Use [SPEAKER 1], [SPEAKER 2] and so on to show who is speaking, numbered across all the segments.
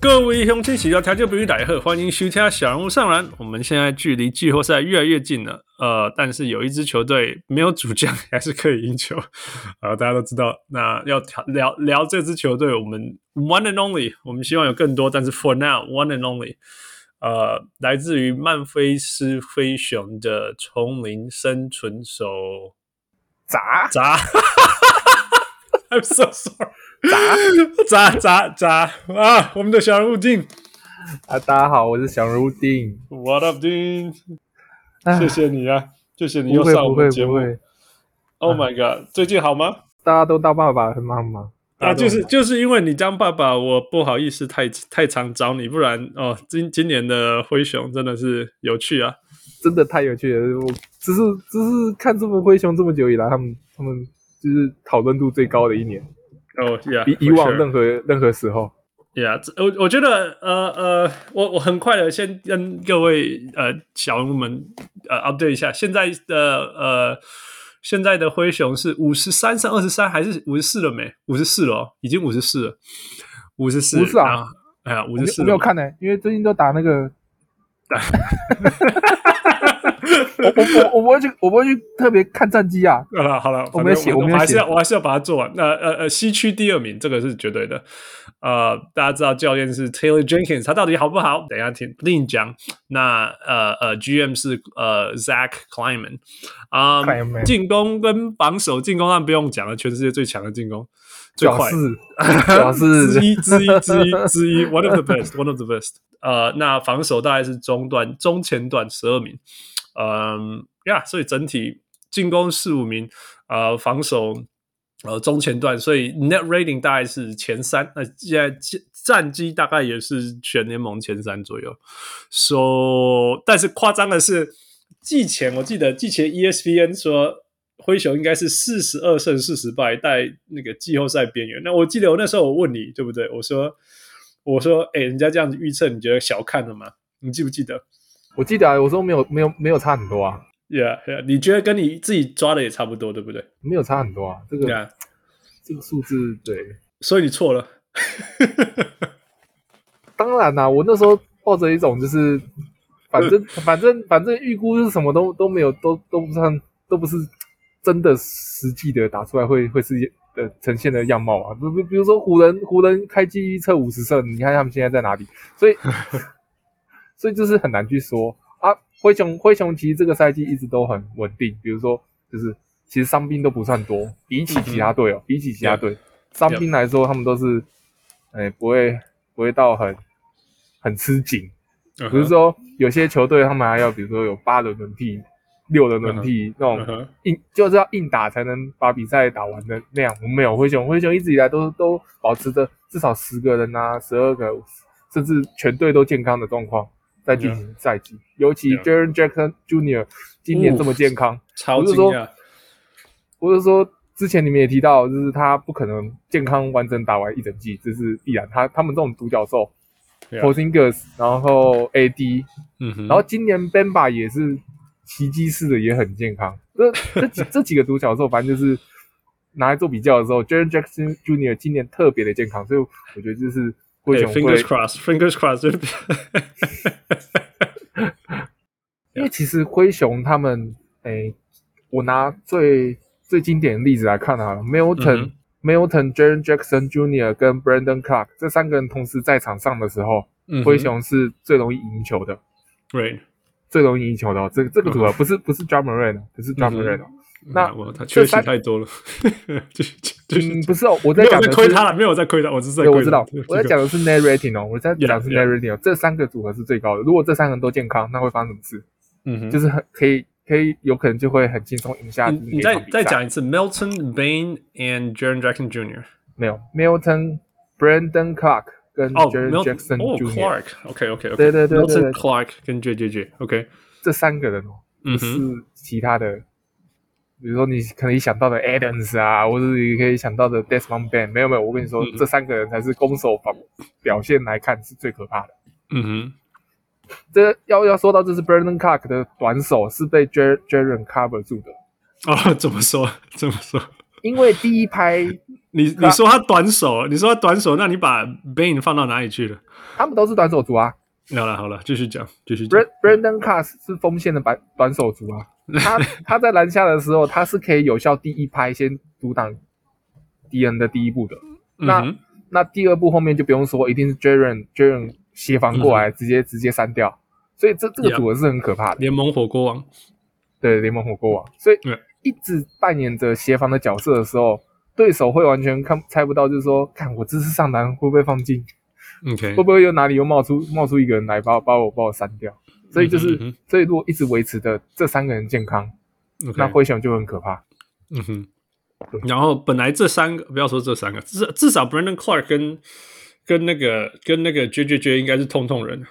[SPEAKER 1] 各位乡亲，喜到调就不必打喝，欢迎收听小人物上篮。我们现在距离季后赛越来越近了，呃，但是有一支球队没有主将还是可以赢球，呃，大家都知道。那要聊聊聊这支球队，我们 one and only，我们希望有更多，但是 for now one and only，呃，来自于曼菲斯灰熊的丛林生存手
[SPEAKER 2] 砸
[SPEAKER 1] 砸 ，I'm so sorry。砸砸砸砸啊！我们的小人物丁
[SPEAKER 2] 啊！大家好，我是小人物丁。
[SPEAKER 1] ，What up，丁？
[SPEAKER 2] 啊
[SPEAKER 1] 谢谢你啊，谢谢你
[SPEAKER 2] 不
[SPEAKER 1] 又
[SPEAKER 2] 会
[SPEAKER 1] 上
[SPEAKER 2] 不
[SPEAKER 1] 我
[SPEAKER 2] 会
[SPEAKER 1] 们节
[SPEAKER 2] 不
[SPEAKER 1] 目。
[SPEAKER 2] 会，
[SPEAKER 1] Oh my god，最近好吗？
[SPEAKER 2] 大家都当爸爸很忙吗？
[SPEAKER 1] 啊，
[SPEAKER 2] 大家都
[SPEAKER 1] 就是就是因为你当爸爸，我不好意思太太常找你，不然哦，今今年的灰熊真的是有趣啊。
[SPEAKER 2] 真的太有趣了。我只是只是看这么灰熊这么久以来，他们他们就是讨论度最高的一年，
[SPEAKER 1] 哦、yeah，
[SPEAKER 2] 比以往
[SPEAKER 1] for sure
[SPEAKER 2] 任何任何时候。
[SPEAKER 1] Yeah，这我我觉得呃呃，我我很快的先跟各位呃小人物们呃 update 一下，现在的呃现在的灰熊是五十三胜二十三还是五十四了没？五十四了哦，已经五十四了，五十四，
[SPEAKER 2] 54啊
[SPEAKER 1] 然后，哎呀，五
[SPEAKER 2] 我
[SPEAKER 1] 十
[SPEAKER 2] 没
[SPEAKER 1] 四
[SPEAKER 2] 我没有看呢、因为最近都打那 个。我我我我不会去，我不会去特别看战绩啊。
[SPEAKER 1] 好了好了，
[SPEAKER 2] 我
[SPEAKER 1] 反
[SPEAKER 2] 没有
[SPEAKER 1] 正
[SPEAKER 2] 写
[SPEAKER 1] 我
[SPEAKER 2] 我没有
[SPEAKER 1] 还是
[SPEAKER 2] 写
[SPEAKER 1] 要我还是要把它做完。那呃呃，西区第二名，这个是绝对的。呃，大家知道教练是 Taylor Jenkins，他到底好不好？等一下听另讲。那呃呃，GM 是呃 Zach Kleiman，啊、
[SPEAKER 2] Kleinman
[SPEAKER 1] 进攻跟防守，进攻那不用讲了，全世界最强的进攻，最
[SPEAKER 2] 表
[SPEAKER 1] 快的。
[SPEAKER 2] 示表示
[SPEAKER 1] 之一之一之一之一，one of the best，one of the best。呃，那防守大概是中段、中前段十二名，嗯呀，所以整体进攻四五名，呃，防守呃中前段，所以 net rating 大概是前三，那现在战绩大概也是全联盟前三左右。So，但是夸张的是，季前我记得季前 E ESPN 说灰熊应该是四十二胜四十败，在那个季后赛边缘。那我记得我那时候我问你对不对？我说我说哎、诶人家这样子预测，你觉得小看了吗？你记不记得
[SPEAKER 2] 我记得啊，我说没有没有没有差很多啊，
[SPEAKER 1] ？Yeah, yeah，你觉得跟你自己抓的也差不多，对不对
[SPEAKER 2] 没有差很多啊。这个
[SPEAKER 1] ？Yeah，
[SPEAKER 2] 这个数字对，
[SPEAKER 1] 所以你错了。
[SPEAKER 2] 当然啦、我那时候抱着一种就是，反正反正反正预估是什么都都没有，都都不算，都不是真的实际的打出来会会是呃呈现的样貌啊。比比比如说湖人湖人开机预测五十胜，你看他们现在在哪里？所以 所以就是很难去说啊。灰熊灰熊其实这个赛季一直都很稳定，比如说就是其实伤兵都不算多，比起其他队哦，比起其他队伤兵来说，他们都是哎不会不会到很很吃紧。比如说有些球队他们还要，比如说有八轮轮替、六轮轮替、那
[SPEAKER 1] 嗯
[SPEAKER 2] 种
[SPEAKER 1] 哼，
[SPEAKER 2] 硬就是要硬打才能把比赛打完的那样。我们没有灰熊，灰熊一直以来都都保持着至少十个人啊、十二个，甚至全队都健康的状况在进行赛季。尤其
[SPEAKER 1] 嗯 Yeah.
[SPEAKER 2] Jaren Jackson Jr. 今年这么健康，
[SPEAKER 1] 超
[SPEAKER 2] 我
[SPEAKER 1] 惊
[SPEAKER 2] 是说
[SPEAKER 1] 讶。
[SPEAKER 2] 我是说，之前你们也提到，就是他不可能健康完整打完一整季，这是必然。他他们这种独角兽
[SPEAKER 1] Yeah.
[SPEAKER 2] p o s i n g e r s 然后 AD，
[SPEAKER 1] 啊嗯哼，
[SPEAKER 2] 然后今年 Bamba 也是奇迹式的也很健康。这这 几这几个独角兽，反正就是拿来做比较的时候，Jaren Jackson Jr. 今年特别的健康，所以我觉得就是灰
[SPEAKER 1] 对
[SPEAKER 2] 熊会
[SPEAKER 1] ，fingers crossed，fingers crossed
[SPEAKER 2] 因为其实灰熊他们，诶，我拿最最经典的例子来看好了，Milton、
[SPEAKER 1] 嗯
[SPEAKER 2] Milton、Jaren Jackson Jr. 跟 Brandon Clark 这三个人同时在场上的时候，
[SPEAKER 1] 嗯哼。
[SPEAKER 2] 灰熊是最容易赢球的，
[SPEAKER 1] ，right？
[SPEAKER 2] 最容易赢球的、哦。这这个组合不是不是 d r u m m e r 不是 d r u m m e r 那
[SPEAKER 1] 嗯我他缺席
[SPEAKER 2] 三
[SPEAKER 1] 太多了， 继续继续继续
[SPEAKER 2] 嗯，不是哦，我
[SPEAKER 1] 没
[SPEAKER 2] 在
[SPEAKER 1] 有
[SPEAKER 2] 讲
[SPEAKER 1] 在
[SPEAKER 2] 的
[SPEAKER 1] 亏
[SPEAKER 2] 是
[SPEAKER 1] 他，了，没有在亏他，我只是在
[SPEAKER 2] 对，
[SPEAKER 1] 亏他
[SPEAKER 2] 我知道，我在讲的是 net rating 哦，我在
[SPEAKER 1] Yeah,
[SPEAKER 2] 讲的是
[SPEAKER 1] yeah.
[SPEAKER 2] net rating，哦这三个组合是最高的。如果这三个人都健康，那会发生什么事？
[SPEAKER 1] 嗯哼，
[SPEAKER 2] 就是很可以可以有可能就会很轻松赢下
[SPEAKER 1] 嗯你你
[SPEAKER 2] 每一场
[SPEAKER 1] 再
[SPEAKER 2] 比
[SPEAKER 1] 再
[SPEAKER 2] 赛
[SPEAKER 1] 讲一次，Melton Bain and Jaren Jackson Jr.
[SPEAKER 2] 没有 Milton、Brandon Clark 跟
[SPEAKER 1] 哦
[SPEAKER 2] Jaren
[SPEAKER 1] ，Melton
[SPEAKER 2] Jackson
[SPEAKER 1] 哦
[SPEAKER 2] Jr.、
[SPEAKER 1] Clark，OK OK OK，
[SPEAKER 2] 对对对对对
[SPEAKER 1] Melton Clark 跟 J J J，OK，
[SPEAKER 2] 这三个人哦，
[SPEAKER 1] 嗯
[SPEAKER 2] 是
[SPEAKER 1] 哼，
[SPEAKER 2] 其他的，比如说你可能想到的 Adams 啊，或者你可以想到的 Desmond b a n 没有没有，我跟你说，
[SPEAKER 1] 嗯
[SPEAKER 2] 这三个人才是攻守防表现来看是最可怕的。
[SPEAKER 1] 嗯哼，
[SPEAKER 2] 这要要说到这是 Brandon Clark 的短手是被 Jer Jaren cover 住的，
[SPEAKER 1] 哦，怎么说？怎么说？
[SPEAKER 2] 因为第一拍
[SPEAKER 1] 你你说他短手，你说他短手，那你把 Bane 放到哪里去了？
[SPEAKER 2] 他们都是短手族啊
[SPEAKER 1] 好了好了，继续讲，继续讲。
[SPEAKER 2] ，Brand Brandon Cars 是锋线的短短 手族啊，他他在篮下的时候，他是可以有效第一拍先阻挡敌人的第一步的，
[SPEAKER 1] 嗯
[SPEAKER 2] 那
[SPEAKER 1] 哼
[SPEAKER 2] 那第二步后面就不用说，一定是 Jaren Jaren 协防过来，直接直接删掉，所以这这
[SPEAKER 1] 嗯
[SPEAKER 2] 个
[SPEAKER 1] Yeah
[SPEAKER 2] 组合是很可怕的。
[SPEAKER 1] 联盟火锅王，
[SPEAKER 2] 对联盟火锅王，所以
[SPEAKER 1] Yeah
[SPEAKER 2] 一直扮演着协防的角色的时候，对手会完全看猜不到，就是说，看我这次上篮会不会放进，
[SPEAKER 1] OK，
[SPEAKER 2] 会不会又哪里又冒出冒出一个人来把我把我把我删掉，所以就是，
[SPEAKER 1] 嗯哼嗯
[SPEAKER 2] 所以如果一直维持的这三个人健康，
[SPEAKER 1] OK，
[SPEAKER 2] 那灰熊就很可怕。
[SPEAKER 1] 嗯哼。然后本来这三个不要说这三个，至至少 Brandon Clark 跟跟那个跟那个 J J J 应该是通通人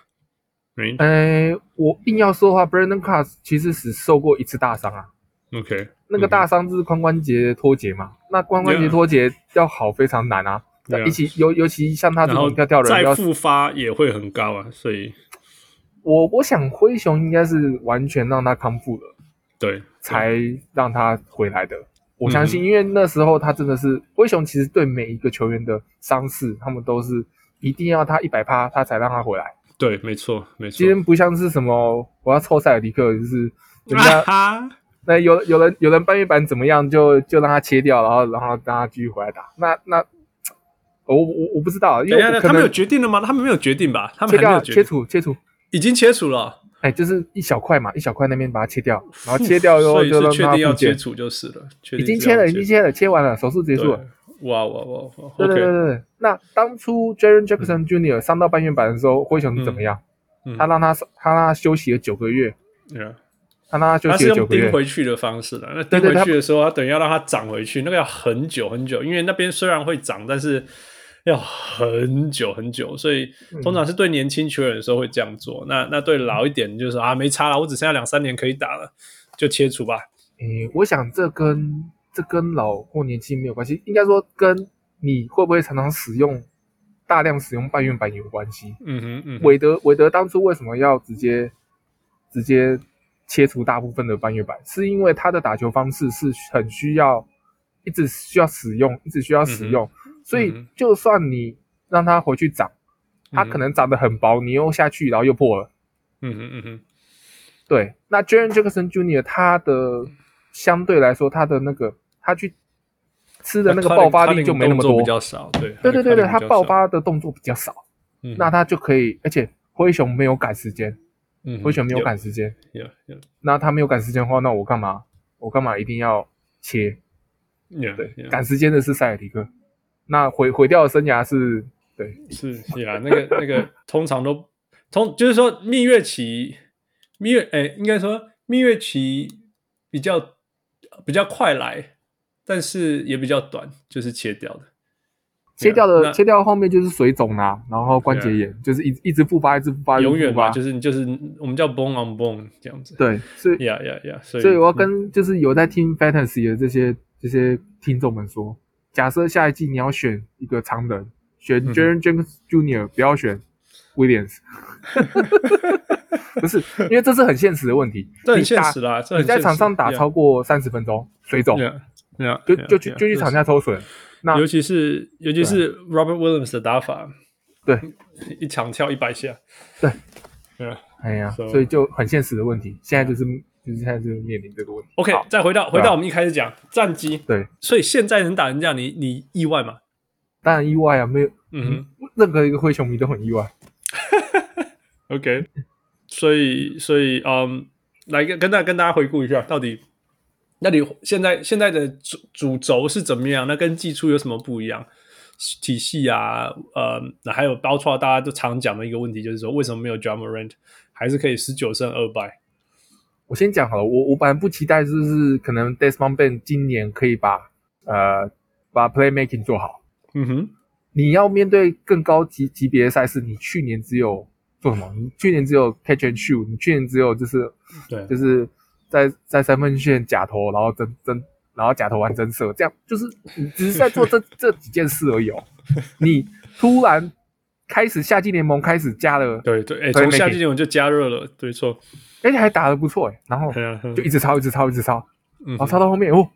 [SPEAKER 1] ，right？
[SPEAKER 2] 呃，我硬要说的话，Brandon c a r s 其实只受过一次大伤啊，
[SPEAKER 1] OK，
[SPEAKER 2] 那个大伤就是髋关节脱节嘛，那髋关节
[SPEAKER 1] 嗯 Yeah
[SPEAKER 2] 脱节要好非常难啊。那
[SPEAKER 1] Yeah
[SPEAKER 2] 一起尤尤其像他这
[SPEAKER 1] 然后
[SPEAKER 2] 种跳跳人，
[SPEAKER 1] 再
[SPEAKER 2] 要
[SPEAKER 1] 复发也会很高啊，所以
[SPEAKER 2] 我我想灰熊应该是完全让他康复了，
[SPEAKER 1] 对
[SPEAKER 2] 才让他回来的。我相
[SPEAKER 1] 嗯
[SPEAKER 2] 信，因为那时候他真的是灰熊，其实对每一个球员的伤势，他们都是一定要他一百趴，他才让他回来。
[SPEAKER 1] 对，没错没错
[SPEAKER 2] 今。天不像是什么我要抽塞尔迪克，就是人
[SPEAKER 1] 啊
[SPEAKER 2] 家
[SPEAKER 1] 哈，
[SPEAKER 2] 那有有人有人半月板怎么样，就就让他切掉，然后然后让他继续回来打。那那我我我不知道，啊因
[SPEAKER 1] 等一
[SPEAKER 2] 为
[SPEAKER 1] 下，
[SPEAKER 2] 可
[SPEAKER 1] 他们有
[SPEAKER 2] 能
[SPEAKER 1] 决定了吗？他们没有决定吧？他
[SPEAKER 2] 切
[SPEAKER 1] 们还没
[SPEAKER 2] 掉
[SPEAKER 1] 有决
[SPEAKER 2] 切
[SPEAKER 1] 定，
[SPEAKER 2] 除切除，
[SPEAKER 1] 已经切除了，
[SPEAKER 2] 哎，就是一小块嘛，一小块那边把它切掉，然
[SPEAKER 1] 嗯
[SPEAKER 2] 后切掉以后
[SPEAKER 1] 所以
[SPEAKER 2] 就是让
[SPEAKER 1] 确
[SPEAKER 2] 它
[SPEAKER 1] 定要
[SPEAKER 2] 复
[SPEAKER 1] 切
[SPEAKER 2] 健。
[SPEAKER 1] 除就是了，确
[SPEAKER 2] 已
[SPEAKER 1] 定
[SPEAKER 2] 经
[SPEAKER 1] 是要
[SPEAKER 2] 切了，已经
[SPEAKER 1] 切
[SPEAKER 2] 切了，切完了，手术结
[SPEAKER 1] 对
[SPEAKER 2] 束了。
[SPEAKER 1] 哇哇哇哇
[SPEAKER 2] 对对对
[SPEAKER 1] ，OK，
[SPEAKER 2] 对对。那当初 Jaren Jackson Jr. 上到半月板的时候，灰熊是怎么样？
[SPEAKER 1] 嗯
[SPEAKER 2] 他让他他让他休息了九个月，
[SPEAKER 1] ，yeah
[SPEAKER 2] 他让他休
[SPEAKER 1] 它
[SPEAKER 2] 息
[SPEAKER 1] 是
[SPEAKER 2] 了九
[SPEAKER 1] 用
[SPEAKER 2] 个
[SPEAKER 1] 钉
[SPEAKER 2] 月。
[SPEAKER 1] 回去的方式的。那钉
[SPEAKER 2] 对对
[SPEAKER 1] 回
[SPEAKER 2] 它
[SPEAKER 1] 去的时候，它等于要让它长回去，那个要很久很久，因为那边虽然会长，但是要很久很久，所以
[SPEAKER 2] 嗯
[SPEAKER 1] 通常是对年轻球员的时候会这样做。那那对老一点就是啊，没差了，我只剩下两三年可以打了，就切除吧。
[SPEAKER 2] 诶，我想这跟这跟老或年轻没有关系，应该说跟你会不会常常使用大量使用半月板有关系。
[SPEAKER 1] 嗯哼，嗯哼
[SPEAKER 2] 韦德韦德当初为什么要直接直接切除大部分的半月板？是因为他的打球方式是很需要一直需要使用，一直需要使用，所
[SPEAKER 1] 嗯
[SPEAKER 2] 以就算你让它回去长，它
[SPEAKER 1] 嗯
[SPEAKER 2] 可能长得很薄，你又下去，然后又破了。
[SPEAKER 1] 嗯哼，嗯哼，
[SPEAKER 2] 对，那 Jaren Jackson Jr. 他的相对来说，他的那个他去吃的那个
[SPEAKER 1] 它
[SPEAKER 2] 爆发
[SPEAKER 1] cutting-
[SPEAKER 2] 力就没那么
[SPEAKER 1] cutting 动作
[SPEAKER 2] 多
[SPEAKER 1] 比。较少，对，
[SPEAKER 2] 对对对对，
[SPEAKER 1] 它
[SPEAKER 2] 他
[SPEAKER 1] 的 cutting 比较少
[SPEAKER 2] 爆，发的动作比较少，
[SPEAKER 1] 嗯
[SPEAKER 2] 那他就可以，而且灰熊没有赶时间，
[SPEAKER 1] 嗯哼
[SPEAKER 2] 灰熊没有赶时间，
[SPEAKER 1] ，yeah yeah
[SPEAKER 2] 那他没有赶时间的话，那我干嘛？我干嘛一定要切？
[SPEAKER 1] yeah，
[SPEAKER 2] 对
[SPEAKER 1] yeah，
[SPEAKER 2] 赶时间的是塞尔提克，那毁毁掉的生涯是，对，
[SPEAKER 1] 是呀、那个那个通常都通就是说蜜月期，蜜月哎，应该说蜜月期比较比较快来，但是也比较短，就是切掉的。啊
[SPEAKER 2] 切掉
[SPEAKER 1] 那啊
[SPEAKER 2] 的切掉后面就是水肿啦、然后关节炎，就是一直一直复发，一直复发，一直
[SPEAKER 1] 永远
[SPEAKER 2] 复发
[SPEAKER 1] 嘛，就是就是我们叫 bone on bone 这样子。
[SPEAKER 2] 对，所以
[SPEAKER 1] 呀呀呀！所以嗯
[SPEAKER 2] 所以我要跟就是有在听 fantasy 的这些这些听众们说，假设下一季你要选一个常人，选
[SPEAKER 1] 嗯哼
[SPEAKER 2] Jaren James Jr.，不要选 Williams，不是因为这是很现实的问题，
[SPEAKER 1] 这很
[SPEAKER 2] 你
[SPEAKER 1] 现
[SPEAKER 2] 打
[SPEAKER 1] 实啦，这
[SPEAKER 2] 你
[SPEAKER 1] 很
[SPEAKER 2] 在场上打超过三十分钟，水肿，
[SPEAKER 1] 呀呀，
[SPEAKER 2] 就
[SPEAKER 1] yeah，
[SPEAKER 2] 就去
[SPEAKER 1] yeah，
[SPEAKER 2] 就去
[SPEAKER 1] 这
[SPEAKER 2] 场
[SPEAKER 1] 是
[SPEAKER 2] 下抽水。那
[SPEAKER 1] 尤其是尤其是 Robert Williams 的打法，
[SPEAKER 2] 对，
[SPEAKER 1] 一场跳一百下，
[SPEAKER 2] 对
[SPEAKER 1] ，yeah。
[SPEAKER 2] 哎呀，
[SPEAKER 1] So-
[SPEAKER 2] 所以就很现实的问题，现在就是就是现在就是面临这个问题。
[SPEAKER 1] OK，
[SPEAKER 2] 好
[SPEAKER 1] 再回到
[SPEAKER 2] 对
[SPEAKER 1] 回
[SPEAKER 2] 啊
[SPEAKER 1] 到我们一开始讲战绩，
[SPEAKER 2] 对，
[SPEAKER 1] 所以现在能打成这样，你你意外吗？
[SPEAKER 2] 当然意外啊，没有
[SPEAKER 1] 嗯
[SPEAKER 2] 任何一个灰熊迷都很意外。
[SPEAKER 1] 哼，OK，所以所以嗯，来跟跟大跟大家回顾一下，到底那你现在现在的主主轴是怎么样？那跟季初有什么不一样？体系啊，呃，那还有包括大家都常讲的一个问题，就是说为什么没有 j a m a r a n t 还是可以十九胜二败？
[SPEAKER 2] 我先讲好了，我我本来不期待，就是可能 Desmond b a n 今年可以把呃把 playmaking 做好。
[SPEAKER 1] 嗯哼，
[SPEAKER 2] 你要面对更高级级别的赛事，你去年只有做什么？你去年只有 catch and shoot，你去年只有就是
[SPEAKER 1] 对
[SPEAKER 2] 就，是在在三分线假投，然后真真，然后假投完真射，这样就是你只是 在做这这几件事而已、哦。你突然开始夏季联盟开始加了，
[SPEAKER 1] 对对，哎，
[SPEAKER 2] 所以
[SPEAKER 1] 从夏
[SPEAKER 2] Mackey-
[SPEAKER 1] 季我就加热了，对错，
[SPEAKER 2] 而且还打得不错诶，然后
[SPEAKER 1] 哎呀，
[SPEAKER 2] 就一直抄，一直抄，一直抄，
[SPEAKER 1] 嗯
[SPEAKER 2] 然后抄到后面哦，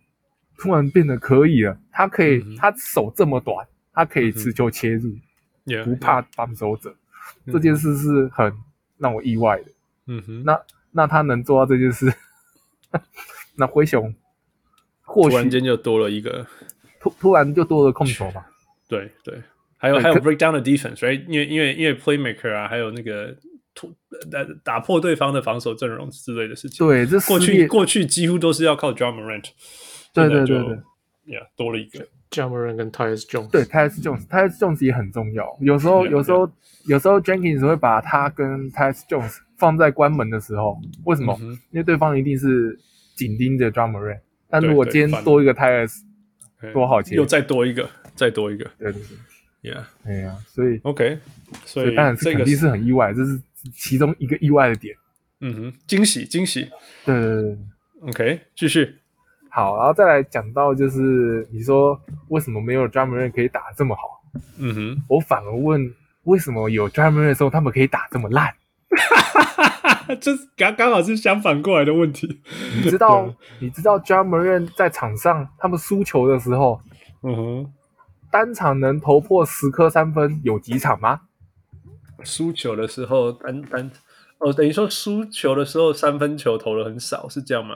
[SPEAKER 2] 突然变得可以了，他可以，
[SPEAKER 1] 嗯哼嗯
[SPEAKER 2] 他手这么短，他可以持球切入，
[SPEAKER 1] 也
[SPEAKER 2] 不怕防守者，这件事是很让我意外的。
[SPEAKER 1] 嗯哼，
[SPEAKER 2] 那那他能做到这件事， 那灰熊或
[SPEAKER 1] 突然
[SPEAKER 2] 许
[SPEAKER 1] 间就多了一个，
[SPEAKER 2] 突突然就多了控球嘛，
[SPEAKER 1] 对对，还有
[SPEAKER 2] 对
[SPEAKER 1] 还有
[SPEAKER 2] 可
[SPEAKER 1] break down 的 defense，right？因为因为因为 playmaker 啊，还有那个突打打破对方的防守阵容之类的事情。，
[SPEAKER 2] 对，这
[SPEAKER 1] 过
[SPEAKER 2] 撕
[SPEAKER 1] 去
[SPEAKER 2] 裂
[SPEAKER 1] 过去几乎都是要靠 John Morant，现
[SPEAKER 2] 对
[SPEAKER 1] 在
[SPEAKER 2] 对
[SPEAKER 1] 就
[SPEAKER 2] 对对
[SPEAKER 1] ，yeah 多了一个，
[SPEAKER 3] j a m e r a n 跟 Tyus Jones，
[SPEAKER 2] 对 t y s Jones，Tyus Jones 也很重要。有时候，
[SPEAKER 1] 嗯啊对
[SPEAKER 2] 有时候，有时候 Jenkins 会把他跟 Tyus Jones 放在关门的时候，为什么？
[SPEAKER 1] 嗯哼
[SPEAKER 2] 因为对方一定是紧盯着 Drummer。但
[SPEAKER 1] 对
[SPEAKER 2] 如果
[SPEAKER 1] 对
[SPEAKER 2] 今
[SPEAKER 1] 反
[SPEAKER 2] 天多一个 Tyus，
[SPEAKER 1] 对
[SPEAKER 2] 多好接
[SPEAKER 1] 又再多一个，再多一个
[SPEAKER 2] 对对对，
[SPEAKER 1] ，yeah
[SPEAKER 2] 哎呀，所以
[SPEAKER 1] OK，所
[SPEAKER 2] 所
[SPEAKER 1] 以
[SPEAKER 2] 以当然是
[SPEAKER 1] 这
[SPEAKER 2] 肯
[SPEAKER 1] 个
[SPEAKER 2] 定是很意外，这是其中一个意外的点。
[SPEAKER 1] 嗯哼惊喜惊喜
[SPEAKER 2] 对对对对，对
[SPEAKER 1] ，OK 继续，
[SPEAKER 2] 好，然后再来讲到就是你说为什么没有 Drummer 可以打得这么好？
[SPEAKER 1] 嗯哼。
[SPEAKER 2] 我反而问为什么有 Drummer 的时候他们可以打这么烂？
[SPEAKER 1] 这刚刚好是相反过来的问题。
[SPEAKER 2] 你知道，你知道 j a m e r 在场上他们输球的时候，
[SPEAKER 1] 嗯哼，
[SPEAKER 2] 单场能投破十颗三分有几场吗？
[SPEAKER 1] 输球的时候单单哦，等于说输球的时候三分球投的很少，是这样吗？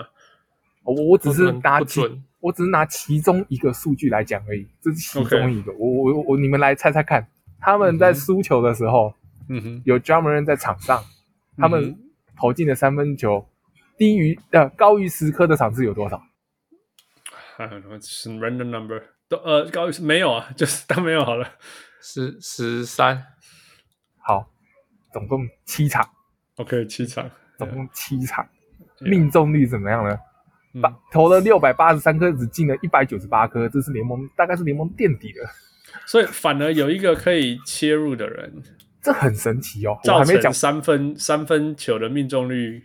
[SPEAKER 2] 我我只
[SPEAKER 3] 不
[SPEAKER 2] 是
[SPEAKER 3] 准
[SPEAKER 2] 拿
[SPEAKER 3] 不
[SPEAKER 2] 其
[SPEAKER 3] 准，
[SPEAKER 2] 我只是拿其中一个数据来讲而已，这是其
[SPEAKER 1] OK
[SPEAKER 2] 中一个。我我我我，你们来猜猜看，他们
[SPEAKER 1] 嗯
[SPEAKER 2] 在
[SPEAKER 1] 哼
[SPEAKER 2] 输球的时候，
[SPEAKER 1] 嗯哼，
[SPEAKER 2] 有 j a m e r 在场上，他
[SPEAKER 1] 嗯
[SPEAKER 2] 们投进的三分球低于呃高于十颗的场次有多少？
[SPEAKER 1] I don't know, it's a random number 都呃高没有啊， 就是当没有好了。
[SPEAKER 3] 十十三，
[SPEAKER 2] 好，总共七场，
[SPEAKER 1] OK，七场，
[SPEAKER 2] 总共七场，
[SPEAKER 1] Yeah
[SPEAKER 2] 命中率怎么样呢？
[SPEAKER 1] 啊嗯
[SPEAKER 2] 八投了六百八十三颗，只进了一百九十八颗，这是联盟大概是联盟垫底的，
[SPEAKER 1] 所以反而有一个可以切入的人，
[SPEAKER 2] 这很神奇哦。我
[SPEAKER 1] 造
[SPEAKER 2] 还没讲
[SPEAKER 1] 成，三分三分球的命中率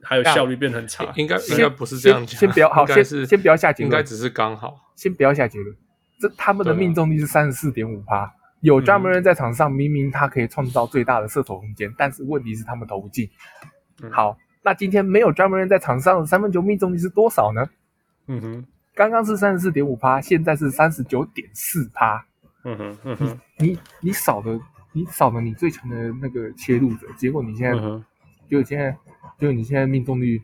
[SPEAKER 1] 还有效率变得很差。
[SPEAKER 3] 应该应
[SPEAKER 2] 先
[SPEAKER 3] 该不是这样讲，
[SPEAKER 2] 先先不要好，
[SPEAKER 3] 应该
[SPEAKER 2] 先
[SPEAKER 3] 是
[SPEAKER 2] 先不要下结
[SPEAKER 3] 应该
[SPEAKER 2] 论，
[SPEAKER 3] 只是刚好，
[SPEAKER 2] 先不要下结论。这他们的
[SPEAKER 3] 对啊
[SPEAKER 2] 命中率是三十四点五趴，有
[SPEAKER 1] 嗯
[SPEAKER 2] 专门人在场上，明明他可以创造最大的射手空间，但是问题是他们投不进
[SPEAKER 1] 嗯。
[SPEAKER 2] 好，那今天没有专门人在场上，三分球命中率是多少呢？
[SPEAKER 1] 嗯哼，
[SPEAKER 2] 刚刚是三十四点五趴，现在是三十九点四趴。
[SPEAKER 1] 嗯哼，嗯哼，
[SPEAKER 2] 你你少了你少了你最强的那个切入者，结果你现在、
[SPEAKER 1] 嗯哼，
[SPEAKER 2] 结果现在结果你现在命中率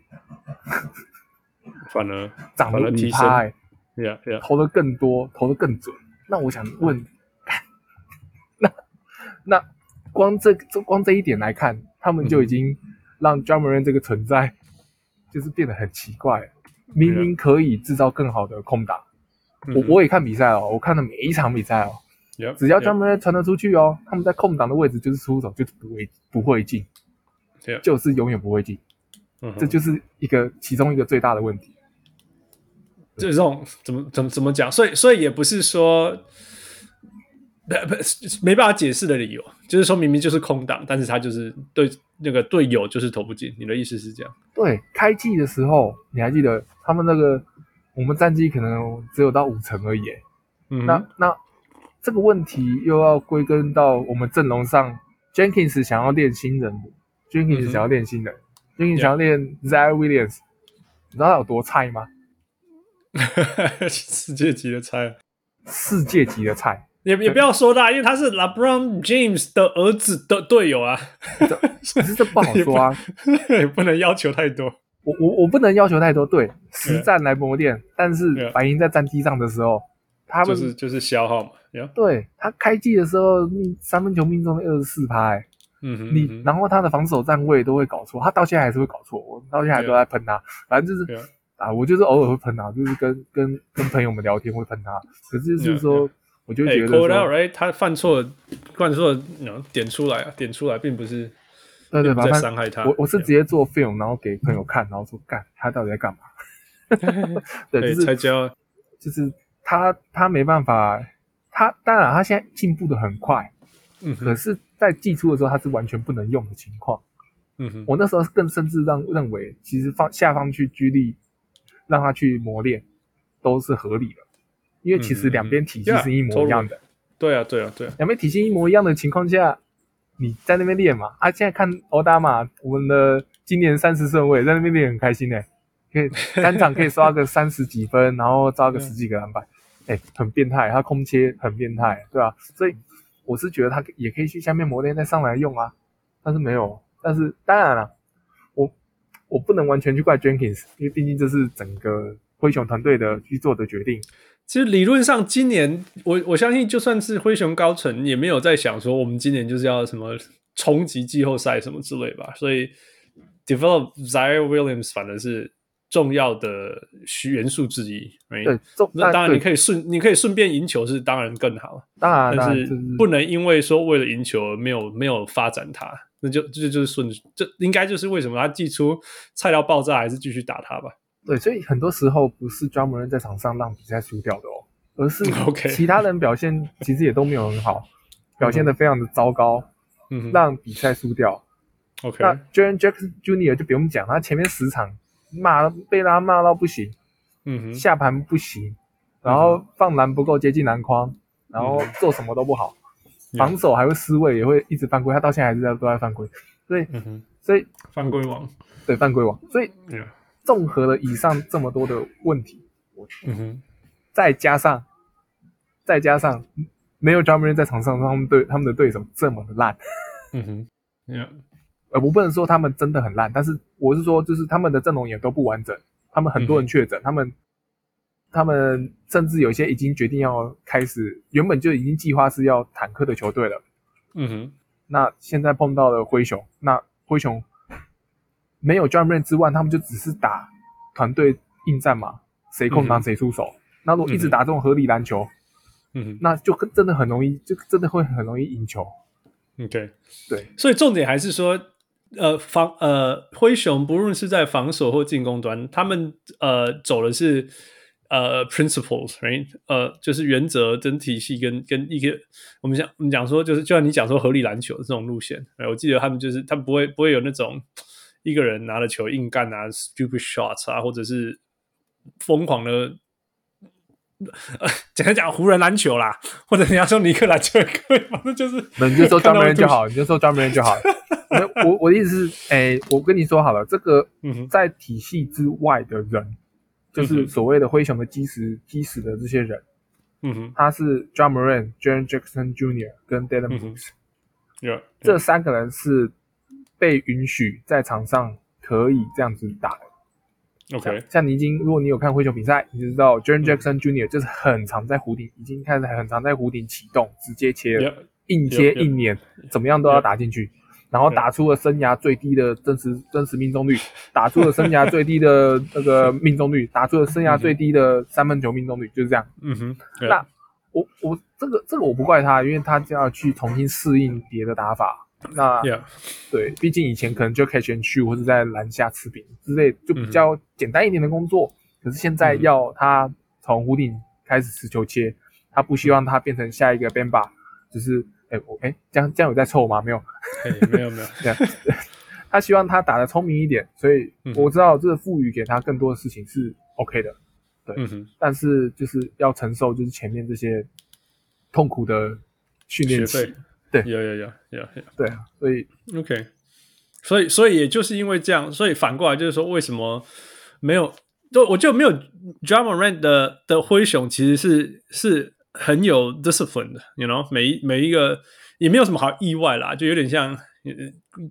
[SPEAKER 1] 反而
[SPEAKER 2] 涨
[SPEAKER 1] 反
[SPEAKER 2] 了
[SPEAKER 1] 而提
[SPEAKER 2] 五
[SPEAKER 1] 升
[SPEAKER 2] 趴、欸，
[SPEAKER 1] ，Yeah Yeah。
[SPEAKER 2] 投的更多，投的更准。那我想问，那那光这这光这一点来看，他们
[SPEAKER 1] 嗯
[SPEAKER 2] 就已经让 j a m e r 这个存在就是变得很奇怪了。明
[SPEAKER 1] 啊
[SPEAKER 2] 明可以制造更好的空档，我我也看比赛哦，我看了每一场比赛哦，
[SPEAKER 1] 嗯 Yep,
[SPEAKER 2] 只要
[SPEAKER 1] yep,
[SPEAKER 2] 专门传得出去哦，他们在空档的位置就是出手，就是不会不会进
[SPEAKER 1] Yeah
[SPEAKER 2] 就是永远不会进，
[SPEAKER 1] 嗯哼
[SPEAKER 2] 这就是一个其中一个最大的问题。
[SPEAKER 1] 这种怎么怎么怎么讲？所以所以也不是说不不没办法解释的理由，就是说明明就是空档，但是他就是对那个队友就是投不进。你的意思是这样？
[SPEAKER 2] 对，开季的时候你还记得他们那个我们战绩可能只有到五成而已耶，
[SPEAKER 1] 嗯
[SPEAKER 2] 那那这个问题又要归根到我们阵容上，Jenkins 想要练新人
[SPEAKER 1] 嗯
[SPEAKER 2] ，Jenkins
[SPEAKER 1] 哼
[SPEAKER 2] 想要练新人、j e n k i
[SPEAKER 1] Yeah
[SPEAKER 2] n s 想要练 Zaire Williams，你知道他有多菜吗？
[SPEAKER 1] 哼， 世界级的猜，
[SPEAKER 2] 世界级 的菜。
[SPEAKER 1] 也也不要说他，因为他是 LeBron James 的儿子的队友啊，
[SPEAKER 2] 可是这不好说啊，
[SPEAKER 1] 也不能要求太多。
[SPEAKER 2] 我我我不能要求太多，对，实战来磨练，但是
[SPEAKER 1] Yeah
[SPEAKER 2] 白银在战机上的时候，他
[SPEAKER 1] 就
[SPEAKER 2] 们、
[SPEAKER 1] 是就是消耗嘛，yeah，
[SPEAKER 2] 对他开季的时候命三分球命中率二十四趴，欸
[SPEAKER 1] 嗯哼，
[SPEAKER 2] 你、
[SPEAKER 1] 嗯哼
[SPEAKER 2] 然后他的防守站位都会搞错，他到现在还是会搞错，我到现在还都在喷他，反正就是
[SPEAKER 1] Yeah
[SPEAKER 2] 啊，我就是偶尔会喷他，就是跟跟跟朋友们聊天会喷他，可是就是
[SPEAKER 1] Yeah
[SPEAKER 2] 说我就
[SPEAKER 1] 啊哎
[SPEAKER 2] 觉得
[SPEAKER 1] call
[SPEAKER 2] 说
[SPEAKER 1] it out right，他犯错犯错，嗯点出来啊，点出来，并不是
[SPEAKER 2] 对对，
[SPEAKER 1] 并不
[SPEAKER 2] 反
[SPEAKER 1] 在
[SPEAKER 2] 正
[SPEAKER 1] 伤害他。
[SPEAKER 2] 我我是
[SPEAKER 1] yeah
[SPEAKER 2] 直接做 film，然后给朋友看，然后说干他到底在 干嘛？
[SPEAKER 1] 哎
[SPEAKER 2] 对，就是
[SPEAKER 1] 才教
[SPEAKER 2] 就是他他没办法，他当然他现在进步的很快，
[SPEAKER 1] 嗯
[SPEAKER 2] 可
[SPEAKER 1] 哼，
[SPEAKER 2] 是，在寄出的时候他是完全不能用的情况。
[SPEAKER 1] 嗯哼，
[SPEAKER 2] 我那时候更甚至让认为，其实放下放去居力，让他去磨练，都是合理的，因为其实
[SPEAKER 1] 嗯嗯
[SPEAKER 2] 两边体系
[SPEAKER 1] 嗯
[SPEAKER 2] 是一模一样的，
[SPEAKER 1] 对啊，对啊，对啊，
[SPEAKER 2] 两边体系一模一样的情况下，你在那边练嘛？啊，现在看欧达嘛，我们的今年三十顺位在那边练很开心呢、可以单场可以刷个三十几分，然后抓个十几个篮板，哎、很变态，他空切很变态，对吧、所以我是觉得他也可以去下面磨练再上来用啊，但是没有，但是当然了，我我不能完全去怪 Jenkins，因为毕竟这是整个灰熊团队的去做的决定，
[SPEAKER 1] 其实理论上，今年我我相信，就算是灰熊高层也没有在想说我们今年就是要什么冲击季后赛什么之类吧。所以，develop Zaire Williams 反而是重要的需元素之一。right？
[SPEAKER 2] 对，重
[SPEAKER 1] 那当然，
[SPEAKER 2] 对
[SPEAKER 1] 你可以顺你可以顺便赢球是当然更好，
[SPEAKER 2] 当然当
[SPEAKER 1] 但
[SPEAKER 2] 然
[SPEAKER 1] 是
[SPEAKER 2] 就是
[SPEAKER 1] 不能因为说为了赢球而没有没有发展它，那就这就是顺这应该就是为什么他寄出菜到爆炸还是继续打他吧。
[SPEAKER 2] 对，所以很多时候不是专门人在场上让比赛输掉的哦，而是
[SPEAKER 1] OK
[SPEAKER 2] 其他人表现其实也都没有很好，表现的非常的糟糕，
[SPEAKER 1] 嗯哼
[SPEAKER 2] 让比赛输掉。
[SPEAKER 1] ，OK，
[SPEAKER 2] 那 Jaren Jackson Jr. 就不用讲，他前面十场骂被他骂到不行，
[SPEAKER 1] 嗯哼，
[SPEAKER 2] 下盘不行，然后放篮不够接近篮筐，然后
[SPEAKER 1] 嗯
[SPEAKER 2] 做什么都不好，防守还会失位，也会一直犯规，他到现在还是在都在犯规，所以
[SPEAKER 1] 嗯哼，
[SPEAKER 2] 所以
[SPEAKER 1] 犯规王。
[SPEAKER 2] 对犯规王，所以
[SPEAKER 1] Yeah
[SPEAKER 2] 综合了以上这么多的问题，
[SPEAKER 1] 嗯哼，
[SPEAKER 2] 再加上，再加上没有 j a m a r 在场上，他们对他们的对手这么的烂，
[SPEAKER 1] 嗯哼，Yeah，
[SPEAKER 2] 呃，我不能说他们真的很烂，但是我是说，就是他们的阵容也都不完整，他们很多人确诊，
[SPEAKER 1] 嗯
[SPEAKER 2] 他们他们甚至有些已经决定要开始，原本就已经计划是要坦克的球队了，
[SPEAKER 1] 嗯哼，
[SPEAKER 2] 那现在碰到了灰熊，那灰熊没有 j a m a r 之外，他们就只是打团队应战嘛，谁
[SPEAKER 1] 嗯
[SPEAKER 2] 空
[SPEAKER 1] 哼
[SPEAKER 2] 档谁出手。那如果一直打这种合理篮球，
[SPEAKER 1] 嗯
[SPEAKER 2] 那就跟真的很容易，就真的会很容易赢球。
[SPEAKER 1] 哼，OK，
[SPEAKER 2] 对，
[SPEAKER 1] 所以重点还是说，呃，防呃灰熊不论是在防守或进攻端，他们呃走的是呃 principles，right，呃就是原则跟体系跟跟一个我们讲我们讲说就是就像你讲说合理篮球这种路线，呃我记得他们就是他们不会不会有那种一个人拿了球硬干啊 stupid shots 啊，或者是疯狂的。呃， 简单讲，湖人篮球啦，或者你要说尼克篮球也可以，反正就是
[SPEAKER 2] 那你就说
[SPEAKER 1] 看
[SPEAKER 2] 专
[SPEAKER 1] 到
[SPEAKER 2] 门人就
[SPEAKER 1] 吐血
[SPEAKER 2] 好，你就说专门人就好。没我我的意思是，哎、我跟你说好了，这个
[SPEAKER 1] 嗯哼
[SPEAKER 2] 在体系之外的人，就
[SPEAKER 1] 嗯
[SPEAKER 2] 是
[SPEAKER 1] 哼
[SPEAKER 2] 所谓的灰熊的基石基石的这些人，
[SPEAKER 1] 嗯哼，
[SPEAKER 2] 他是 j a m a r a n j a n Jackson Jr. 跟 d a l a
[SPEAKER 1] 嗯
[SPEAKER 2] n
[SPEAKER 1] 哼
[SPEAKER 2] Brooks、
[SPEAKER 1] 有
[SPEAKER 2] 这三个人是被允许在场上可以这样子打的。像
[SPEAKER 1] OK，嗯
[SPEAKER 2] 像你已经，如果你有看灰熊比赛，你就知道 j a n Jackson Jr. 就是很常在弧顶，已经开始很常在弧顶启动，直接切了。
[SPEAKER 1] Yep，
[SPEAKER 2] 硬切
[SPEAKER 1] Yep, yep.
[SPEAKER 2] 硬撵，怎么样都要
[SPEAKER 1] Yep.
[SPEAKER 2] 打进去，然后
[SPEAKER 1] Yep.
[SPEAKER 2] 打出了生涯最低的真实真实命中率，打出了生涯最低的那个命中率，打出了生涯最低的三分球命中率，就是这样。
[SPEAKER 1] 嗯哼，
[SPEAKER 2] 那我我这个这个我不怪他，因为他就要去重新适应别的打法。那
[SPEAKER 1] Yeah，
[SPEAKER 2] 对，毕竟以前可能就 catch and shoot 或者在篮下吃饼之类，就比较简单一点的工作。可是现
[SPEAKER 1] 嗯
[SPEAKER 2] 在
[SPEAKER 1] 嗯哼
[SPEAKER 2] 要他从弧顶开始持球切，他不希望他变成下一个 Bamba，就是哎我哎这样这样有在臭吗？没有，
[SPEAKER 1] 嘿没有没有，
[SPEAKER 2] 这样，他希望他打得聪明一点，所以
[SPEAKER 1] 嗯哼
[SPEAKER 2] 我知道这赋予给他更多的事情是 OK 的，
[SPEAKER 1] 嗯哼，
[SPEAKER 2] 但是就是要承受就是前面这些痛苦的训练
[SPEAKER 1] 学
[SPEAKER 2] 期
[SPEAKER 1] 费，，
[SPEAKER 2] 对
[SPEAKER 1] 有有有有有
[SPEAKER 2] 对啊，所以
[SPEAKER 1] ，OK，所以所以也就是因为这样，所以反过来就是说，为什么没有？就我就没有 d r a m a r a n 的的灰熊其实是是很有 discipline 的，you know，每一每一个也没有什么好意外啦，就有点像呃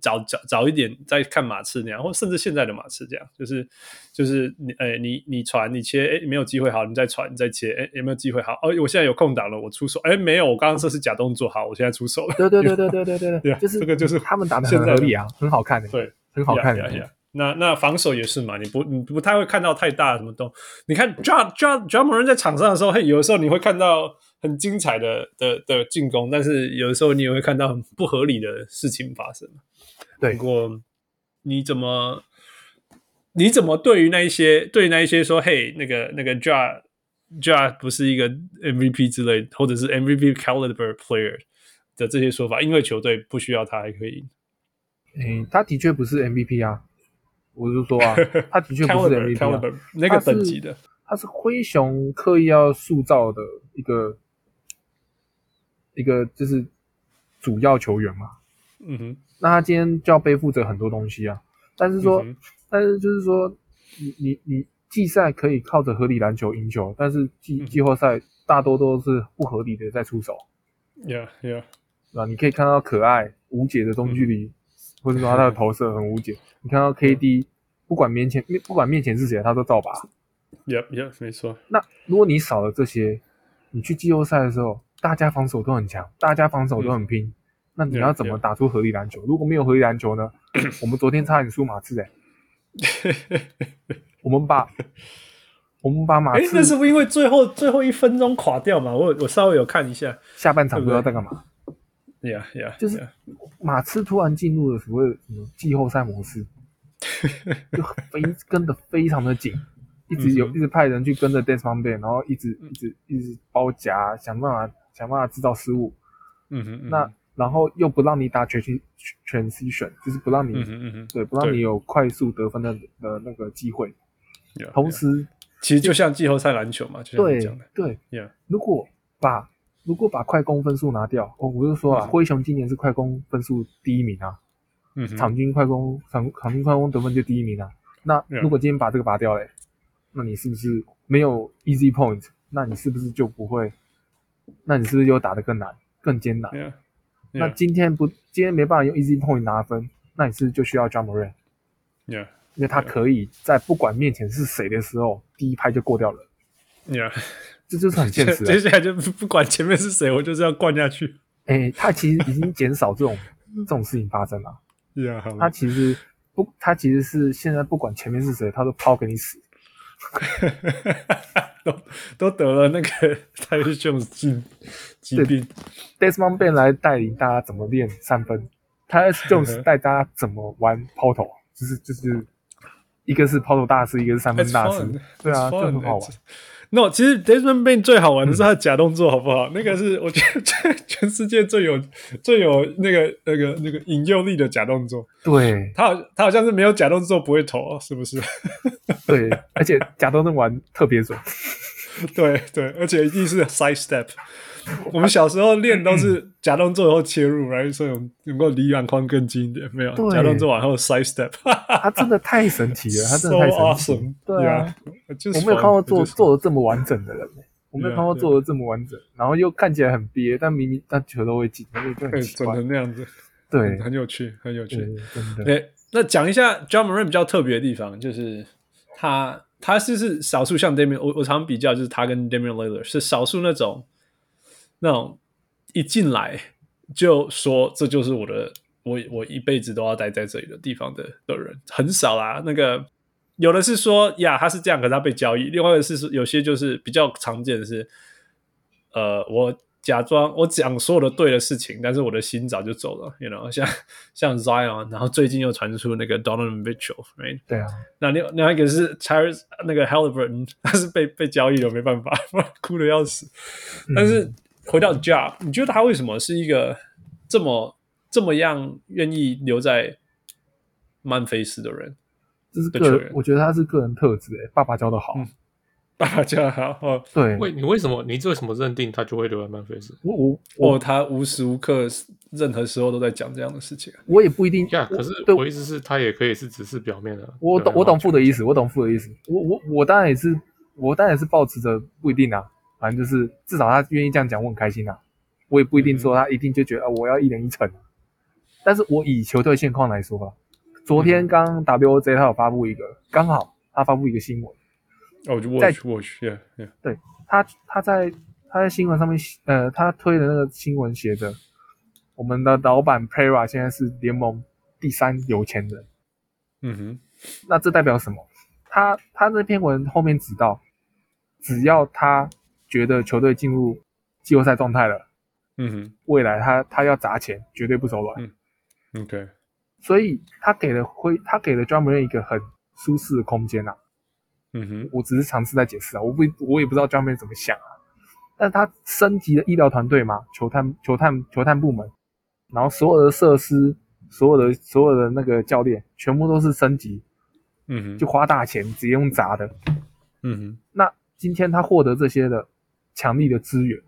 [SPEAKER 1] 早早早一点在看马刺那样，或甚至现在的马刺这样，就是就是你呃你你传你切，哎没有机会好，你再传你再切，哎有没有机会好？哦，我现在有空档了，我出手，哎没有，我刚刚这是假动作，好，我现在出手了，
[SPEAKER 2] 对对对对对对对
[SPEAKER 1] 对
[SPEAKER 2] 对，
[SPEAKER 1] 啊
[SPEAKER 2] 就是
[SPEAKER 1] 这个就是
[SPEAKER 2] 他们打的
[SPEAKER 1] 现
[SPEAKER 2] 很
[SPEAKER 1] 在
[SPEAKER 2] 合
[SPEAKER 1] 的
[SPEAKER 2] 理啊，很好看的，
[SPEAKER 1] 对，
[SPEAKER 2] 很好看
[SPEAKER 1] 呀呀
[SPEAKER 2] 的
[SPEAKER 1] 呀。那那防守也是嘛，你不你不太会看到太大的什么动。你看 Ja Ja Ja 某人在场上的时候，嘿，有的时候你会看到很精彩的的的进攻，但是有的时候你也会看到很不合理的事情发生。
[SPEAKER 2] 对
[SPEAKER 1] 不过你怎么你怎么对于那一些对于那一些说嘿那个那个 Ja Ja 不是一个 MVP 之类，或者是 MVP caliber player 的这些说法，因为球队不需要他还可以赢。
[SPEAKER 2] 诶，嗯他的确不是 MVP 啊，我是说 啊，他的确不是
[SPEAKER 1] caliber
[SPEAKER 2] MVP 啊
[SPEAKER 1] caliber 那个
[SPEAKER 2] 他是
[SPEAKER 1] 等级的，
[SPEAKER 2] 他是灰熊刻意要塑造的一个一个就是主要球员嘛。
[SPEAKER 1] 嗯哼，
[SPEAKER 2] 那他今天就要背负着很多东西啊。但是说，
[SPEAKER 1] 嗯哼
[SPEAKER 2] 但是就是说，你你你季赛可以靠着合理篮球赢球，但是季
[SPEAKER 1] 嗯
[SPEAKER 2] 季后赛大多都是不合理的在出手。
[SPEAKER 1] ，Yeah Yeah，
[SPEAKER 2] 啊，你可以看到可爱无解的中距离，或者说他的投射很无解。你看到 KD 不管面前不管面前是谁，他都照拔。
[SPEAKER 1] Yep Yep，没错，
[SPEAKER 2] 那如果你少了这些，你去季后赛的时候，大家防守都很强，大家防守都很拼，那你要怎么
[SPEAKER 1] Yeah，yeah
[SPEAKER 2] 打出合理篮球？如果没有合理篮球呢？我们昨天差点输马刺哎、我们把我们把马
[SPEAKER 1] 哎，那是
[SPEAKER 2] 刺
[SPEAKER 1] 不是因为最后最后一分钟垮掉嘛？我我稍微有看一下
[SPEAKER 2] 下半场不知道在干嘛，
[SPEAKER 1] ，Yeah Yeah，
[SPEAKER 2] 就是
[SPEAKER 1] yeah
[SPEAKER 2] 马刺突然进入了所谓的什么季后赛模 式，就非跟的非常的紧，一直有
[SPEAKER 1] 嗯哼嗯
[SPEAKER 2] 一直派人去跟着 Dance m o n d a y 然后一直一直一直包夹，想办法想办法制造失误。
[SPEAKER 1] 嗯哼，嗯哼
[SPEAKER 2] 那然后又不让你打全全 transition，就是不让你、
[SPEAKER 1] 嗯哼嗯哼，
[SPEAKER 2] 对不让
[SPEAKER 1] 对
[SPEAKER 2] 你有快速得分的的那个机会。
[SPEAKER 1] Yeah，
[SPEAKER 2] 同
[SPEAKER 1] yeah
[SPEAKER 2] 时，
[SPEAKER 1] 其实就像季后赛篮球嘛，就像你
[SPEAKER 2] 对
[SPEAKER 1] 啊讲的
[SPEAKER 2] 对，
[SPEAKER 1] ，Yeah，
[SPEAKER 2] 如果把如果把快攻分数拿掉，哦，我就说啊，
[SPEAKER 1] 嗯
[SPEAKER 2] 灰熊今年是快攻分数第一名啊，
[SPEAKER 1] 嗯哼，
[SPEAKER 2] 场均快攻场场均快攻得分就第一名啊。那
[SPEAKER 1] Yeah
[SPEAKER 2] 如果今天把这个拔掉嘞，哎那你是不是没有 easy point？那你是不是就不会？那你是不是就打得更难、更艰难？
[SPEAKER 1] Yeah，
[SPEAKER 2] 那今天不，今天没办法用 Easy Point 拿分，那你是不是就需要 j a m a r a n
[SPEAKER 1] Yeah
[SPEAKER 2] 因为他可以在不管面前是谁的时候，第一拍就过掉人，
[SPEAKER 1] Yeah，
[SPEAKER 2] 这就是很 现 实、
[SPEAKER 1] 接
[SPEAKER 2] 啊。
[SPEAKER 1] 下来就不不管前面是谁，我就是要灌下去
[SPEAKER 2] 哎、他其实已经减少 这种这种事情发生了。
[SPEAKER 1] ，Yeah，好
[SPEAKER 2] 他
[SPEAKER 1] 了
[SPEAKER 2] 其实不，他其实是现在不管前面是谁，他都抛给你死。
[SPEAKER 1] 都都得了那个 泰勒这种疾疾病，
[SPEAKER 2] Desmond b a n 来带领大家怎么练三分 t y s Jones 带大家怎么玩抛投，就是就是一个是抛投大师，一个是三
[SPEAKER 1] It's
[SPEAKER 2] 分大师
[SPEAKER 1] fun，
[SPEAKER 2] 对啊
[SPEAKER 1] it's
[SPEAKER 2] 这
[SPEAKER 1] fun，
[SPEAKER 2] 很好玩
[SPEAKER 1] it's- No，其实 Desmond Bain 最好玩的是他的假动作，好不好？那个是我觉得全全世界最有最有那个那个那个引诱力的假动作。
[SPEAKER 2] 对
[SPEAKER 1] 他好他好像是没有假动作不会投，哦是不是？
[SPEAKER 2] 对，而且假东能玩特别准。
[SPEAKER 1] 对对，而且一定是 side step。我们小时候练都是假动作以后切入，然后说有能够离篮筐更近一点，没有
[SPEAKER 2] 对
[SPEAKER 1] 假动作往后 side step。
[SPEAKER 2] 他真的太神奇了，他 真
[SPEAKER 1] so
[SPEAKER 2] 的太神奇
[SPEAKER 1] awesome！
[SPEAKER 2] 了。对啊，
[SPEAKER 1] Yeah，就是
[SPEAKER 2] 我没有看过
[SPEAKER 1] fun，
[SPEAKER 2] 做
[SPEAKER 1] 就是
[SPEAKER 2] 做的这么完整的人欸，我没有看过
[SPEAKER 1] Yeah，yeah
[SPEAKER 2] 做的这么完整，然后又看起来很憋，但明明但球都会进，那就
[SPEAKER 1] 对
[SPEAKER 2] 很奇
[SPEAKER 1] 整
[SPEAKER 2] 怪。
[SPEAKER 1] 成哎那样子，
[SPEAKER 2] 对，
[SPEAKER 1] 很有趣，很有
[SPEAKER 2] 对
[SPEAKER 1] 趣。
[SPEAKER 2] 真的，
[SPEAKER 1] 对，那讲一下 John Moran 比较特别的地方，就是他他是是少数像 Damian，我我常比较就是他跟 Damian Lillard 是少数那种那种一进来就说这就是我的我我一辈子都要待在这里的地方的的人很少啦。那个有的是说呀他是这样，可是他被交易；另外一个是说有些就是比较常见的是，呃，我假装我讲所有的对的事情，但是我的心早就走了，you know，像像 Zion，然后最近又传出那个 Donovan Mitchell，right？
[SPEAKER 2] 对啊，
[SPEAKER 1] 那另另外一个是 Tyrese 那个 Halliburton，他是被被交易了，没办法， 哭的要死。
[SPEAKER 2] 嗯
[SPEAKER 1] 但是回到 Ja，你觉得他为什么是一个这么这么样愿意留在曼菲斯的人？
[SPEAKER 2] 这是
[SPEAKER 1] 的
[SPEAKER 2] 个
[SPEAKER 1] 球
[SPEAKER 2] 人
[SPEAKER 1] 员，
[SPEAKER 2] 我觉得他是个人特质，哎，爸爸教的好。
[SPEAKER 1] 嗯大家好，哦，
[SPEAKER 2] 对，
[SPEAKER 3] 为你为什么你为什么认定他就会留在曼菲斯？
[SPEAKER 2] 我我
[SPEAKER 1] 哦
[SPEAKER 2] 我
[SPEAKER 1] 他无时无刻、任何时候都在讲这样的事情啊。
[SPEAKER 2] 我也不一定
[SPEAKER 3] 呀、
[SPEAKER 2] 我
[SPEAKER 3] 可是
[SPEAKER 2] 对
[SPEAKER 3] 我意思是，他也可以是只是表面的。
[SPEAKER 2] 我
[SPEAKER 3] 对吧
[SPEAKER 2] 懂，我懂父的意思，我懂父的意思。我我我当然也是，我当然也是抱持着不一定啊，反正就是至少他愿意这样讲，我很开心啊。我也不一定说他一定就觉得、啊我要一人一城啊，但是我以球队现况来说吧，昨天刚 WOJ 他有发布一个，刚好他发布一个新闻，
[SPEAKER 1] 哦，就
[SPEAKER 2] 在
[SPEAKER 1] watch，watch，yeah，yeah，
[SPEAKER 2] 他他在他在新闻上面写，呃，他推的那个新闻写着，我们的老板 Pera 现在是联盟第三有钱人。
[SPEAKER 1] 嗯哼，
[SPEAKER 2] 那这代表什么？他他那篇文后面指到，只要他觉得球队进入季后赛状态了，
[SPEAKER 1] 嗯哼。
[SPEAKER 2] 未来他他要砸钱，绝对不手软。
[SPEAKER 1] 嗯 OK，
[SPEAKER 2] 所以他给了灰，他给了专门一个很舒适的空间啊。
[SPEAKER 1] 嗯哼，
[SPEAKER 2] 我只是尝试在解释啊，我不我也不知道专门怎么想啊。但他升级了医疗团队嘛，球探球探球探部门，然后所有的设施，所有的所有的那个教练，全部都是升级，
[SPEAKER 1] 嗯哼，
[SPEAKER 2] 就花大钱直接用砸的。
[SPEAKER 1] 嗯哼，
[SPEAKER 2] 那今天他获得这些的强力的资源，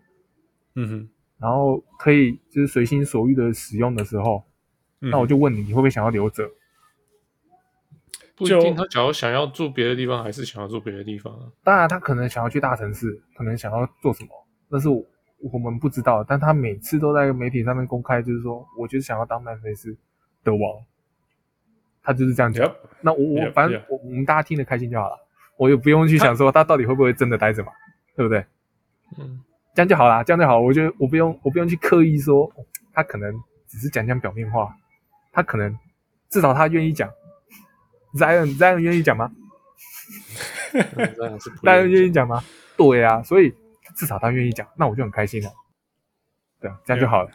[SPEAKER 1] 嗯哼，
[SPEAKER 2] 然后可以就是随心所欲的使用的时候，那我
[SPEAKER 1] 就
[SPEAKER 2] 就问你，你会不会想要留着？
[SPEAKER 3] 不一
[SPEAKER 1] 就
[SPEAKER 3] 定，他假如想要住别的地方，还是想要住别的地 方啊。
[SPEAKER 2] 当然，他可能想要去大城市，可能想要做什么，但是我我们不知道。但他每次都在媒体上面公开，就是说，我就是想要当曼菲斯的王，他就是这样讲。
[SPEAKER 1] Yep
[SPEAKER 2] 那我我
[SPEAKER 1] Yep,
[SPEAKER 2] 反正
[SPEAKER 1] yeah.
[SPEAKER 2] 我我们大家听得开心就好了，我也不用去想说他到底会不会真的待着嘛，对不对？
[SPEAKER 3] 嗯，
[SPEAKER 2] 这样就好啦，这样就好。我觉得我不用我不用去刻意说，哦他可能只是讲讲表面话，他可能至少他愿意讲。Zion Zion 愿意讲吗？
[SPEAKER 3] 那还是不一
[SPEAKER 2] 大家
[SPEAKER 3] 样
[SPEAKER 2] 愿意讲吗？对啊，所以至少他愿意讲，那我就很开心了。对啊，这样就好了。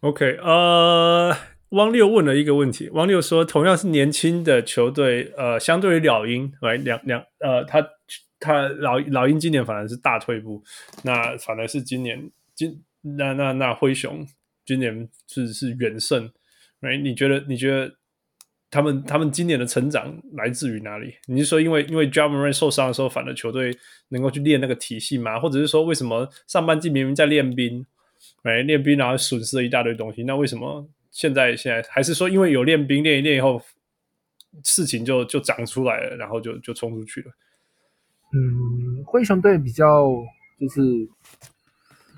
[SPEAKER 1] OK，呃，汪六问了一个问题，汪六说，同样是年轻的球队，呃，相对于老鹰，来两两，呃，他他老老鹰今年反而是大退步，那反而是今年今那那那灰熊今年是是远胜，哎，你觉得你觉得他们他们今年的成长来自于哪里？你是说因为因为 j a m a r a n 受伤的时候，反而球队能够去练那个体系吗？或者是说为什么上半季明明在练兵，哎，练兵然后损失了一大堆东西，那为什么现在现在还是说因为有练兵练一练以后，事情就就长出来了，然后就就冲出去了？
[SPEAKER 2] 嗯，灰熊队比较就是，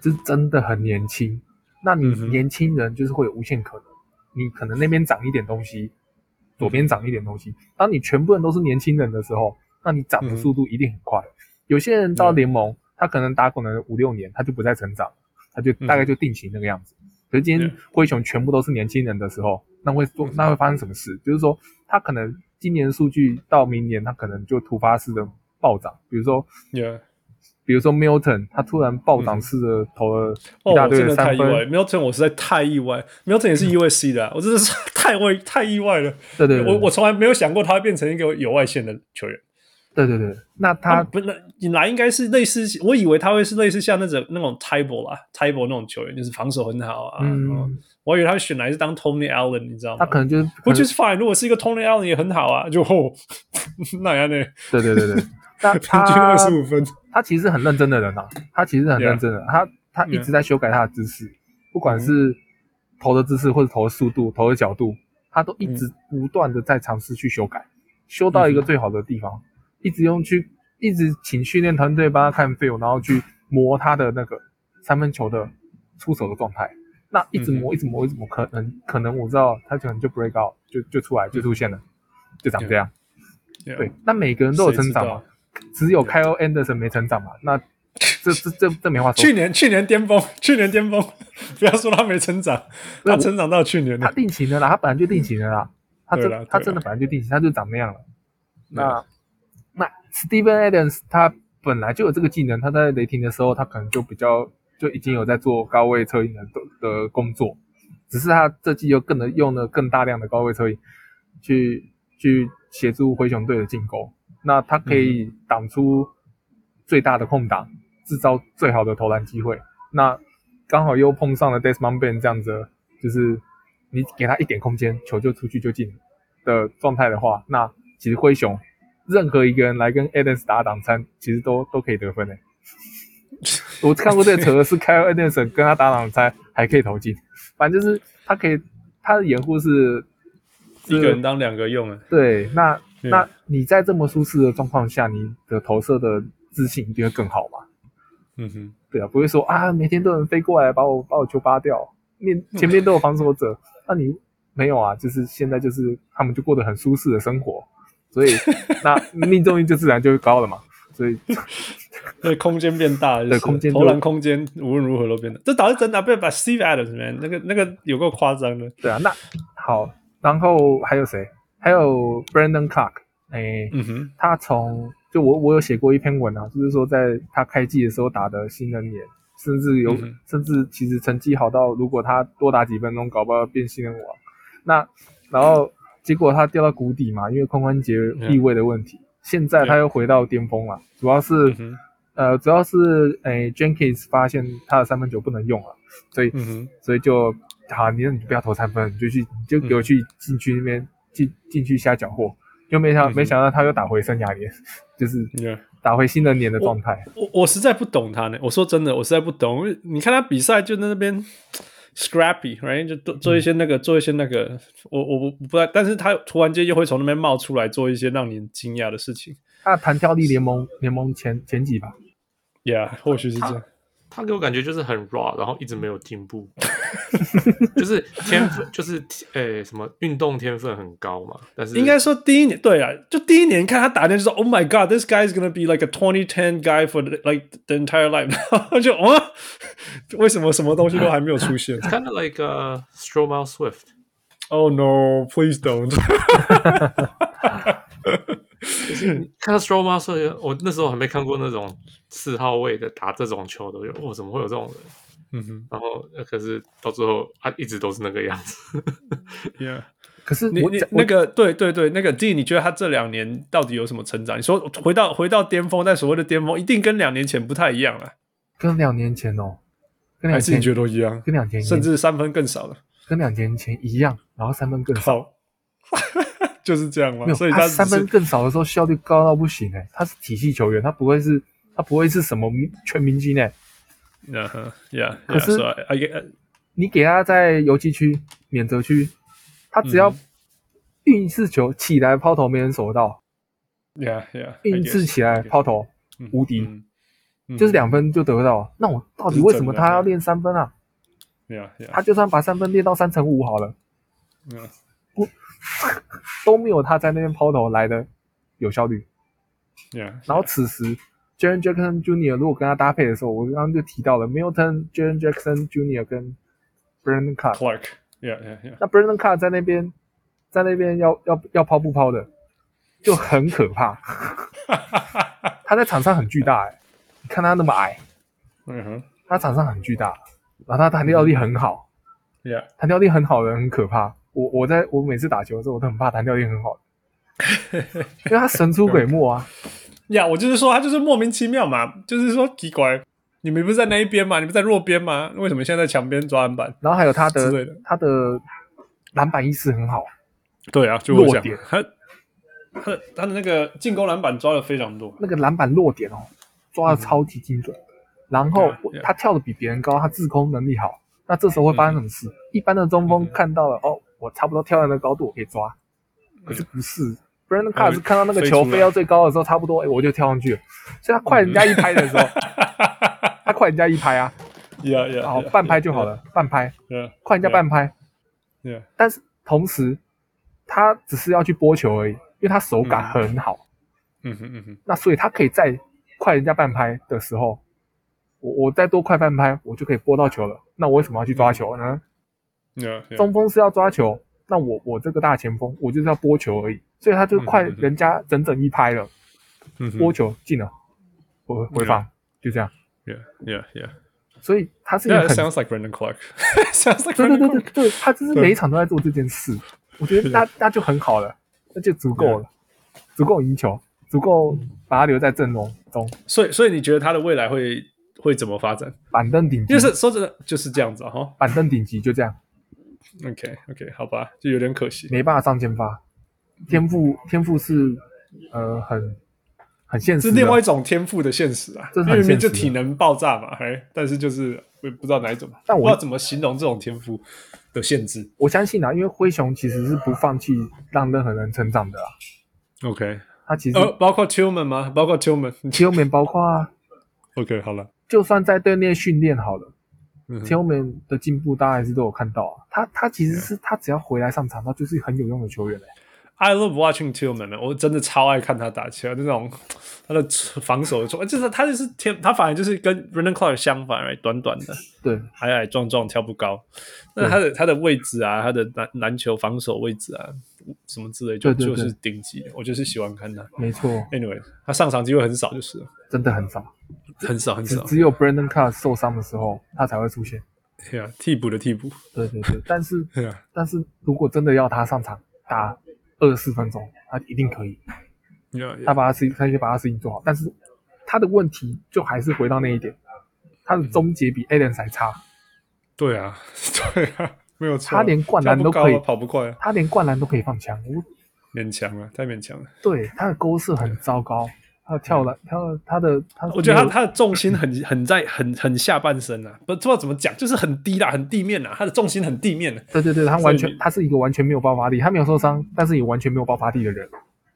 [SPEAKER 2] 就是真的很年轻。那你
[SPEAKER 1] 嗯哼
[SPEAKER 2] 年轻人就是会有无限可能，你可能那边长一点东西，左边长一点东西。当你全部人都是年轻人的时候，那你
[SPEAKER 1] 嗯
[SPEAKER 2] 长的速度一定很快。有些人到联盟，他可能打滚了五六年，他就不再成长，他就
[SPEAKER 1] 嗯
[SPEAKER 2] 大概就定型那个样子。可是今天
[SPEAKER 1] Yeah
[SPEAKER 2] 灰熊全部都是年轻人的时候，那会做
[SPEAKER 1] 嗯
[SPEAKER 2] 那会发生什么事？就是说，他可能今年数据到明年，他可能就突发式的暴涨，比如说，
[SPEAKER 1] Yeah.
[SPEAKER 2] 比如说 Milton，他突然暴涨
[SPEAKER 1] 嗯
[SPEAKER 2] 式的投了
[SPEAKER 1] 哦，
[SPEAKER 2] 一大
[SPEAKER 1] 我
[SPEAKER 2] 堆
[SPEAKER 1] 真的太
[SPEAKER 2] 三
[SPEAKER 1] 意
[SPEAKER 2] 分，
[SPEAKER 1] 外，Milton，我实在太意外，Milton 也是 USC 的啊、我真的是 太外太意外了。
[SPEAKER 2] 对对对，
[SPEAKER 1] 我我从来没有想过他会变成一个有外线的球员。啊
[SPEAKER 2] 对对对，那他
[SPEAKER 1] 本来本来应该是类似，我以为他会是类似像那种那种 Tybo 啦，Tybo 那种球员，就是防守很好啊。
[SPEAKER 2] 嗯
[SPEAKER 1] 然后我以为他选来是当 Tony Allen，你知道吗？
[SPEAKER 2] 他可能就是
[SPEAKER 1] 我觉得 fine，如果是一个 Tony Allen 也很好啊，就吼 那样呢，
[SPEAKER 2] 对 对对对，那
[SPEAKER 1] 平均二
[SPEAKER 2] 他
[SPEAKER 1] 十五分。
[SPEAKER 2] 他其实是很认真的人啊，他其实是很认真的，他他一直在修改他的姿势，不管
[SPEAKER 1] 嗯
[SPEAKER 2] 是投的姿势或者投的速度、投的角度，他都一
[SPEAKER 1] 嗯
[SPEAKER 2] 直不断的在尝试去修改，修到一个最好的地方，一直用去一直请训练团队帮他看 feel，然后去磨他的那个三分球的出手的状态。那一直
[SPEAKER 1] 嗯
[SPEAKER 2] 磨，一直磨，一直磨，可能可能我知道他可能就 break out，就就出来，就出现了，就长这样。
[SPEAKER 1] Yeah，
[SPEAKER 2] 对，那每个人都有
[SPEAKER 1] 谁
[SPEAKER 2] 成
[SPEAKER 1] 知道
[SPEAKER 2] 长嘛，只有 Kyle Anderson 没成长嘛？那这这这这没话说
[SPEAKER 1] 去。年去年巅峰， 去年巅峰，不要说他没成长，
[SPEAKER 2] 对
[SPEAKER 1] 他
[SPEAKER 2] 我
[SPEAKER 1] 成长到去年
[SPEAKER 2] 他
[SPEAKER 1] 的。
[SPEAKER 2] 定型的啦，他本来就定型的啦，他
[SPEAKER 1] 对啦
[SPEAKER 2] 真
[SPEAKER 1] 对
[SPEAKER 2] 他
[SPEAKER 1] 啦
[SPEAKER 2] 真的本来就定型，他就长那样了。那
[SPEAKER 1] 嗯
[SPEAKER 2] 那 Steven Adams 他本来就有这个技能，他在雷霆的时候，他可能就比较就已经有在做高位策应的的工作，只是他这季又更能用了更大量的高位策应去去协助灰熊队的进攻。那他可
[SPEAKER 1] 嗯
[SPEAKER 2] 以挡出最大的空档，制造最好的投篮机会。那刚好又碰上了 Desmond Ben 这样子，就是你给他一点空间，球就出去就进的状态的话，那其实灰熊任何一个人来跟 Adams 打挡拆，其实都都可以得分的。我看过最扯的是 Kyle Anderson 跟他打挡拆还可以投进，反正就是他可以他的掩护是
[SPEAKER 1] 一个人当两个用啊，
[SPEAKER 2] 对，那
[SPEAKER 1] 嗯
[SPEAKER 2] 那你在这么舒适的状况下，你的投射的自信一定会更好嘛？
[SPEAKER 1] 嗯哼，
[SPEAKER 2] 对啊，不会说啊，每天都有人飞过来把我把我球扒掉，面前面都有防守者，那你没有啊？就是现在就是他们就过得很舒适的生活，所以那命中率就自然就会高了嘛。所以
[SPEAKER 1] 对，空间变大了，就是
[SPEAKER 2] 对空间就
[SPEAKER 1] 投篮空间无论如何都变大。这倒是真的啊，不要把 Steve Adams man 那个那个有够夸张的。
[SPEAKER 2] 对啊，那好，然后还有谁？还有 Brandon Clark，哎、
[SPEAKER 1] 嗯哼，
[SPEAKER 2] 他从就我我有写过一篇文啊，就是说在他开季的时候打的新人年，甚至有、
[SPEAKER 1] 嗯哼
[SPEAKER 2] 甚至其实成绩好到如果他多打几分钟，搞不好变新人王。那然后结果他掉到谷底嘛，因为髋关节
[SPEAKER 3] 嗯
[SPEAKER 2] 异位的问题。现在他又回到巅峰了，主要是、
[SPEAKER 1] 嗯哼，
[SPEAKER 2] 呃主要是诶 Jenkins 发现他的三分球不能用了，所以、
[SPEAKER 1] 嗯哼，
[SPEAKER 2] 所以就好，你你就不要投三分，你就去你就给
[SPEAKER 1] 嗯
[SPEAKER 2] 我去禁区那边进进去瞎搅和。就没想、
[SPEAKER 1] 嗯哼
[SPEAKER 2] 没想到他又打回生涯年， 就是
[SPEAKER 1] 你看。
[SPEAKER 2] 打回新人年的状态。
[SPEAKER 1] 我我实在不懂他呢。我说真的，我实在不懂。因为你看他比赛就在那边， scrappy，right？就做做一些那个，做一些那个，我我不不知道，但是他突然间又会从那边冒出来做一些让你惊讶的事情
[SPEAKER 2] 他弹跳力联盟联盟前前几吧，
[SPEAKER 1] ，yeah，或许是这样。
[SPEAKER 3] 他给我感觉就是很 raw，然后一直没有进步， 就是天分，就是诶、什么运动天分很高嘛，但是
[SPEAKER 1] 应该说第一年，对啊，就第一年看他打电就说，Oh my God，this guy is gonna be like a twenty ten guy for the, like the entire life，然 后就啊， 为什么什么东西都还没有出 现
[SPEAKER 3] kind of like a Stromile Swift，
[SPEAKER 1] ？Oh no，please don't
[SPEAKER 3] 看到 Stromile Swift，我那时候还没看过那种四号位的打这种球的，我就哇怎么会有这种人？
[SPEAKER 1] 嗯哼
[SPEAKER 3] 然后呃可是到最后他一直都是那个样子，
[SPEAKER 1] ，yeah。
[SPEAKER 2] 可是
[SPEAKER 1] 你
[SPEAKER 2] 我
[SPEAKER 1] 你
[SPEAKER 2] 讲
[SPEAKER 1] 那个对对对，那个 D，你觉得他这两年到底有什么成长？你说回到回到巅峰，但所谓的巅峰一定跟两年前不太一样了，
[SPEAKER 2] 跟两年前哦，跟
[SPEAKER 1] 还
[SPEAKER 2] 两
[SPEAKER 1] 是你
[SPEAKER 2] 年
[SPEAKER 1] 觉
[SPEAKER 2] 前嗯
[SPEAKER 1] 得都一样？
[SPEAKER 2] 跟两年前
[SPEAKER 1] 甚至三分更少了，
[SPEAKER 2] 跟两年前一样，然后三分更少，
[SPEAKER 1] 好， 就是这样
[SPEAKER 2] 没
[SPEAKER 1] 嘛。
[SPEAKER 2] 有
[SPEAKER 1] 所以
[SPEAKER 2] 他
[SPEAKER 1] 只
[SPEAKER 2] 三分
[SPEAKER 1] 是
[SPEAKER 2] 更少的时候效率高到不行哎、他是体系球员，他不会是他不会是什么明全明星哎、
[SPEAKER 1] 嗯哼，Yeah，
[SPEAKER 2] 可是
[SPEAKER 1] so I- I get-
[SPEAKER 2] 你给他在游击区、免责区，他只要
[SPEAKER 1] 嗯
[SPEAKER 2] 运势球起来抛投没人守得到，
[SPEAKER 1] Yeah Yeah，
[SPEAKER 2] 运势起来抛投
[SPEAKER 1] 嗯
[SPEAKER 2] 无敌，就是两分就得到。那我到底为什么他要练三分啊？
[SPEAKER 1] Yeah Yeah，
[SPEAKER 2] 他就算把三分练到三乘五好了，
[SPEAKER 1] Yeah
[SPEAKER 2] 都没有他在那边抛投来的有效率。
[SPEAKER 1] Yeah，
[SPEAKER 2] 然后此时 j a r e n Jackson Jr. 如果跟他搭配的时候，我刚刚就提到了 Milton、j a r e n Jackson Jr. 跟 Brandon Clark。
[SPEAKER 1] Clark Yeah Yeah Yeah，
[SPEAKER 2] 那 Brandon Clark 在那边，在那边要要要抛不抛的，就很可怕。他在场上很巨大哎、你看他那么矮，
[SPEAKER 1] 嗯哼
[SPEAKER 2] 他场上很巨大，然后他弹跳力很好，
[SPEAKER 1] Yeah
[SPEAKER 2] 弹跳力很好的人很可怕。我我在我每次打球的时候，我都很怕弹跳力很好的因为他神出鬼没啊。
[SPEAKER 1] 呀，我就是说，他就是莫名其妙嘛，就是说奇怪，你们不是在那一边吗？你们在弱边吗？为什么现在在墙边抓篮板？
[SPEAKER 2] 然后还有他
[SPEAKER 1] 之类
[SPEAKER 2] 的
[SPEAKER 1] 的
[SPEAKER 2] 他的篮板意识很好，
[SPEAKER 1] 对啊，就我
[SPEAKER 2] 弱
[SPEAKER 1] 讲
[SPEAKER 2] 点，
[SPEAKER 1] 他他他的那个进攻篮板抓的非常多。
[SPEAKER 2] 那个篮板落点哦，抓的超级精准。然后
[SPEAKER 1] Yeah, yeah.
[SPEAKER 2] 他跳的比别人高，他制空能力好。那这时候会发生什么事？一般的中锋看到了哦，我差不多跳到那个高度，我可以抓。可是不是，Brandon
[SPEAKER 1] 他会
[SPEAKER 2] Carr 是看到那个
[SPEAKER 1] 飞
[SPEAKER 2] 球
[SPEAKER 1] 出来
[SPEAKER 2] 飞到最高的时候，差不多，哎，我就跳上去了。所以他快人家一拍的时 候，他快人家一拍啊，
[SPEAKER 1] 呀呀，
[SPEAKER 2] 好半拍就好了，半拍，
[SPEAKER 1] Yeah
[SPEAKER 2] 快人家
[SPEAKER 1] Yeah
[SPEAKER 2] 半拍。
[SPEAKER 1] Yeah
[SPEAKER 2] 但是同时，他只是要去拨球而已，因为他手感
[SPEAKER 1] 嗯
[SPEAKER 2] 很好。
[SPEAKER 1] 嗯哼嗯哼
[SPEAKER 2] 那所以他可以在快人家半拍的时候，我我再多快半拍，我就可以拨到球了。那我为什么要去抓球呢？
[SPEAKER 1] ，Yeah Yeah
[SPEAKER 2] 中锋是要抓球，那我我这个大前锋，我就是要拨球而已。所以他就快
[SPEAKER 1] 嗯嗯嗯
[SPEAKER 2] 人家整整一拍了，
[SPEAKER 1] 嗯哼啊
[SPEAKER 2] 拨球进了，回回防，就这样。
[SPEAKER 1] Yeah Yeah Yeah
[SPEAKER 2] 所以他是一个
[SPEAKER 1] Yeah
[SPEAKER 2] 很
[SPEAKER 1] it sounds like Brandon Clark sounds like
[SPEAKER 2] 对对
[SPEAKER 1] Brandon
[SPEAKER 2] 对对
[SPEAKER 1] Clark
[SPEAKER 2] 对，他就是
[SPEAKER 1] 对
[SPEAKER 2] 每一场都在做这件事。我觉得那那就很好了，那就足够了，足够赢球，足够把他留在阵容中，
[SPEAKER 1] 所以所以你觉得他的未来会会怎么发展？
[SPEAKER 2] 板凳顶级
[SPEAKER 1] 就，是说真的就是这样子啊哈。
[SPEAKER 2] 板凳顶级就这样。
[SPEAKER 1] OK OK，好吧，就有点可惜。
[SPEAKER 2] 没办法上先发，天赋
[SPEAKER 1] 嗯
[SPEAKER 2] 天赋是呃很很现实
[SPEAKER 1] 是
[SPEAKER 2] 的，
[SPEAKER 1] 另外一种天赋的现实啊，
[SPEAKER 2] 这是
[SPEAKER 1] 因
[SPEAKER 2] 很
[SPEAKER 1] 为明明就
[SPEAKER 2] 现实的
[SPEAKER 1] 体能爆炸嘛，哎，但是就是我也不知道哪一种，
[SPEAKER 2] 但我
[SPEAKER 1] 不知道怎么形容这种天赋的限制。
[SPEAKER 2] 我相信啊，因为灰熊其实是不放弃让任何人成长的啊，
[SPEAKER 1] OK，
[SPEAKER 2] 他其实
[SPEAKER 1] 呃，包括 Tillman 吗？包括 Tillman。
[SPEAKER 2] 球员包括啊，
[SPEAKER 1] OK，好了，
[SPEAKER 2] 就算在队内训练好了，
[SPEAKER 1] 嗯哼
[SPEAKER 2] 球员的进步大家还是都有看到啊，他他其实是他只要回来上场，他就是很有用的球员嘞、欸
[SPEAKER 1] I love watching Tillman，我真的超爱看他打球，那种他的防守中，就是他就是天，他反而就是跟 Brandon Clark 相反，right？短短的，
[SPEAKER 2] 对，
[SPEAKER 1] 矮矮壮壮，跳不高。那他的他的位置啊，他的篮篮球防守位置啊，什么之类，就
[SPEAKER 2] 对对对
[SPEAKER 1] 就是顶级的，我就是喜欢看他。
[SPEAKER 2] 没错，
[SPEAKER 1] Anyway，他上场机会很少，就是了
[SPEAKER 2] 真的很少，
[SPEAKER 1] 很少很
[SPEAKER 2] 只
[SPEAKER 1] 少。
[SPEAKER 2] 只有 Brandon Carr 受伤的时候他才会出现。
[SPEAKER 1] 对啊，替补的替补。
[SPEAKER 2] 对对对，但是
[SPEAKER 1] 对啊，
[SPEAKER 2] 但是如果真的要他上场打二十四分钟，他一定可以。
[SPEAKER 1] 对啊，
[SPEAKER 2] 他把他事情，他先把他事情做好。但是他的问题就还是回到那一点，他的终结比 Allen 还差，
[SPEAKER 1] 对啊， 对啊，没有错。
[SPEAKER 2] 他连灌篮
[SPEAKER 1] 跳不
[SPEAKER 2] 都可以
[SPEAKER 1] 高啊跑不快啊，
[SPEAKER 2] 他连灌篮都可以放枪。我
[SPEAKER 1] 勉强了，太勉强了。
[SPEAKER 2] 对他的勾射很糟糕，他跳篮，他他的他，
[SPEAKER 1] 我觉得他他的重心很很在很很下半身啊，不知道怎么讲，就是很低啦，很地面啊啦，他的重心很地面的。啊
[SPEAKER 2] 对对对，他完
[SPEAKER 1] 所以
[SPEAKER 2] 全
[SPEAKER 1] 你
[SPEAKER 2] 他是一个完全没有爆发力，他没有受伤，但是也完全没有爆发力的人，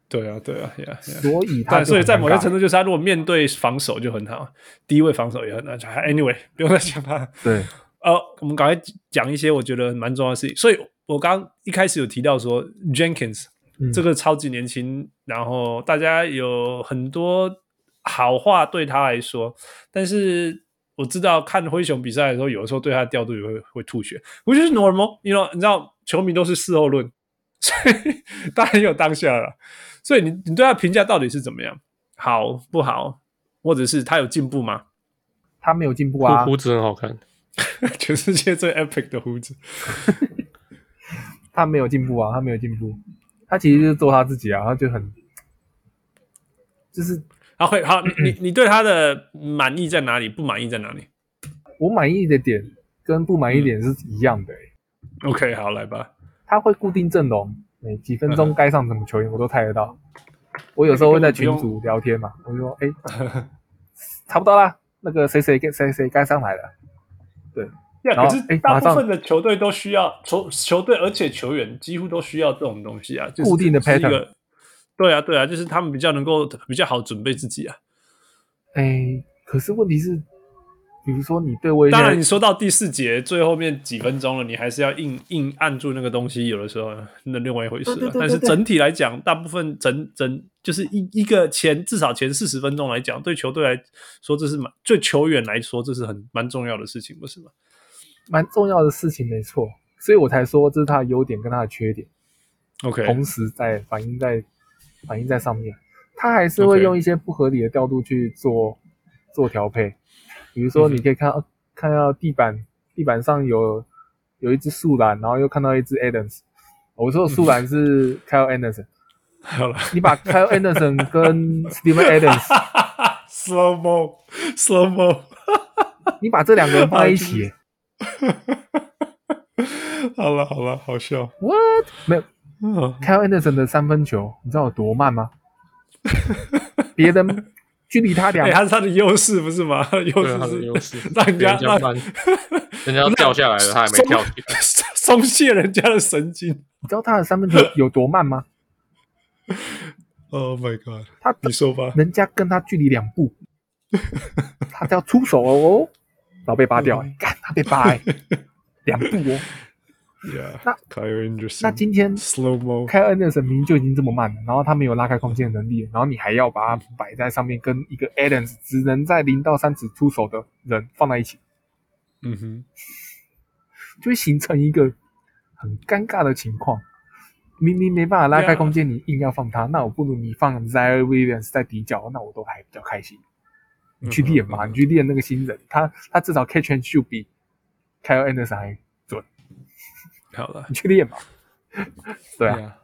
[SPEAKER 1] 对啊，对啊，yeah, yeah
[SPEAKER 2] 所以他
[SPEAKER 1] 但
[SPEAKER 2] 就
[SPEAKER 1] 所以在某些程
[SPEAKER 2] 度
[SPEAKER 1] 度，就是他如果面对防守就很好，低位防守也很难。Anyway，不 用再讲他了。
[SPEAKER 2] 对
[SPEAKER 1] 呃，我们赶快讲一些我觉得蛮重要的事情。所以我刚一开始有提到说，Jenkins、
[SPEAKER 2] 嗯
[SPEAKER 1] 这个超级年轻，然后大家有很多好话对他来说，但是我知道看灰熊比赛的时候，有的时候对他的调度也会会吐血，我觉得是 normal，you know，你知道球迷都是事后论，所以 当然有当下了。所以你你对他评价到底是怎么样？好不好？或者是他有进步吗？
[SPEAKER 2] 他没有进步啊
[SPEAKER 3] 胡，胡子很好看，
[SPEAKER 1] 全世界最 epic 的胡子。
[SPEAKER 2] 他没有进步啊，他没有进步，他其实就是做他自己啊，他就很就是
[SPEAKER 1] 好，会好，你你你对他的满意在哪里？不满意在哪里
[SPEAKER 2] 我满意的点跟不满意点是一样的、欸，
[SPEAKER 1] ？OK，好，来吧。
[SPEAKER 2] 他会固定阵容，每几分
[SPEAKER 1] 嗯
[SPEAKER 2] 钟该上什么球员我都猜得到。我有时候会在
[SPEAKER 1] 根本
[SPEAKER 2] 群
[SPEAKER 1] 不用
[SPEAKER 2] 组聊天嘛，我 就说，哎、差不多啦，那个谁谁该谁谁该上来了。
[SPEAKER 1] 呀，
[SPEAKER 2] 然
[SPEAKER 1] 可
[SPEAKER 2] 后
[SPEAKER 1] 是
[SPEAKER 2] 诶
[SPEAKER 1] 大部
[SPEAKER 2] 马上
[SPEAKER 1] 分的球队都需要球球队，而且球员几乎都需要这种东西啊，就是
[SPEAKER 2] 固定的
[SPEAKER 1] 是一
[SPEAKER 2] pattern
[SPEAKER 1] 个对啊，对啊，就是他们比较能够比较好准备自己啊。
[SPEAKER 2] 哎、可是问题是，比如说你对威
[SPEAKER 1] 当然，
[SPEAKER 2] 廉
[SPEAKER 1] 你，说到第四节最后面几分钟了，你还是要硬硬按住那个东西，有的时候那另外一回事、啊。
[SPEAKER 2] 对对对对
[SPEAKER 1] 但是
[SPEAKER 2] 对
[SPEAKER 1] 整体来讲，大部分整整就是一一个前至少前四十分钟来讲，对球队来说这是蛮对球员来说这是很蛮重要的事情，不是吗？
[SPEAKER 2] 蛮重要的事情，没错。所以我才说这是他的优点跟他的缺点，
[SPEAKER 1] OK，
[SPEAKER 2] 同时在反映在反映在上面。他还是会
[SPEAKER 1] OK
[SPEAKER 2] 用一些不合理的调度去做做调配，比如
[SPEAKER 1] 嗯
[SPEAKER 2] 说
[SPEAKER 1] 哼
[SPEAKER 2] 你可以看到、哦看到地板地板上有有一只树懒，然后又看到一只 Adams。我哦说的树懒是 Kyle Anderson，
[SPEAKER 1] 好了
[SPEAKER 2] 你把 Kyle Anderson 跟 Steven Adams，
[SPEAKER 1] ，slow mo，slow mo，
[SPEAKER 2] 你把这两个人放在一起
[SPEAKER 1] 好了好了，好笑，
[SPEAKER 2] ，what？没有
[SPEAKER 1] 嗯，
[SPEAKER 2] Kyle Anderson 的三分球，你知道有多 慢吗？别人距离他两
[SPEAKER 1] 哎、他是他的优势不是吗？他的优
[SPEAKER 3] 对啊他
[SPEAKER 1] 势
[SPEAKER 3] 的
[SPEAKER 1] 是
[SPEAKER 3] 优势，
[SPEAKER 1] 让人
[SPEAKER 3] 别
[SPEAKER 1] 家
[SPEAKER 3] 人
[SPEAKER 1] 让
[SPEAKER 3] 家翻，人家要掉下来了，他还没跳起来。
[SPEAKER 1] 松懈人家的神经。
[SPEAKER 2] 你知道他的三分球有多慢吗？
[SPEAKER 1] Oh my god！
[SPEAKER 2] 他
[SPEAKER 1] 你说吧。
[SPEAKER 2] 人家跟他距离两步，他就要出手了哦，然后被扒掉、欸，干他被扒、欸，两步哦。
[SPEAKER 1] Yeah，
[SPEAKER 2] 那
[SPEAKER 1] Kyrie Anderson，
[SPEAKER 2] 那今天
[SPEAKER 1] slow mo，
[SPEAKER 2] 开恩的神明就已经这么慢了，然后他没有拉开空间的能力，然后你还要把他摆在上面，跟一个 Adams 只能在零到三尺出手的人放在一起，
[SPEAKER 1] 嗯哼，
[SPEAKER 2] 就会形成一个很尴尬的情况。明明没办法拉开空间，你硬要放他，那我不如你放 Zaire Williams 在底角，那我都还比较开心。你去练
[SPEAKER 1] 嗯
[SPEAKER 2] 嘛，你去练那个新人，他他至少 catch and shoot 比 Kyle Anderson 还，
[SPEAKER 1] 好了
[SPEAKER 2] 你。去练嘛。 对啊，
[SPEAKER 1] 啊，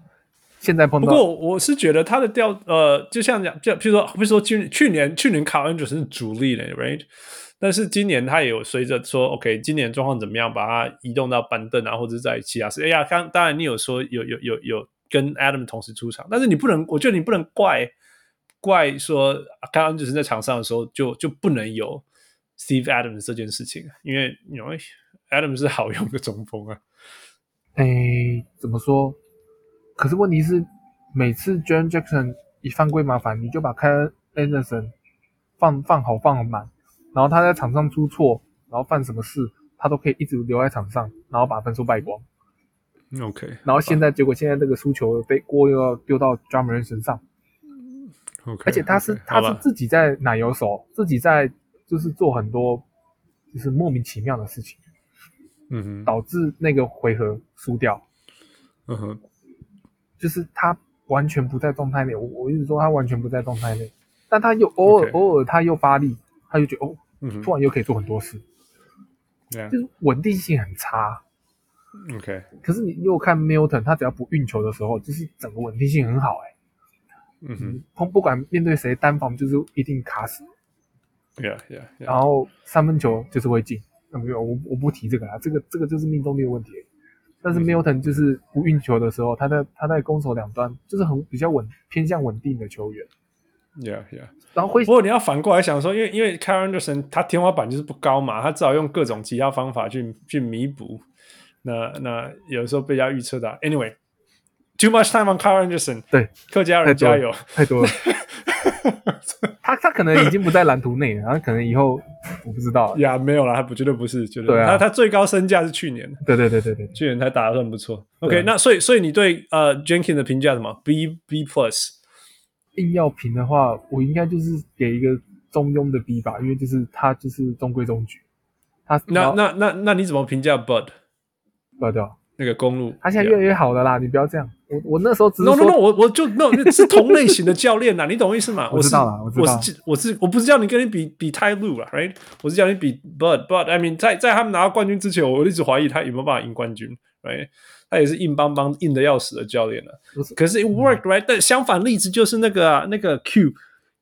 [SPEAKER 2] 现在碰
[SPEAKER 1] 不
[SPEAKER 2] 到
[SPEAKER 1] 过我是觉得他的调呃，就像讲，就譬如说，不是说去去年去年卡恩只是主力了，right？但是今年他也有随着说，OK，今年状况怎么样，把他移动到板凳啊，或者是在其他事。哎呀，刚当然你有说有有有有跟 Adam 同时出场，但是你不能，我觉得你不能怪怪说刚刚就是在场上的时候就就不能有 Steve Adams 这件事情，啊因为因为 Adam 是好用的中锋啊。
[SPEAKER 2] 哎，怎么说？可是问题是，每次 John Jackson 一犯规麻烦，你就把 Kyle Anderson 放放好放满，然后他在场上出错，然后犯什么事，他都可以一直留在场上，然后把分数败光。
[SPEAKER 1] OK，
[SPEAKER 2] 然后现
[SPEAKER 1] 啊
[SPEAKER 2] 在结果现在这个输球被锅又要丢到 d r u m m e r 身上，
[SPEAKER 1] OK，
[SPEAKER 2] 而且他是
[SPEAKER 1] OK，
[SPEAKER 2] 他
[SPEAKER 1] 好
[SPEAKER 2] 是
[SPEAKER 1] 吧
[SPEAKER 2] 自己在奶油手，自己在就是做很多就是莫名其妙的事情，
[SPEAKER 1] 嗯哼。
[SPEAKER 2] 导致那个回合输掉。
[SPEAKER 1] 嗯哼，
[SPEAKER 2] 就是他完全不在状态内。我我一直说他完全不在状态内，但他又偶尔
[SPEAKER 1] OK
[SPEAKER 2] 偶尔他又发力，他就觉得哦，
[SPEAKER 1] 嗯
[SPEAKER 2] 突
[SPEAKER 1] 哼
[SPEAKER 2] 然又可以做很多事，
[SPEAKER 1] ，Yeah，
[SPEAKER 2] 就是稳定性很差。Mm.
[SPEAKER 1] OK，
[SPEAKER 2] 可是你又看 Milton，他只要不运球的时候，就是整个稳定性很好哎、
[SPEAKER 1] 嗯哼
[SPEAKER 2] 不不管面对谁单防就是一定卡死，然
[SPEAKER 1] ，Yeah，Yeah，Yeah，
[SPEAKER 2] 后三分球就是会进。那没有，我我不提这个啦，这个这个就是命中率的问题。但是
[SPEAKER 1] 嗯
[SPEAKER 2] Milton 就是不运球的时候，他在他在攻守两端就是很比较稳偏向稳定的球员。
[SPEAKER 1] Yeah, yeah.
[SPEAKER 2] 然后会
[SPEAKER 1] 不过你要反过来想说，因为因为 c a r Anderson 他天花板就是不高嘛，他只好用各种其他方法去去弥补。那那有时候被人家预测到。Anyway，too much time on c a r Anderson。
[SPEAKER 2] 对，
[SPEAKER 1] 客家
[SPEAKER 2] 太
[SPEAKER 1] 人
[SPEAKER 2] 多
[SPEAKER 1] 加
[SPEAKER 2] 了
[SPEAKER 1] 油。
[SPEAKER 2] 太多了。 他他可能已经不在蓝图内了，然后可能以后我不知道了。
[SPEAKER 1] 呀，没有啦，他不绝对不是，绝对不
[SPEAKER 2] 对
[SPEAKER 1] 是
[SPEAKER 2] 啊
[SPEAKER 1] 他他最高身价是去年，
[SPEAKER 2] 对对对对对，
[SPEAKER 1] 去年他打的算不错。OK，、
[SPEAKER 2] 对啊
[SPEAKER 1] 那所以所以你对呃 Jenkins 的评价是什么？B B plus。
[SPEAKER 2] 硬要评的话，我应该就是给一个中庸的 B 吧，因为就是他就是中规中矩。他
[SPEAKER 1] 那
[SPEAKER 2] 然后
[SPEAKER 1] 那那那你怎么评价 Bud
[SPEAKER 2] 对啊对啊，
[SPEAKER 1] 那个公路？
[SPEAKER 2] 他现在越来越好了啦，你不要这样。我我那时候只是
[SPEAKER 1] No
[SPEAKER 2] 说
[SPEAKER 1] no no，我我就 no 是同类型的教练啊呐，你懂我意思吗？
[SPEAKER 2] 我
[SPEAKER 1] 是
[SPEAKER 2] 知道啦
[SPEAKER 1] 我
[SPEAKER 2] 我知道
[SPEAKER 1] 是我是我不是叫你跟你比比泰路啊，right？我是叫你比 Bud Bud。I mean，在在他们拿到冠军之前，我一直怀疑他有没有办法赢冠军，right？他也是硬邦邦、硬的要死的教练了、啊
[SPEAKER 2] 不是嗯
[SPEAKER 1] 可是 it worked right？但相反例子就是那个、啊、那个 Q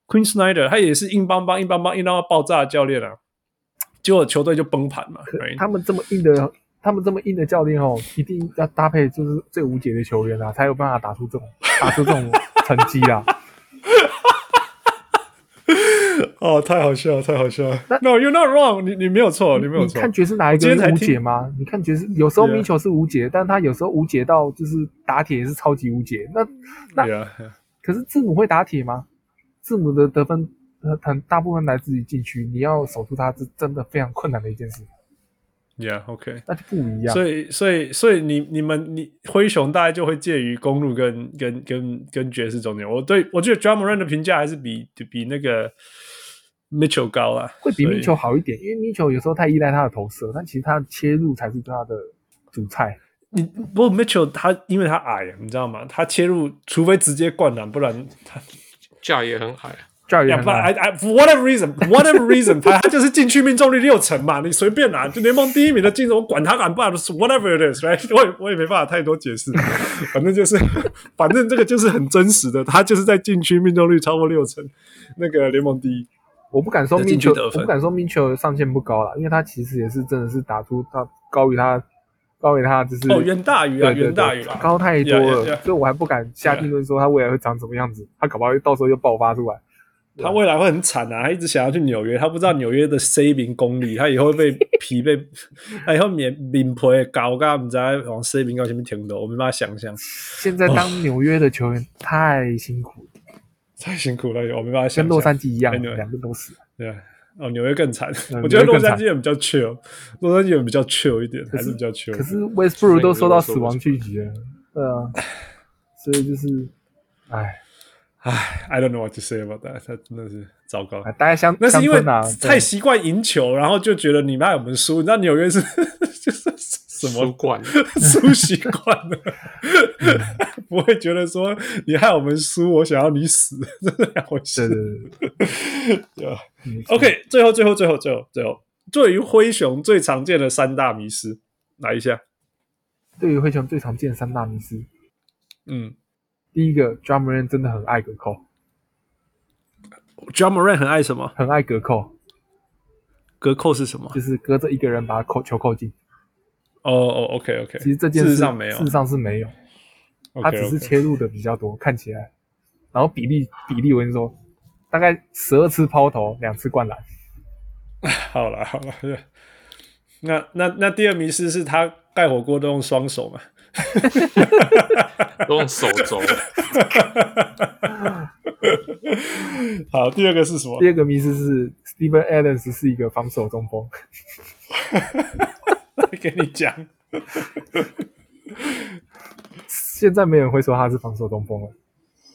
[SPEAKER 1] Queen Snyder，他也是硬邦邦、硬邦邦、硬到爆炸的教练啊，结果球队就崩盘嘛
[SPEAKER 2] 可
[SPEAKER 1] ，right？
[SPEAKER 2] 他们这么硬的，他们这么硬的教练哦，一定要搭配就是最无解的球员啊，才有办法打出这种打出这种成绩啊。
[SPEAKER 1] 哦，太好笑了，太好笑了。No，you're not wrong，你你没有错，你 没有
[SPEAKER 2] 你
[SPEAKER 1] 错。
[SPEAKER 2] 看爵士哪一
[SPEAKER 1] 我今
[SPEAKER 2] 个
[SPEAKER 1] 天才
[SPEAKER 2] 是无
[SPEAKER 1] 听啊
[SPEAKER 2] 解吗？你看爵士有时候
[SPEAKER 1] Yeah
[SPEAKER 2] 米球是无解，但他有时候无解到就是打铁也是超级无解。那那
[SPEAKER 1] Yeah, yeah.
[SPEAKER 2] 可是字母会打铁吗？字母的得分呃很大部分来自于禁区，你要守住它是真的非常困难的一件事，
[SPEAKER 1] Yeah, OK。
[SPEAKER 2] 那就不一样。
[SPEAKER 1] 所以，所以，所以你你们你灰熊大概就会介于公路跟跟跟跟爵士中间。我对我觉得 d r u m m o n 的评价还是比比那个 Mitchell 高啊，
[SPEAKER 2] 会比
[SPEAKER 1] 所以
[SPEAKER 2] 米球好一点，因为米球有时候太依赖他的投射，但其实他的切入才是他的主菜。
[SPEAKER 1] 你不过 Mitchell 他因为他矮，你知道吗？他切入除非直接灌篮，不然他
[SPEAKER 3] 价也很矮，
[SPEAKER 2] 教育
[SPEAKER 1] 呀
[SPEAKER 2] 很
[SPEAKER 1] 不
[SPEAKER 2] 难
[SPEAKER 1] ，I I for whatever reason whatever reason 他他就是禁区命中率六成嘛，你随便拿、就联盟第一名的进攻，我管他敢不敢 whatever it is，right？我也 我也没办法太多解释，反正就是反正这个就是很真实的，他就是在禁区命中率超过六成，那个联盟第一。
[SPEAKER 2] 我不敢说
[SPEAKER 1] 那
[SPEAKER 2] 米
[SPEAKER 1] 进去
[SPEAKER 2] 球，
[SPEAKER 1] 得
[SPEAKER 2] 我
[SPEAKER 1] 分
[SPEAKER 2] 不敢说米球上限不高啦，因为他其实也是真的是打出他高于他高于他就是
[SPEAKER 1] 哦，远大于啊，
[SPEAKER 2] 对对
[SPEAKER 1] 远大于
[SPEAKER 2] 对
[SPEAKER 1] 啊，
[SPEAKER 2] 高太多
[SPEAKER 1] Yeah,
[SPEAKER 2] 了
[SPEAKER 1] yeah, yeah.
[SPEAKER 2] 所以我还不敢下定论说他未来会长什么样子，他搞不好到时候又爆发出来。
[SPEAKER 1] 他未来会很惨啊！他一直想要去纽约，他不知道纽约的 saving 功力，他以后会被 皮被，他以后免免皮搞，我刚刚在往 saving 高前面停的，我没办法想象。
[SPEAKER 2] 现在当纽约的球员太辛苦了，
[SPEAKER 1] 太辛苦了，我没办法想象。
[SPEAKER 2] 跟洛杉矶一样，
[SPEAKER 1] Anyway
[SPEAKER 2] 两个都死了。
[SPEAKER 1] 对啊，哦，纽约更惨。
[SPEAKER 2] 嗯
[SPEAKER 1] 我觉得洛
[SPEAKER 2] 纽约更
[SPEAKER 1] 杉
[SPEAKER 2] 惨
[SPEAKER 1] 矶人比较 chill，洛杉矶人比较 chill 一点，还是比较 chill。
[SPEAKER 2] 可是 Westbrook 都收到死亡去局了，对啊，所以就是，哎，
[SPEAKER 1] 唉，I don't know what to say about that，他真的是糟糕。
[SPEAKER 2] 大家相
[SPEAKER 1] 那是因为
[SPEAKER 2] 哎乡村啊，
[SPEAKER 1] 太
[SPEAKER 2] 对
[SPEAKER 1] 习惯赢球，然后就觉得你妈我们输。你知道纽约是 就是什
[SPEAKER 3] 输
[SPEAKER 1] 么
[SPEAKER 3] 惯了。
[SPEAKER 1] 输习惯 了，
[SPEAKER 2] 嗯
[SPEAKER 1] 不会觉得说你害我们输，我想要你死，这是两回
[SPEAKER 2] 对
[SPEAKER 1] 事。
[SPEAKER 2] 对对
[SPEAKER 1] 对啊
[SPEAKER 2] 对没错
[SPEAKER 1] OK，最后最后最后最后最后，对于灰熊最常见的三大迷失，来一下。
[SPEAKER 2] 对于灰熊最常见的三大迷思，
[SPEAKER 1] 嗯
[SPEAKER 2] 第一个 d r u m m o n 真的很爱隔扣，
[SPEAKER 1] j a m a r a n 很爱什么？
[SPEAKER 2] 很爱隔扣，
[SPEAKER 1] 隔扣是什么？
[SPEAKER 2] 就是隔着一个人把扣球扣进。
[SPEAKER 1] 哦哦，OK OK，
[SPEAKER 2] 其实这件
[SPEAKER 1] 事
[SPEAKER 2] 事
[SPEAKER 1] 实上没有
[SPEAKER 2] 事实上是没有，他只是切入的比较多，看起来。然后比例比例，我跟你说，大概十二次抛投，两次灌篮。
[SPEAKER 1] 好了好了。 那那那第二迷失是他盖火锅都用双手 嘛？
[SPEAKER 3] 都用手肘，
[SPEAKER 1] 好，第二个是什么
[SPEAKER 2] 第？二个迷思是 Steven Adams 是一个防守中锋，
[SPEAKER 1] 给你讲。
[SPEAKER 2] 现在没有人会说他是防守中锋了。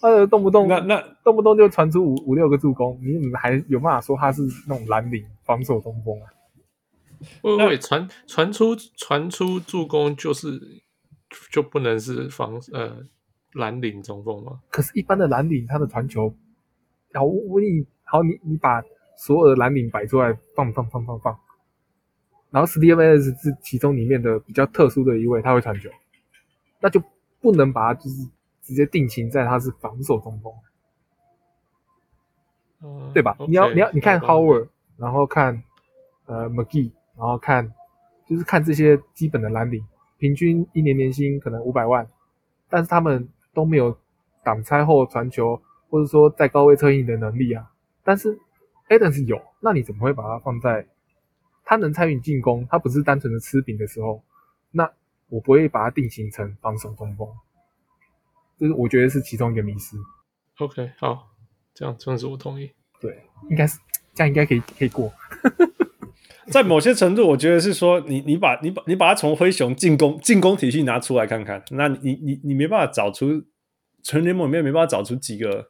[SPEAKER 2] 呃，动不动
[SPEAKER 1] 那那
[SPEAKER 2] 动不动就传出五五六个助攻，你怎么还有办法说他是那种蓝领防守中锋啊？
[SPEAKER 3] 喂喂，传传出传出助攻就是就不能是防呃蓝领中锋吗？
[SPEAKER 2] 可是，一般的蓝领他的传球，好，我你好，你你把所有的蓝领摆出来放放放放放，然后 Steven 是其中里面的比较特殊的一位，他会传球，那就不能把他就是直接定型在他是防守中锋，
[SPEAKER 3] 嗯
[SPEAKER 2] 对吧
[SPEAKER 3] OK，
[SPEAKER 2] 你要你要你看
[SPEAKER 3] 好吧
[SPEAKER 2] Howard，然后看呃 McGee，然后看就是看这些基本的蓝领，平均一年年薪可能五百万，但是他们都没有挡拆后传球或者说在高位策应的能力啊。但是 Adams 有，那你怎么会把他放在他能参与进攻，他不是单纯的吃饼的时候，那我不会把它定型成防守中锋，这是我觉得是其中一个迷失。
[SPEAKER 3] OK，好，这样算是我同意。
[SPEAKER 2] 对，应该是这样，应该可以可以过。
[SPEAKER 1] 在某些程度，我觉得是说你你把你把你把它从灰熊进攻进攻体系拿出来看看，那你你你没办法找出全联盟里面没办法找出几个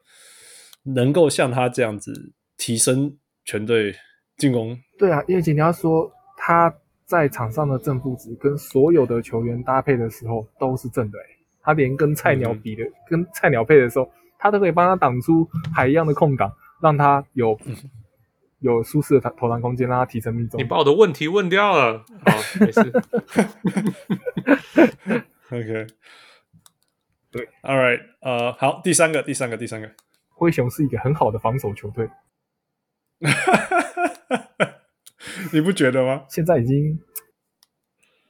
[SPEAKER 1] 能够像他这样子提升全队进攻。
[SPEAKER 2] 对啊，叶姐，你要说他在场上的正负值跟所有的球员搭配的时候都是正的、欸，他连跟菜鸟比的、跟菜鸟配的时候，他都可以帮他挡出海一样的空档，让他有、有舒适的投投篮空间，让他提升命中
[SPEAKER 3] 你。把我的问题问掉了，好，没事。
[SPEAKER 1] OK，
[SPEAKER 2] 对
[SPEAKER 1] ，All right，呃，好，第三个，第三个，第三个，
[SPEAKER 2] 灰熊是一个很好的防守球队，
[SPEAKER 1] 你不觉得吗？
[SPEAKER 2] 现在已经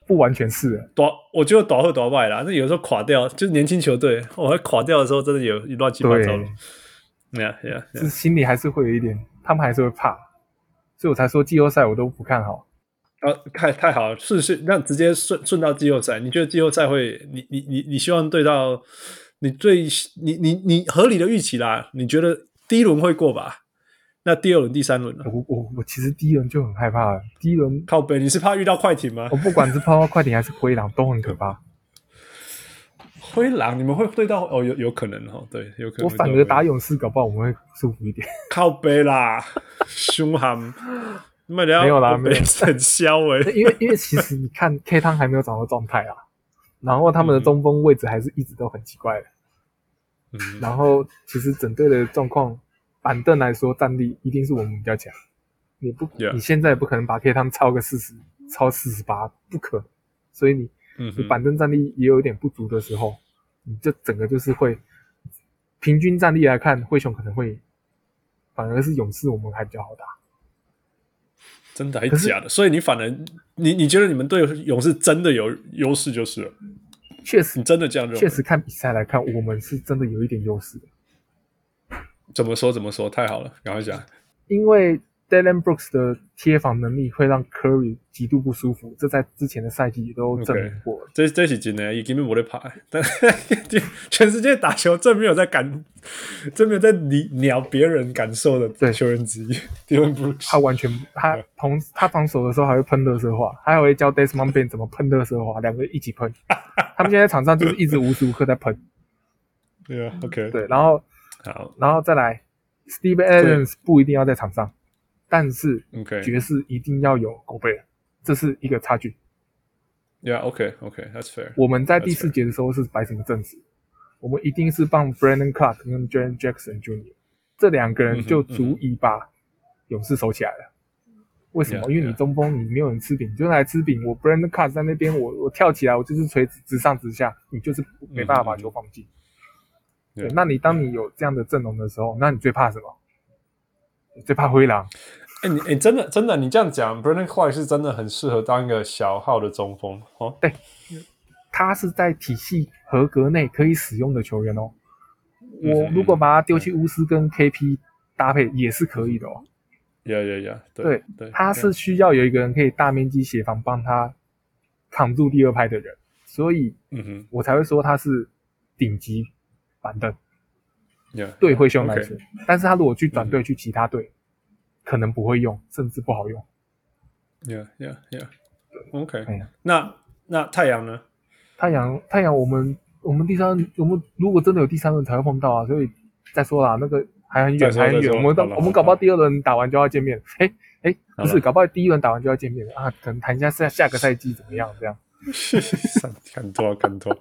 [SPEAKER 2] 不完全是了。
[SPEAKER 1] 短，我觉得短会短败啦。那有时候垮掉，就是年轻球队，我会垮掉的时候，真的有乱七八糟的
[SPEAKER 2] 对。
[SPEAKER 1] Yeah, yeah,
[SPEAKER 2] 就是
[SPEAKER 1] yeah.
[SPEAKER 2] 心里还是会有一点，他们还是会怕，所以我才说季后赛我都不看好。
[SPEAKER 1] 啊，太太好了，顺顺让直接顺顺到季后赛。你觉得季后赛会，你你你你希望对到你最你你你合理的预期啦？你觉得第一轮会过吧？那第二轮、第三轮呢？
[SPEAKER 2] 我我我其实第一轮就很害怕了，第一轮
[SPEAKER 1] 靠北，你是怕遇到快 艇吗
[SPEAKER 2] 哦我？不管是泡泡快艇还是灰狼都很可怕，
[SPEAKER 1] 灰狼，你们会对到哦，有有可能哦，对，有可能会对
[SPEAKER 2] 我
[SPEAKER 1] 到
[SPEAKER 2] 反
[SPEAKER 1] 灰狼。
[SPEAKER 2] 而打勇士，搞不好我们会舒服一 点。
[SPEAKER 1] 靠北啦，凶悍。没
[SPEAKER 2] 没有啦没有
[SPEAKER 1] 很消哎、
[SPEAKER 2] 因为因为其实你看 K 汤还没有找到状态啊，然后他们的中锋位置还是一直都很奇怪的，
[SPEAKER 1] 嗯，
[SPEAKER 2] 然后其实整队的状况，板凳来说战力一定是我们比较强，你不
[SPEAKER 1] Yeah
[SPEAKER 2] 你现在也不可能把 K 汤超个四十，超四十八不可能，所以你
[SPEAKER 1] 嗯
[SPEAKER 2] 你
[SPEAKER 1] 哼
[SPEAKER 2] 板凳战力也有一点不足的时候，你就整个就是会平均战力来看，灰熊可能会反而是勇士我们还比较好打。
[SPEAKER 1] 真的还假的？所以你反而你你觉得你们对勇士真的有优势就是了，
[SPEAKER 2] 确实
[SPEAKER 1] 你，真的这样认为？
[SPEAKER 2] 确实看比赛来看，我们是真的有一点优势的，
[SPEAKER 1] 怎么说怎么说？太好了，赶快讲。
[SPEAKER 2] 因为 Dylan Brooks 的贴防能力会让 Curry 极度不舒服，这在之前的赛季也都证明过了。
[SPEAKER 1] 这这是真的，已经没得拍，但 全世界打球最没有在感，最没有在理鸟别人感受的
[SPEAKER 2] 对
[SPEAKER 1] 球员之一 ，Dylan Brooks。
[SPEAKER 2] 他完全，他同他防守的时候还会喷热色话，他还会教 Desmond Bain 怎么喷热色话，两个一起喷。他们现在场上就是一直无时无刻在喷。
[SPEAKER 1] 对啊，OK，
[SPEAKER 2] 对，然后
[SPEAKER 1] 好
[SPEAKER 2] 然后再来，Steve Adams 不一定要在场上，但是爵
[SPEAKER 1] ，OK，Yeah，OK，OK，That's、
[SPEAKER 2] 士一定要有狗贝尔，这是一个差距。
[SPEAKER 1] That's fair。
[SPEAKER 2] 我们在第
[SPEAKER 1] That's
[SPEAKER 2] 四节的时候是摆什么阵势？我们一定是帮 Brandon Clark 跟 Jaren Jackson Jr. 这两个
[SPEAKER 1] 嗯
[SPEAKER 2] 人
[SPEAKER 1] 哼
[SPEAKER 2] 就足以把勇士守起来了。为什么
[SPEAKER 1] Yeah，
[SPEAKER 2] 因为你
[SPEAKER 1] yeah
[SPEAKER 2] 中锋你没有人吃饼，你就来吃饼。我 Brandon Clark 在那边，我我跳起来，我就是垂直直上直下，你就是没办法把球放进。对
[SPEAKER 1] 嗯 Yeah，
[SPEAKER 2] 那你当你有这样的阵容的时候，那你最怕什么？你最怕灰狼。
[SPEAKER 1] 哎、你哎、真的真的，你这样讲，Brandon Clark 是真的很适合当一个小号的中锋哦。
[SPEAKER 2] 他是在体系合格内可以使用的球员哦。
[SPEAKER 1] 嗯
[SPEAKER 2] 我如果把他丢去巫师跟 KP 搭配也是可以的哦。
[SPEAKER 1] 呀呀呀，对
[SPEAKER 2] 对
[SPEAKER 1] 嗯对，
[SPEAKER 2] 他是需要有一个人可以大面积协防帮他扛住第二排的人，所以
[SPEAKER 1] 嗯哼
[SPEAKER 2] 我才会说他是顶级板凳
[SPEAKER 1] 呀，
[SPEAKER 2] 对灰熊来说
[SPEAKER 1] OK。嗯
[SPEAKER 2] 但是他如果去转队去其他队，可能不会用，甚至不好用。
[SPEAKER 1] 呀呀呀，OK
[SPEAKER 2] 哎呀。
[SPEAKER 1] 那那太阳呢？
[SPEAKER 2] 太阳，太阳，我们我们第三，我们如果真的有第三轮才会碰到啊，所以再说啦，那个还很
[SPEAKER 1] 再
[SPEAKER 2] 远，
[SPEAKER 1] 说
[SPEAKER 2] 还
[SPEAKER 1] 再
[SPEAKER 2] 很远，
[SPEAKER 1] 说
[SPEAKER 2] 我们到
[SPEAKER 1] 好了
[SPEAKER 2] 我们搞不好第二轮打完就要见面，哎哎，不
[SPEAKER 1] 好了
[SPEAKER 2] 是，搞不好第一轮打完就要见面了啊，可能谈一下下下个赛季怎么样这样。
[SPEAKER 1] 看多看多，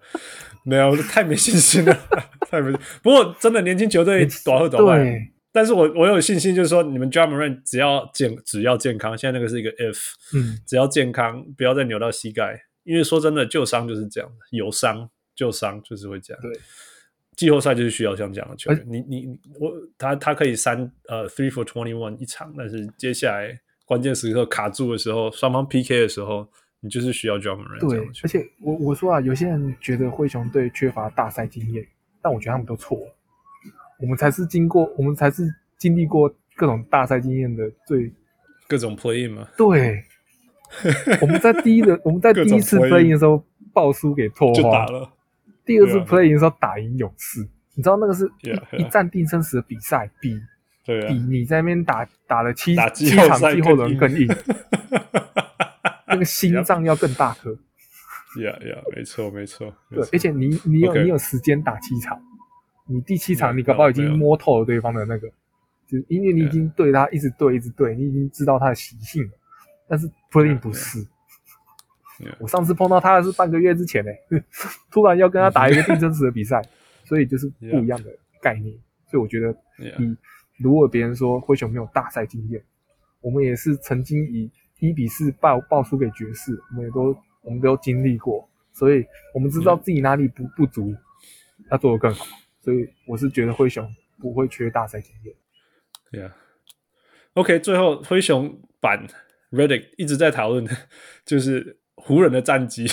[SPEAKER 1] 没有太没信心了， 太没信。不过真的年轻球队短后短外，
[SPEAKER 2] 对，
[SPEAKER 1] 但是我我有信心，就是说你们 d r u m m o n 只要健只要健康，现在那个是一个 if，
[SPEAKER 2] 嗯，
[SPEAKER 1] 只要健康，不要再扭到膝盖。因为说真的，旧伤就是这样，有伤旧伤就是会这样。
[SPEAKER 2] 对，
[SPEAKER 1] 季后赛就是需要像这样的球
[SPEAKER 2] 而
[SPEAKER 1] 员。你你你我他他可以三呃 three for twenty one 一场，但是接下来关键时刻卡住的时候，双方 PK 的时候，你就是需要 John Moran 这
[SPEAKER 2] 对
[SPEAKER 1] 样的，球
[SPEAKER 2] 而且我我说啊，有些人觉得灰熊队缺乏大赛经验，但我觉得他们都错了。我们才是经过，我们才是经历过各种大赛经验的最
[SPEAKER 1] 各种 play in 嘛，
[SPEAKER 2] 对。我们在第一轮，我们在第一次
[SPEAKER 1] 各种
[SPEAKER 2] play
[SPEAKER 1] play-in
[SPEAKER 2] in 的时候爆输给拓
[SPEAKER 1] 就打
[SPEAKER 2] 荒，
[SPEAKER 1] 了。
[SPEAKER 2] 第二次
[SPEAKER 1] 对啊
[SPEAKER 2] play in 的时候打赢勇士，你知道那个是一
[SPEAKER 1] Yeah, yeah
[SPEAKER 2] 一战定生死的比赛，比
[SPEAKER 1] 啊对啊
[SPEAKER 2] 比，你在那边打打了七
[SPEAKER 1] 打
[SPEAKER 2] 七
[SPEAKER 1] 季后
[SPEAKER 2] 场
[SPEAKER 1] 赛
[SPEAKER 2] 季后轮更 硬，那个心
[SPEAKER 1] Yeah
[SPEAKER 2] 脏要更大 颗。
[SPEAKER 1] 呀呀，没错没错，没
[SPEAKER 2] 对
[SPEAKER 1] 错，
[SPEAKER 2] 而且你你有
[SPEAKER 1] OK
[SPEAKER 2] 你有时间打七场，你第七场
[SPEAKER 1] 没有
[SPEAKER 2] 你搞不好已
[SPEAKER 1] 没
[SPEAKER 2] 经
[SPEAKER 1] 有
[SPEAKER 2] 摸透了对方的那个，就是因为你已经对他一直对一直对，你已经知道他的习性了。但是 Play 不是
[SPEAKER 1] Yeah，
[SPEAKER 2] 我上次碰到他是半个月之前呢、突然要跟他打一个定真实的比赛，所以就是不一样的概念。所以我觉得
[SPEAKER 1] Yeah
[SPEAKER 2] 你如果别人说灰熊没有大赛经验，我们也是曾经以一比四爆爆输给爵士，我们也都我们都经历过，所以我们知道自己哪里不不足，要做得更好。所以我是觉得灰熊不会缺大赛经验。
[SPEAKER 1] Yeah. OK，最后灰熊版 Reddick 一直在讨论的就是湖人的战绩，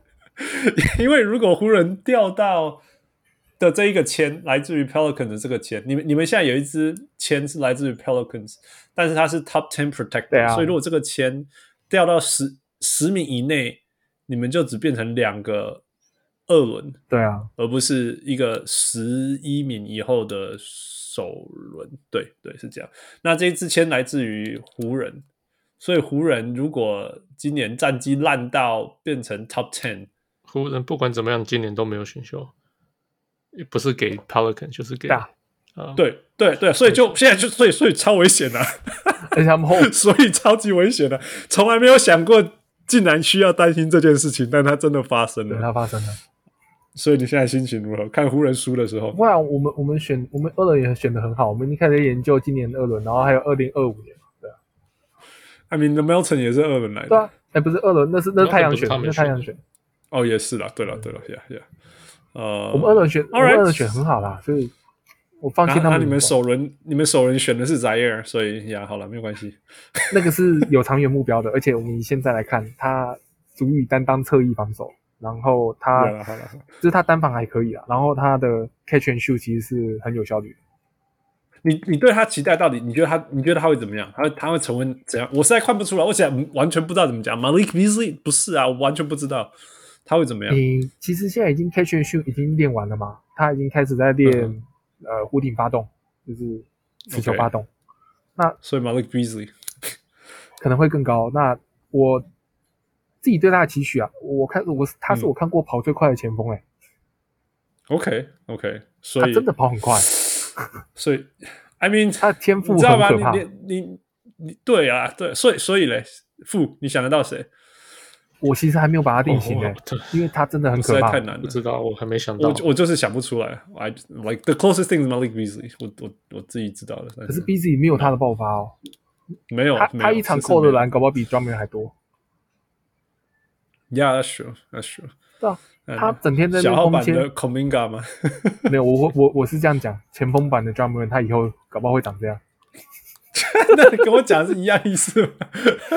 [SPEAKER 1] 因为如果湖人掉到的这一个签来自于 Pelicans 的这个签，你们你们现在有一支签是来自于 Pelicans，但是它是 Top Ten Protect，
[SPEAKER 2] 对啊
[SPEAKER 1] 所以如果这个签掉到十十米以内，你们就只变成两个二轮，
[SPEAKER 2] 对啊，
[SPEAKER 1] 而不是一个十一名以后的首轮。对对，是这样。那这一支签来自于湖人，所以湖人如果今年战绩烂到变成 Top Ten，
[SPEAKER 3] 湖人不管怎么样，今年都没有选秀，也不是给 Pelican 就是给
[SPEAKER 2] 对啊
[SPEAKER 3] 呃
[SPEAKER 1] 对对对，所以就现在就所以所以超危险的、
[SPEAKER 2] 而且他们后
[SPEAKER 1] 所以超级危险的、啊从来没有想过竟然需要担心这件事情，但它真的发生
[SPEAKER 2] 对
[SPEAKER 1] 了。
[SPEAKER 2] 它发生了。
[SPEAKER 1] 所以你现在心情如何？看湖人输的时候，
[SPEAKER 2] 不然我们我们选我们二轮也选的很好，我们已经开始研究今年的二轮，然后还有二零二五年。
[SPEAKER 1] I mean the Melton 也是二轮来的
[SPEAKER 2] 对。啊，哎，不是二轮，那是那是太阳选，
[SPEAKER 3] 那不是他们
[SPEAKER 2] 那是太阳选。
[SPEAKER 1] 哦，也是啦，对了，对了，呀呀，呃，
[SPEAKER 2] 我们二轮选，我
[SPEAKER 1] All right
[SPEAKER 2] 们二轮选很好啦，所以我放
[SPEAKER 1] 那
[SPEAKER 2] 心他
[SPEAKER 1] 那
[SPEAKER 2] 们。
[SPEAKER 1] 你们首轮你们首轮选的是 Zaire，所以呀，好了，没有关系。
[SPEAKER 2] 那个是有长远目标的，而且我们现在来看，他足以担当侧翼防守，然后他
[SPEAKER 1] 啊好了好了，
[SPEAKER 2] 就是他单防还可以啊，然后他的 catch and shoot 其实是很有效率的。
[SPEAKER 1] 你你对他期待到底？你觉得他你觉得他会怎么样？他会他会成为怎样？我实在看不出来，我现在完全不知道怎么讲。Malik Beasley 不是啊，我完全不知道他会怎么样。
[SPEAKER 2] 你其实现在已经 catch and shoot 已经练完了嘛，他已经开始在练、
[SPEAKER 1] 嗯
[SPEAKER 2] 呃弧顶发动，就是持球
[SPEAKER 1] OK
[SPEAKER 2] 发动
[SPEAKER 1] 所以 Malik Beasley，
[SPEAKER 2] 可能会更高。那我自己对他的期许啊，我看我他是
[SPEAKER 1] 嗯
[SPEAKER 2] 我看过跑最快的前锋哎、
[SPEAKER 1] OK OK，所
[SPEAKER 2] 他
[SPEAKER 1] 以
[SPEAKER 2] 真的跑 很快，
[SPEAKER 1] 所以 I mean
[SPEAKER 2] 他的天赋
[SPEAKER 1] 你
[SPEAKER 2] 很
[SPEAKER 1] 知道吗？
[SPEAKER 2] 可怕。
[SPEAKER 1] 你你你你对啊对，所以所以嘞，傅你想得到谁？
[SPEAKER 2] 我其实还没有把他定型
[SPEAKER 3] 我
[SPEAKER 2] 哎、
[SPEAKER 3] 我我
[SPEAKER 2] 因为他真的很
[SPEAKER 1] 哦实
[SPEAKER 2] 可
[SPEAKER 1] 在
[SPEAKER 2] 怕
[SPEAKER 1] 太。难
[SPEAKER 3] 不
[SPEAKER 1] 了。
[SPEAKER 3] 知道，我还没想到
[SPEAKER 1] 我。我就是想不出来，I like the closest thing is Malik Beasley，我我我自己知道的，但
[SPEAKER 2] 可是 B Z 没有他的爆发哦，
[SPEAKER 1] 没有
[SPEAKER 2] 他
[SPEAKER 1] 哦没有
[SPEAKER 2] 他一场扣的篮，搞不好比专门还多。
[SPEAKER 1] ，Yeah，that's true，that's true，
[SPEAKER 2] 对啊，
[SPEAKER 1] 嗯
[SPEAKER 2] 他整天在
[SPEAKER 1] 小
[SPEAKER 2] 那
[SPEAKER 1] 号
[SPEAKER 2] 空
[SPEAKER 1] 版
[SPEAKER 2] 间
[SPEAKER 1] 的 Cominga 吗？
[SPEAKER 2] 没有，我我我是这样讲，前锋版的 d r u m m e r 他以后搞不好会长这样。
[SPEAKER 1] 那跟我讲的是一样意思吗？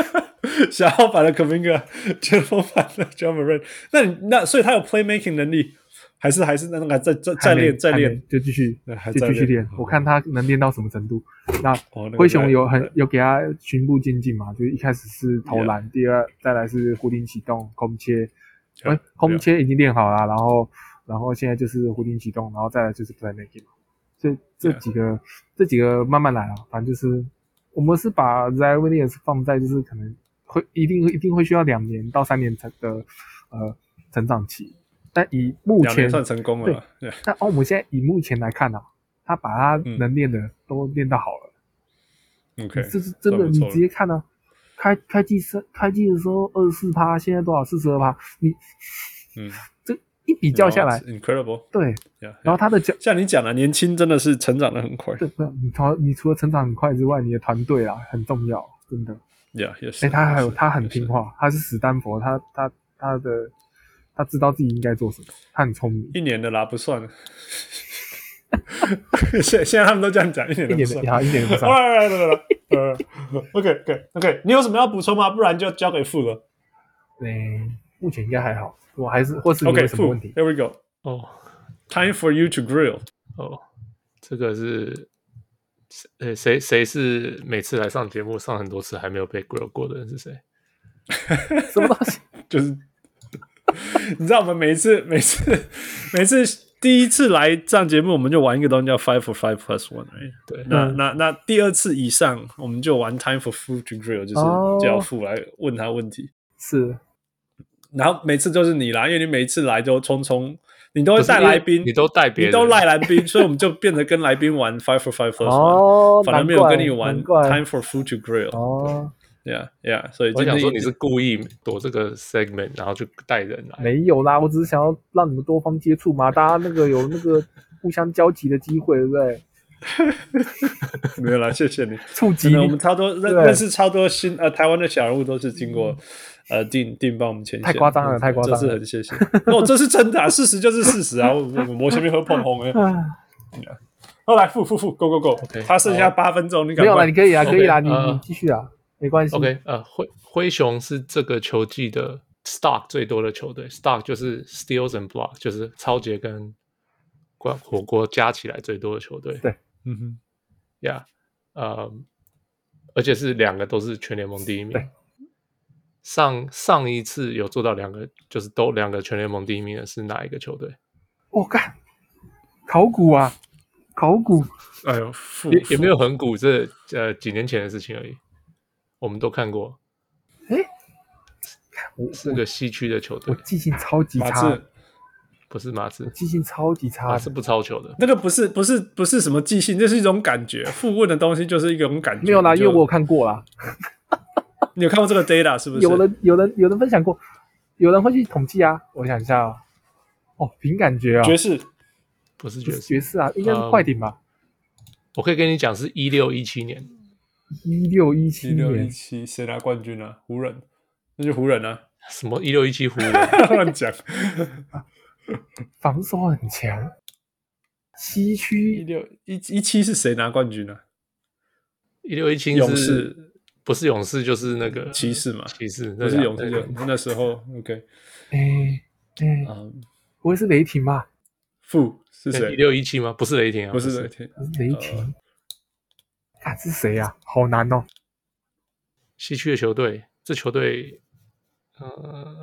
[SPEAKER 1] 小号版的 Cominga，前锋版的 j a m a r a n 那你那所以他有 playmaking 能力，还是还是那个再再再
[SPEAKER 2] 还没
[SPEAKER 1] 练再
[SPEAKER 2] 还没
[SPEAKER 1] 练？
[SPEAKER 2] 就继续
[SPEAKER 1] 对还
[SPEAKER 2] 就
[SPEAKER 1] 在
[SPEAKER 2] 继续
[SPEAKER 1] 练
[SPEAKER 2] 练，我看他能练到什么程度。那
[SPEAKER 1] 哦那个
[SPEAKER 2] 灰熊
[SPEAKER 1] 在
[SPEAKER 2] 有很有给他循步渐进嘛，就是一开始是投篮，第二再来是弧顶启动、空切，
[SPEAKER 1] Yeah，
[SPEAKER 2] 哎，空
[SPEAKER 1] yeah
[SPEAKER 2] 切已经练好了，然后然后现在就是弧顶启动，然后再来就是 playmaking 嘛。这这
[SPEAKER 1] Yeah
[SPEAKER 2] 几个这几个慢慢来啊，反正就是我们是把 Zion Williams 放在就是可能会一定一定会需要两年到三年成的呃成长期，但以目
[SPEAKER 1] 两
[SPEAKER 2] 前
[SPEAKER 1] 年算成功了吧，Yeah，
[SPEAKER 2] 但哦，我们现在以目前来看啊，他把他
[SPEAKER 1] 嗯
[SPEAKER 2] 能练的都练到好了，
[SPEAKER 1] ，OK，
[SPEAKER 2] 这是真
[SPEAKER 1] 算
[SPEAKER 2] 的，
[SPEAKER 1] 不
[SPEAKER 2] 你
[SPEAKER 1] 错了
[SPEAKER 2] 直接看啊，开开季三开季的时候二十四趴，现在多少四十二趴，你
[SPEAKER 1] 嗯，
[SPEAKER 2] 这一比较下来，
[SPEAKER 1] ，incredible，
[SPEAKER 2] 对，
[SPEAKER 1] Yeah，
[SPEAKER 2] 然后他的脚，
[SPEAKER 1] 像你讲的，年轻真的是成长的很快
[SPEAKER 2] 对，不，你从你除了成长很快之外，你的团队啊很重要，真的。
[SPEAKER 1] ，Yeah，也是，
[SPEAKER 2] 哎，他还
[SPEAKER 1] 也
[SPEAKER 2] 有
[SPEAKER 1] 是
[SPEAKER 2] 他很
[SPEAKER 1] 也是
[SPEAKER 2] 听话，他是史丹佛，他他他的他知道自己应该做什么，他很聪明，
[SPEAKER 1] 一年的啦，不算。现现在他们都这样讲，一年
[SPEAKER 2] 一
[SPEAKER 1] 都不算。
[SPEAKER 2] 点的他一点 都不差。
[SPEAKER 1] 哎，对对对，呃，OK OK OK，你有什么要补充吗？不然就交给傅了。
[SPEAKER 2] 哎，目前应该还好，我还是或是你有
[SPEAKER 1] OK，
[SPEAKER 2] 什么
[SPEAKER 1] 傅
[SPEAKER 2] 问题？
[SPEAKER 1] ，Here we go。
[SPEAKER 3] 哦
[SPEAKER 1] Time for you to grill。
[SPEAKER 3] 哦，这个是谁呃谁谁是每次来上节目上很多次还没有被 grill 过的人是谁？
[SPEAKER 2] 什么东西？
[SPEAKER 1] 就是你知道，我们每一次、每次、每次第一次来上节目，我们就玩一个东西叫 Five for Five Plus One，、right?
[SPEAKER 3] 对，
[SPEAKER 1] 那
[SPEAKER 2] 嗯
[SPEAKER 1] 那那第二次以上，我们就玩 Time for Food to Grill，
[SPEAKER 2] 哦
[SPEAKER 1] 就是叫父来问他问题。
[SPEAKER 2] 是
[SPEAKER 1] 然后每次就是你啦，因为你每一次来都匆匆，你都会带
[SPEAKER 3] 不是因为
[SPEAKER 1] 来宾，
[SPEAKER 3] 你都带
[SPEAKER 1] 你
[SPEAKER 3] 别人
[SPEAKER 1] 都赖来宾，所以我们就变得跟来宾玩 Five for Five Plus One，、
[SPEAKER 2] 哦，
[SPEAKER 1] 反而
[SPEAKER 2] 难
[SPEAKER 1] 没有
[SPEAKER 2] 怪
[SPEAKER 1] 跟你玩
[SPEAKER 2] 难怪
[SPEAKER 1] Time for Food to Grill、
[SPEAKER 2] 哦，
[SPEAKER 1] Yeah, yeah，所以
[SPEAKER 3] 我
[SPEAKER 1] 今
[SPEAKER 3] 想
[SPEAKER 1] 天
[SPEAKER 3] 说你是故意躲这个 segment，然后就带人来。
[SPEAKER 2] 没有啦，我只是想要让你们多方接触嘛，大家那个有那个互相交集的机会，对不对？
[SPEAKER 1] 没有啦，谢谢你。
[SPEAKER 2] 触
[SPEAKER 1] 真
[SPEAKER 2] 及
[SPEAKER 1] 的，我们超多认
[SPEAKER 2] 对嗯
[SPEAKER 1] 认识超多新呃台湾的小人物，都是经过呃定定帮我们牵线，
[SPEAKER 2] 太夸张了
[SPEAKER 1] 嗯
[SPEAKER 2] 太夸张了
[SPEAKER 1] 这是很谢谢。 哦，这是真的、啊，事实就是事实 啊！我我我前面会碰红哎。
[SPEAKER 2] 啊，
[SPEAKER 1] 后来付付付，go go go，
[SPEAKER 3] OK，
[SPEAKER 1] 他剩下八分钟，你
[SPEAKER 2] 没
[SPEAKER 1] 赶
[SPEAKER 2] 有啦，
[SPEAKER 1] 快
[SPEAKER 2] 你。可以啊，
[SPEAKER 3] OK，
[SPEAKER 2] 可以啦，你
[SPEAKER 3] 呃
[SPEAKER 2] 你继续啊，没关系。
[SPEAKER 3] OK，呃，灰灰熊是这个球季的 stock 最多的球队，stock 就是 steals and block，就是超杰跟火火锅加起来最多的球队。
[SPEAKER 2] 对
[SPEAKER 1] 嗯哼，
[SPEAKER 3] 呀，呃，而且是两个都是全联盟第一名
[SPEAKER 2] 对。
[SPEAKER 3] 上上一次有做到两个，就是都两个全联盟第一名的是哪一个球队？
[SPEAKER 2] 我干，考古啊，考古，
[SPEAKER 1] 哎呦，付
[SPEAKER 3] 也也没有很古，这呃几年前的事情而已，我们都看过。
[SPEAKER 2] 诶我
[SPEAKER 3] 是个西区的球
[SPEAKER 2] 我
[SPEAKER 3] 队，
[SPEAKER 2] 记性超级
[SPEAKER 1] 马
[SPEAKER 2] 差
[SPEAKER 1] 刺，
[SPEAKER 3] 不是马刺，
[SPEAKER 2] 记性超级差
[SPEAKER 3] 马，刺不超球的。
[SPEAKER 1] 那个不是不是不是什么即兴，这是一种感觉。付问的东西就是一种感觉。
[SPEAKER 2] 没有啦，
[SPEAKER 1] 你
[SPEAKER 2] 因
[SPEAKER 1] 就
[SPEAKER 2] 为我有看过啦，
[SPEAKER 1] 你有看过这个 data 是不是？
[SPEAKER 2] 有人有人有人分享过，有人会去统计啊，我想一下哦，哦，凭感觉啊，
[SPEAKER 1] 爵士嗯
[SPEAKER 3] 不是
[SPEAKER 2] 不
[SPEAKER 3] 爵
[SPEAKER 2] 是
[SPEAKER 3] 士，
[SPEAKER 2] 爵士啊，应该是快艇吧，
[SPEAKER 3] 我可以跟你讲，是一六一七年，
[SPEAKER 2] 一六一七
[SPEAKER 1] 一六一
[SPEAKER 2] 年，
[SPEAKER 1] 七谁拿冠军啊？湖人，那就湖人啊，
[SPEAKER 3] 什么一六一七湖人，
[SPEAKER 1] 乱讲。
[SPEAKER 2] 防守很强，西
[SPEAKER 1] 一
[SPEAKER 2] 区
[SPEAKER 1] 六一一七是谁拿冠军啊呢、
[SPEAKER 3] 一六一七
[SPEAKER 1] 勇士
[SPEAKER 3] 不是勇士就是那个
[SPEAKER 1] 骑士嘛
[SPEAKER 3] 骑士
[SPEAKER 1] 不
[SPEAKER 3] 那
[SPEAKER 1] 是
[SPEAKER 3] 两
[SPEAKER 1] 勇士，
[SPEAKER 3] 队
[SPEAKER 1] 就那时候 OK
[SPEAKER 2] 哎哎，
[SPEAKER 3] 嗯
[SPEAKER 1] 啊、
[SPEAKER 2] 不会是雷霆吧？
[SPEAKER 1] 富是
[SPEAKER 3] 一
[SPEAKER 1] 谁？
[SPEAKER 3] 六一七吗？不是雷霆啊，
[SPEAKER 1] 不
[SPEAKER 3] 不
[SPEAKER 1] 是天
[SPEAKER 2] 不是雷
[SPEAKER 1] 呃
[SPEAKER 2] 霆，啊是谁呀？好难哦，
[SPEAKER 3] 西区的球队，这球队，呃，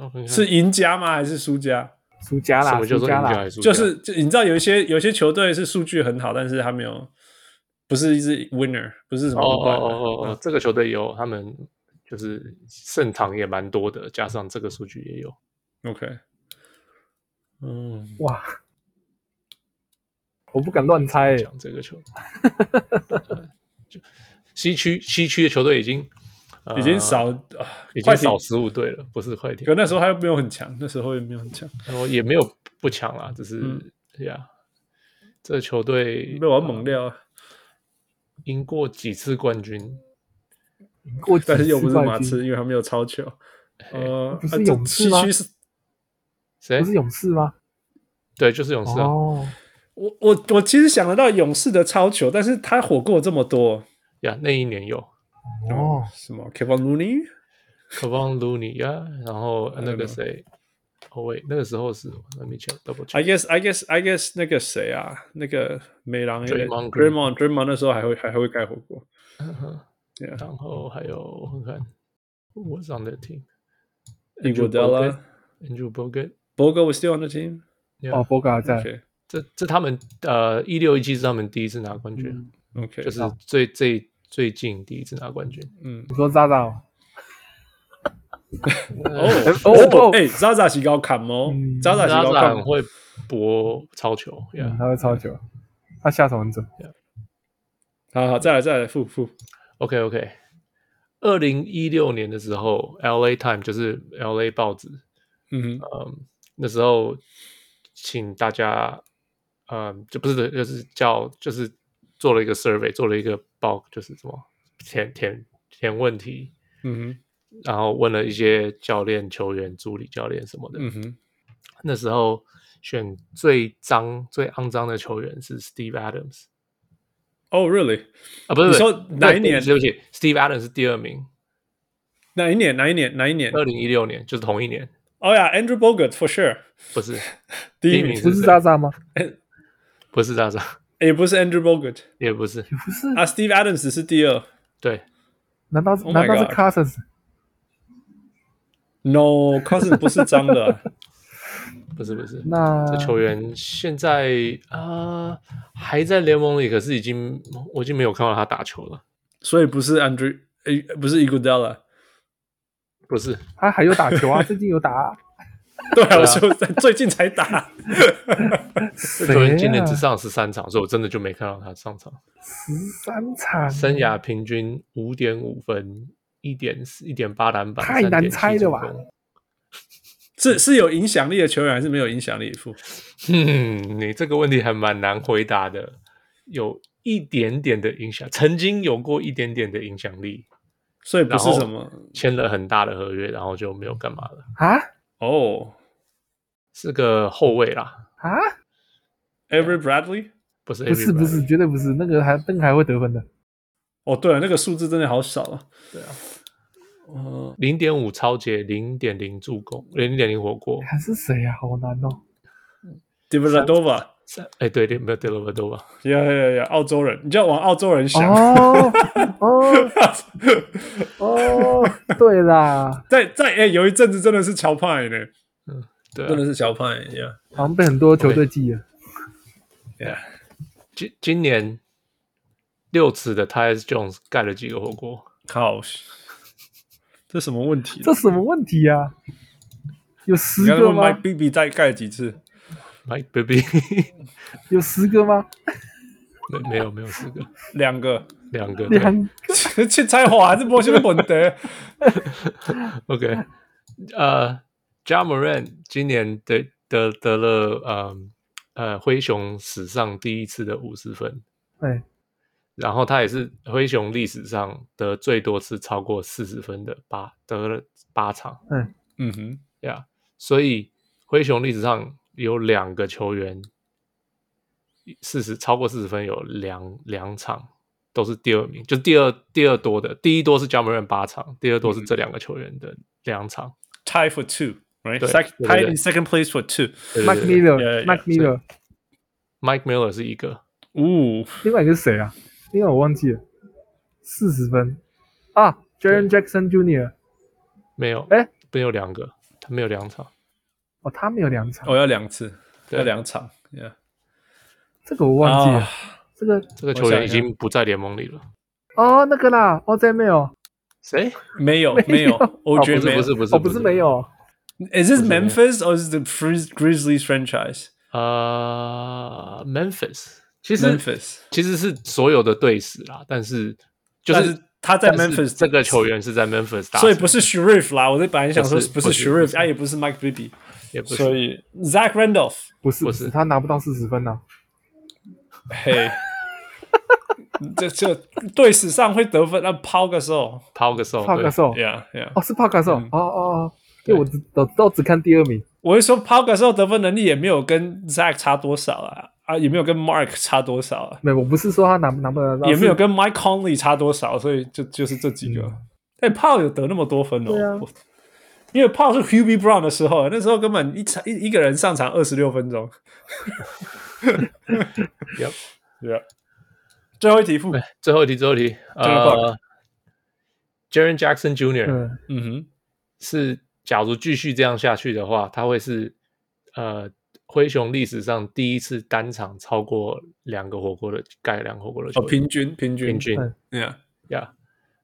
[SPEAKER 3] 我看看
[SPEAKER 1] 是赢家吗？还是输家？
[SPEAKER 2] 输家
[SPEAKER 3] 什
[SPEAKER 2] 啦，
[SPEAKER 3] 么叫
[SPEAKER 2] 输
[SPEAKER 3] 做赢
[SPEAKER 2] 家
[SPEAKER 3] 家
[SPEAKER 2] 啦，
[SPEAKER 3] 还是输家？
[SPEAKER 1] 就是就你知道有一些有些球队是数据很好，但是他没有不是一支 winner，不是什
[SPEAKER 3] 哦
[SPEAKER 1] 么
[SPEAKER 3] 哦
[SPEAKER 1] 五百
[SPEAKER 3] 哦哦哦，这个球队有他们就是胜场也蛮多的，加上这个数据也有。
[SPEAKER 1] OK，嗯，
[SPEAKER 2] 哇，我不敢乱猜欸，
[SPEAKER 3] 讲这个球队， 呃就西区西区的球队已经、呃
[SPEAKER 1] 已经少、啊，
[SPEAKER 3] 已
[SPEAKER 1] 快
[SPEAKER 3] 经
[SPEAKER 1] 艇
[SPEAKER 3] 少，十五队了，不是快艇
[SPEAKER 1] 可，那时候他又没有很强，那时候也没有很强，
[SPEAKER 3] 然后也没有不强啦，只是
[SPEAKER 1] 嗯
[SPEAKER 3] 呀、这个球队
[SPEAKER 1] 被我猛料啊，
[SPEAKER 3] 赢过几次冠军，
[SPEAKER 2] 过
[SPEAKER 1] 但是又
[SPEAKER 2] 几
[SPEAKER 1] 不
[SPEAKER 2] 次
[SPEAKER 1] 是
[SPEAKER 2] 冠
[SPEAKER 1] 马
[SPEAKER 2] 军
[SPEAKER 1] 刺，因为他没有超球，呃，
[SPEAKER 2] 不是
[SPEAKER 1] 啊这
[SPEAKER 2] 勇士吗
[SPEAKER 1] 西区是
[SPEAKER 3] 谁
[SPEAKER 2] 不？是勇士
[SPEAKER 1] 啊
[SPEAKER 2] 吗？
[SPEAKER 3] 对，就是勇士啊。
[SPEAKER 2] 哦，
[SPEAKER 1] 我我我其实想得到勇士的超球，但是他火过这么多
[SPEAKER 3] 呀那一年有
[SPEAKER 2] 哦，
[SPEAKER 1] 什么 Kevin Looney
[SPEAKER 3] Kevon Looney 呀，然后
[SPEAKER 1] I don't
[SPEAKER 3] 那个
[SPEAKER 1] know
[SPEAKER 3] 谁，哦喂，那个时候是 Let me check double check。
[SPEAKER 1] I guess I guess I guess 那个谁啊，那个美狼
[SPEAKER 3] Draymond
[SPEAKER 1] d r a
[SPEAKER 3] Green
[SPEAKER 1] m o n d r a m o n 那时候还会还还会盖火锅，
[SPEAKER 3] 嗯哼
[SPEAKER 1] 对啊
[SPEAKER 3] 然后还有我看看，Who was on the team？
[SPEAKER 1] i g u
[SPEAKER 3] Andrew
[SPEAKER 1] o d a l
[SPEAKER 3] Bogut
[SPEAKER 1] a
[SPEAKER 3] Andrew Bogut。
[SPEAKER 1] Boga was still on the team。啊
[SPEAKER 2] 哦，博格在
[SPEAKER 1] OK
[SPEAKER 3] 这这他们呃一六一七是他们第一次拿冠
[SPEAKER 2] 嗯
[SPEAKER 3] 军，
[SPEAKER 1] OK，
[SPEAKER 3] 就是最最最近第一次拿冠军。
[SPEAKER 1] 嗯
[SPEAKER 2] 你说渣渣哦，
[SPEAKER 1] 哦
[SPEAKER 2] 哦哦
[SPEAKER 1] 哦哎，Zaza 是高砍哦
[SPEAKER 2] 嗯
[SPEAKER 1] ，Zaza 是
[SPEAKER 3] 拉
[SPEAKER 1] 高
[SPEAKER 3] 扎很
[SPEAKER 1] 砍，
[SPEAKER 3] 会搏超球
[SPEAKER 2] 嗯，
[SPEAKER 3] ，Yeah。
[SPEAKER 2] 他会超球，他下手很准。
[SPEAKER 1] 好好再来再来复复
[SPEAKER 3] OK OK，二零一六年的时候，LA Time 就是 LA 报纸，
[SPEAKER 1] 嗯哼
[SPEAKER 3] 嗯，那时候请大家，嗯，就不是就是叫就是做了一个 survey，做了一个报，就是什么填填填问题，
[SPEAKER 1] 嗯
[SPEAKER 3] 然后问了一些教练、球员、助理教练什么
[SPEAKER 1] 哼
[SPEAKER 3] 的。
[SPEAKER 1] 嗯哼
[SPEAKER 3] 那时候选最脏、最肮脏的球员是 Steve Adams
[SPEAKER 1] 哦，Really
[SPEAKER 3] 啊，不是
[SPEAKER 1] 你
[SPEAKER 3] 不是
[SPEAKER 1] 说哪一年
[SPEAKER 3] 对不起对不起，Steve Adams 是第二名，
[SPEAKER 1] 哪一年哪一年哪一年？
[SPEAKER 3] 二零一六年就是同一年，
[SPEAKER 1] 哦呀，Andrew Bogut for sure，
[SPEAKER 3] 不是
[SPEAKER 1] 第一
[SPEAKER 3] 一名
[SPEAKER 1] 名
[SPEAKER 3] 是
[SPEAKER 2] 不是渣渣吗？
[SPEAKER 3] 不是这样子，
[SPEAKER 1] 也不是 Andrew Bogut
[SPEAKER 3] 也不是，
[SPEAKER 2] 不是？
[SPEAKER 1] 啊，Steve Adams 只是第二
[SPEAKER 3] 对，
[SPEAKER 2] 难道是
[SPEAKER 1] Oh my
[SPEAKER 2] 难道是
[SPEAKER 1] God
[SPEAKER 2] Cousins？
[SPEAKER 1] ，No Cousin 不是脏的啊，
[SPEAKER 3] 不是不是，
[SPEAKER 2] 那
[SPEAKER 3] 这球员现在啊、呃还在联盟里，可是已经我已经没有看到他打球了。
[SPEAKER 1] 所以不是 Andrew，诶，不是 Iguodala。
[SPEAKER 3] 不是，
[SPEAKER 2] 他还有打球啊，最近有打啊、
[SPEAKER 1] 对啊，我说在最近才打，
[SPEAKER 3] 这
[SPEAKER 2] 谁
[SPEAKER 3] 球员今年
[SPEAKER 2] 啊
[SPEAKER 3] 只上十三场，所以我真的就没看到他上场。
[SPEAKER 2] 十三场，
[SPEAKER 3] 生涯平均五点五分，一点一点八篮板，
[SPEAKER 2] 太难猜了吧
[SPEAKER 3] 3.7助攻？
[SPEAKER 1] 是是有影响力的球员还是没有影响力？傅，
[SPEAKER 3] 嗯，你这个问题还蛮难回答的，有一点点的影响，曾经有过一点点的影响力，
[SPEAKER 1] 所以不是
[SPEAKER 3] 然后
[SPEAKER 1] 什么
[SPEAKER 3] 签了很大的合约，然后就没有干嘛了。
[SPEAKER 2] 啊
[SPEAKER 1] 哦
[SPEAKER 3] 是个后卫啦，
[SPEAKER 2] 啊！
[SPEAKER 1] ，Every Bradley。
[SPEAKER 3] 不是
[SPEAKER 2] 不是
[SPEAKER 3] everybody
[SPEAKER 2] 不是，，绝对不是，那个还那个还会得分的，
[SPEAKER 1] 哦，对了，那个数字真的好少啊。
[SPEAKER 3] 对啊，
[SPEAKER 1] 呃，
[SPEAKER 3] 零点五超节，零点零助攻，零点零火锅，
[SPEAKER 2] 还是谁啊？好难哦！
[SPEAKER 1] d i v i d a d o v a
[SPEAKER 3] 三哎对，没有对了，对吧？
[SPEAKER 1] 呀呀呀，澳洲人，你就要往澳洲人想。
[SPEAKER 2] 哦哦哦，对啦，
[SPEAKER 1] 在在哎，有一阵子真的是乔派呢，
[SPEAKER 3] 对啊
[SPEAKER 1] 真，的是乔派呀。
[SPEAKER 2] 好像被很多球队记了。
[SPEAKER 3] 今今年六尺的 t y s Jones 盖了几个火锅？
[SPEAKER 1] 靠，这什么问题？
[SPEAKER 2] 这什么问题啊？有十
[SPEAKER 1] 你刚
[SPEAKER 2] 个
[SPEAKER 1] 问 Mike
[SPEAKER 2] 吗？
[SPEAKER 1] Bibby 再盖几次？
[SPEAKER 3] 来，baby，
[SPEAKER 2] 有十个吗？
[SPEAKER 3] 没没有没有四个，
[SPEAKER 1] 两个。
[SPEAKER 3] 两个对
[SPEAKER 2] 两
[SPEAKER 1] 切才华还是波西本德？
[SPEAKER 3] OK，呃 j a m a r a n 今年得得得了呃呃灰熊史上第一次的五十分，
[SPEAKER 2] 哎，
[SPEAKER 3] 然后他也是灰熊历史上得最多次超过四十分的八得了八场
[SPEAKER 1] 嗯哼，
[SPEAKER 3] 呀所以灰熊历史上有两个球员四十超过四十分有两两场都是第二名，就第二第二多的，第一多是 j a m a r a n 八场，第二多是这两个球员的两场。
[SPEAKER 1] tie for two, right?
[SPEAKER 3] 对
[SPEAKER 1] Sec-
[SPEAKER 3] 对对
[SPEAKER 1] tie
[SPEAKER 3] 对
[SPEAKER 1] in second place for two.
[SPEAKER 3] 对对
[SPEAKER 2] Mike
[SPEAKER 3] 对对
[SPEAKER 1] Yeah, yeah,
[SPEAKER 2] Miller，Mike Miller，
[SPEAKER 3] Mike Miller 是一个，
[SPEAKER 1] 呜，
[SPEAKER 2] 另外一个是谁啊？另外我忘记了，四十分啊，Jaren Jackson Jr.
[SPEAKER 3] 没有，
[SPEAKER 2] 哎，
[SPEAKER 3] 没有两个，他没有两场，
[SPEAKER 2] 哦，他没有两场，
[SPEAKER 1] 我要两次，
[SPEAKER 3] 对
[SPEAKER 1] 要两场。Yeah.
[SPEAKER 2] 这个我忘记了
[SPEAKER 1] 啊。
[SPEAKER 2] 这个
[SPEAKER 3] 这个
[SPEAKER 1] 我
[SPEAKER 3] 球员
[SPEAKER 1] 想
[SPEAKER 3] 已
[SPEAKER 1] 一下
[SPEAKER 3] 经不在联盟里了。
[SPEAKER 2] 哦，那个啦 o z m a i l
[SPEAKER 3] 谁？
[SPEAKER 1] 没 有
[SPEAKER 2] 没
[SPEAKER 1] 没
[SPEAKER 2] 有
[SPEAKER 1] 有，我觉
[SPEAKER 3] 不
[SPEAKER 1] 得
[SPEAKER 3] 是
[SPEAKER 1] 没有。
[SPEAKER 3] 不是不是，
[SPEAKER 2] 哦，不是没有，
[SPEAKER 1] Is this
[SPEAKER 3] 不是没有
[SPEAKER 1] Memphis or is the Frizz- Grizzlies franchise?
[SPEAKER 3] 呃，Memphis 其实
[SPEAKER 1] Memphis，
[SPEAKER 3] 其实是所有的队史啦，但是就
[SPEAKER 1] 但
[SPEAKER 3] 是
[SPEAKER 1] 是他在
[SPEAKER 3] 但是
[SPEAKER 1] Memphis
[SPEAKER 3] 这个球员是在 Memphis 打成的，
[SPEAKER 1] 所以不是 Sharif 啦。我在本来想说
[SPEAKER 3] 不是
[SPEAKER 1] 不是
[SPEAKER 3] 不是
[SPEAKER 1] Sharif，
[SPEAKER 3] 不是
[SPEAKER 1] 啊也不是 Mike Bibby，
[SPEAKER 3] 也不
[SPEAKER 1] 所
[SPEAKER 3] 是
[SPEAKER 1] 以 Zach Randolph，
[SPEAKER 2] 不是
[SPEAKER 3] 不
[SPEAKER 2] 不
[SPEAKER 3] 是
[SPEAKER 2] 是，他拿不到四十分啊呐。
[SPEAKER 1] 嘿， 这这队史上会得分，那抛个手
[SPEAKER 3] p 个手，
[SPEAKER 2] 帕卡兽，
[SPEAKER 1] 哦，Yeah Yeah。
[SPEAKER 2] 哦，是帕卡兽，哦
[SPEAKER 1] 嗯
[SPEAKER 2] 哦哦，
[SPEAKER 3] 对
[SPEAKER 2] 因为我只都都只看第二名，
[SPEAKER 1] 我是说 p a u k 时候得分能力也没有跟 Zach 差多少啊，啊，也没有跟 Mark 差多少啊，
[SPEAKER 2] 没有，我不是说他拿拿不拿得到，
[SPEAKER 1] 也没有
[SPEAKER 2] 是
[SPEAKER 1] 跟 Mike Conley 差多少，所以就就是这几个。哎、p a u 有得那么多分哦，
[SPEAKER 2] 嗯对啊
[SPEAKER 1] 我因为 p a u 是 Hubie Brown 的时候，啊那时候根本一场一一个人上场二十六分 钟。
[SPEAKER 3] Yep
[SPEAKER 1] 对啊。最后一题负，
[SPEAKER 3] 对最后一题，最后一题，呃
[SPEAKER 1] Clark
[SPEAKER 3] ，Jaren Jackson Jr.
[SPEAKER 2] 嗯，
[SPEAKER 1] 嗯哼，
[SPEAKER 3] 是，假如继续这样下去的话，他会是呃灰熊历史上第一次单场超过两个火锅的盖两个火锅的球
[SPEAKER 1] 哦，
[SPEAKER 3] 员
[SPEAKER 1] 平均平均
[SPEAKER 3] 平均
[SPEAKER 2] 嗯
[SPEAKER 1] ，Yeah，
[SPEAKER 3] 呀。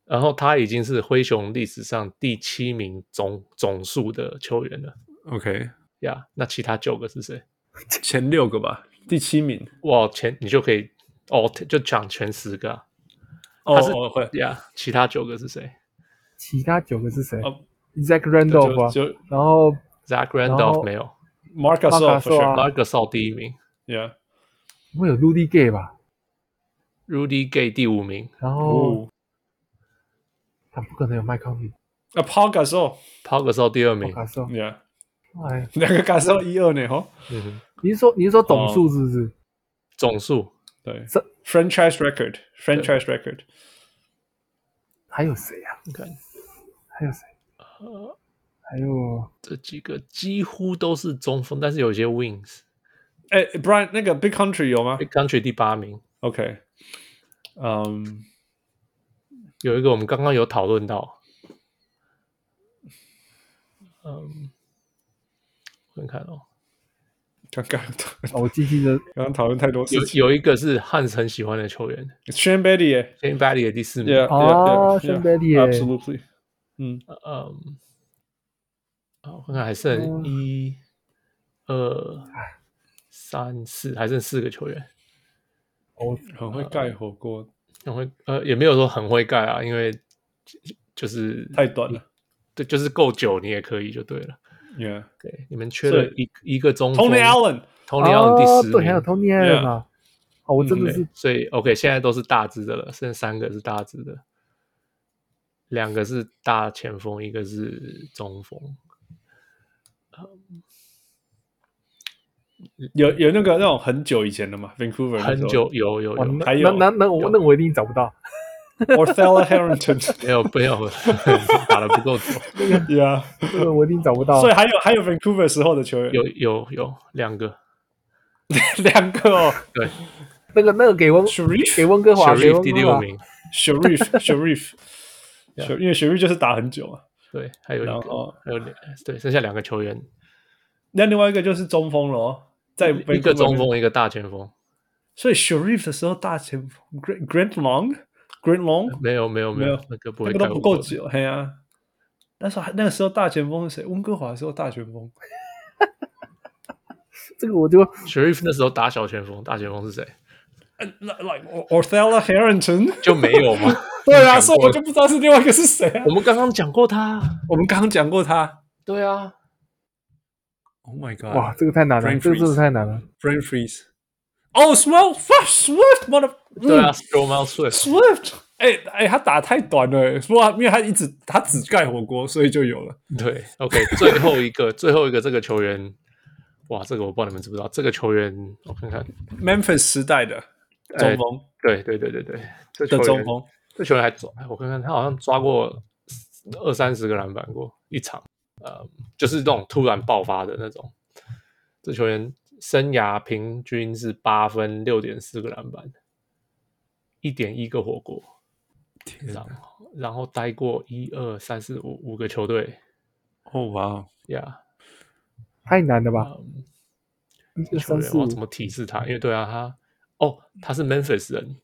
[SPEAKER 3] 然后他已经是灰熊历史上第七名总总数的球员了
[SPEAKER 1] OK，
[SPEAKER 3] 呀。那其他九个是谁？
[SPEAKER 1] 前六个吧，第七名。
[SPEAKER 3] 哇，前你就可以哦，就讲前十个啊
[SPEAKER 1] 哦
[SPEAKER 3] 他是
[SPEAKER 1] 哦会，
[SPEAKER 3] 呀。其他九个是谁
[SPEAKER 2] 其他九个是谁
[SPEAKER 1] 哦
[SPEAKER 2] ？Zach
[SPEAKER 1] 就
[SPEAKER 2] Randolph 啊，
[SPEAKER 1] 就
[SPEAKER 2] 然后
[SPEAKER 3] ？Zach
[SPEAKER 2] 然后
[SPEAKER 3] Randolph 没有
[SPEAKER 1] Marcus off，
[SPEAKER 2] Marc Gasol 啊
[SPEAKER 3] m a r g a s o l 第一名
[SPEAKER 1] ，Yeah，
[SPEAKER 2] 不会有 Rudy Gay 吧，
[SPEAKER 3] ，Rudy Gay 第五名
[SPEAKER 2] 然后
[SPEAKER 1] 哦，
[SPEAKER 2] 他不可能有麦康比，
[SPEAKER 1] 那 p a u k 时候
[SPEAKER 3] p a u g a s o l 第二
[SPEAKER 2] 帕
[SPEAKER 3] 名，
[SPEAKER 2] 卡兽，
[SPEAKER 1] ，Yeah。
[SPEAKER 2] 哎，
[SPEAKER 1] 两个感受一二呢，吼，
[SPEAKER 3] 嗯哼，
[SPEAKER 2] 你是说你是说总
[SPEAKER 1] 哦
[SPEAKER 2] 数是不是？
[SPEAKER 3] 总数
[SPEAKER 1] 对
[SPEAKER 2] 这
[SPEAKER 1] ，franchise record，franchise record，
[SPEAKER 2] 还有谁啊？
[SPEAKER 3] 你看
[SPEAKER 2] 还有谁？还有
[SPEAKER 1] 呃
[SPEAKER 2] 哦
[SPEAKER 3] 这几个几乎都是中锋，但是有一些 wings，
[SPEAKER 1] 哎、b r i a n 那个 Big Country 有吗
[SPEAKER 3] Big Country 第八名，
[SPEAKER 1] ？OK，嗯，
[SPEAKER 3] 有一个我们刚刚有讨论到，嗯，我看看哦，
[SPEAKER 1] 刚刚
[SPEAKER 2] 哦我记记得
[SPEAKER 1] 刚刚讨论太多事
[SPEAKER 3] 有
[SPEAKER 1] 情。
[SPEAKER 3] 有一个是汉森喜欢的球员
[SPEAKER 1] Shane Betty 耶
[SPEAKER 3] j a m e b a d d y 的第四名，
[SPEAKER 1] ，Yeah，
[SPEAKER 2] 哦
[SPEAKER 1] yeah，yeah，yeah，
[SPEAKER 2] ，Shane Batty 耶
[SPEAKER 1] absolutely，嗯，
[SPEAKER 3] 嗯，啊我看看还剩
[SPEAKER 2] 嗯
[SPEAKER 3] 一、二、三、四，还剩四个球员，
[SPEAKER 2] 哦，
[SPEAKER 1] 很会盖火锅，
[SPEAKER 3] 很会呃也没有说很会盖啊，因为就就是
[SPEAKER 1] 太短了
[SPEAKER 3] 对，就是够久你也可以就对了。
[SPEAKER 1] ，Yeah，Tony
[SPEAKER 3] 对，你们缺了一一个中锋
[SPEAKER 1] Allen，
[SPEAKER 3] Tony Allen 第十
[SPEAKER 2] 哦
[SPEAKER 3] 名，
[SPEAKER 2] 对，还有 Tony Allen 嘛？哦，我真
[SPEAKER 1] 嗯
[SPEAKER 2] 的
[SPEAKER 3] 对
[SPEAKER 2] 是
[SPEAKER 3] 所以 OK，现在都是大只的了，剩三个是大只的，两个是大前锋，一个是中锋。
[SPEAKER 1] 有有那个那种很久以前的嘛，Vancouver 那时候
[SPEAKER 3] 很久有有
[SPEAKER 2] 哇，
[SPEAKER 3] 有，
[SPEAKER 2] 那
[SPEAKER 1] 还有
[SPEAKER 2] 那那那我那我一定找不到，
[SPEAKER 1] ，Orthella Harrington，Yeah，
[SPEAKER 3] 没有没有打的不够久，
[SPEAKER 2] 那个我一定找不 到
[SPEAKER 1] 所以。还有还有 Vancouver 时候的球员，
[SPEAKER 3] 有有有两个，
[SPEAKER 1] 两个哦
[SPEAKER 3] 对
[SPEAKER 2] 那个那个给温给
[SPEAKER 1] ，Sharif
[SPEAKER 2] 温哥华，给啊温
[SPEAKER 3] Sharif 第
[SPEAKER 2] 哥
[SPEAKER 3] 六
[SPEAKER 2] 华，
[SPEAKER 3] 名，
[SPEAKER 1] Sharif Sharif，
[SPEAKER 3] Yeah
[SPEAKER 1] 因为 Sharif 就是打很久嘛，
[SPEAKER 3] 对，还有一
[SPEAKER 1] 然
[SPEAKER 3] 个
[SPEAKER 1] 后
[SPEAKER 3] 还有两对，剩下两个球员，
[SPEAKER 1] 那另外一个就是中锋了哦，在
[SPEAKER 3] 一个
[SPEAKER 1] Vancouver
[SPEAKER 3] 中锋，一个大前锋，
[SPEAKER 1] 所以 Sharif 的时候大前锋 Grant Grant Long Grant Long
[SPEAKER 3] 没有没有没
[SPEAKER 1] 没
[SPEAKER 3] 有
[SPEAKER 1] 有，
[SPEAKER 3] 那个不
[SPEAKER 1] 那
[SPEAKER 3] 会
[SPEAKER 1] 个都
[SPEAKER 3] 盖
[SPEAKER 1] 不
[SPEAKER 3] 过
[SPEAKER 1] 够
[SPEAKER 3] 的，
[SPEAKER 1] 久，嘿呀、啊。那时候还那个时候大前锋是谁？温哥华的时候大前锋
[SPEAKER 2] 这个我就
[SPEAKER 3] Sharif 那时候打小前锋，大前锋是谁？
[SPEAKER 1] 呃，like like Orthella Harrington，？
[SPEAKER 3] 就没有吗
[SPEAKER 1] 对啊，
[SPEAKER 3] 你
[SPEAKER 1] 所以
[SPEAKER 3] 讲
[SPEAKER 1] 我
[SPEAKER 3] 过
[SPEAKER 1] 就不知道是另外一个是谁啊
[SPEAKER 3] 我。们刚刚讲过他，
[SPEAKER 1] 我们刚刚讲过他
[SPEAKER 3] 对啊，
[SPEAKER 1] ，Oh my God，
[SPEAKER 2] 哇，这个太难了，
[SPEAKER 1] Brain
[SPEAKER 2] 这个真的
[SPEAKER 1] freeze
[SPEAKER 2] 太难了。
[SPEAKER 1] brain freeze。哦，Swift fuck Swift mother，
[SPEAKER 3] 对啊 s t r o m a n Swift，
[SPEAKER 1] ，Swift，哎哎，他打太短了，不过因为他一直他只盖火锅，所以就有了。
[SPEAKER 3] 对，OK，最后一个，最后一个这个球员，哇，这个我不知道你们知不知道，这个球员我看看，
[SPEAKER 1] Memphis 时代的中锋
[SPEAKER 3] 对对对对对，这
[SPEAKER 1] 的
[SPEAKER 3] 球员
[SPEAKER 1] 中锋，
[SPEAKER 3] 这球员还抓，哎我看看他好像抓过二三十个篮板过一场，呃，就是那种突然爆发的那种。这球员生涯平均是八分六点四个篮板，一点一个火锅，
[SPEAKER 1] 天
[SPEAKER 3] 然后然后待过一二三四五五个球队
[SPEAKER 1] 哦哇，
[SPEAKER 3] 呀。
[SPEAKER 2] 太难了吧？一
[SPEAKER 3] 嗯这
[SPEAKER 2] 二
[SPEAKER 3] 球
[SPEAKER 2] 三
[SPEAKER 3] 员
[SPEAKER 2] 四
[SPEAKER 3] 我
[SPEAKER 2] 五
[SPEAKER 3] 要，怎么提示他？因为对啊，他哦，他是 Memphis 人，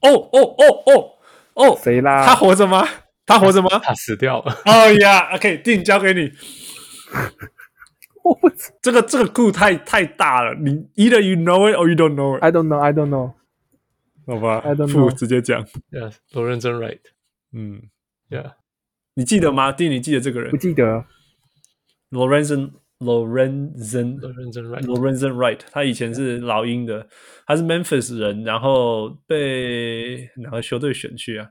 [SPEAKER 1] 哦哦哦哦哦，
[SPEAKER 2] 谁啦？
[SPEAKER 1] 他活着吗？他活着 吗？
[SPEAKER 3] 他死掉了。
[SPEAKER 1] 哦呀，OK，定交给你。
[SPEAKER 2] 我不知
[SPEAKER 1] 这个这个coup 太太大了，你 either you know it or you don't know it，
[SPEAKER 2] ，I don't know, I don't know。
[SPEAKER 1] 好吧
[SPEAKER 2] I don't？
[SPEAKER 1] 不
[SPEAKER 2] know
[SPEAKER 1] 直接讲，
[SPEAKER 3] Yeah，罗认真 right。
[SPEAKER 1] 嗯，
[SPEAKER 3] Yeah，
[SPEAKER 1] 你记得吗？定，你记得这个人
[SPEAKER 2] 不记得
[SPEAKER 1] Lorenzen Lorenzen
[SPEAKER 3] 罗认真 right。
[SPEAKER 1] Lorenzen Wright，他以前是老鹰的，他是 Memphis 人，然后被哪个球队选去啊？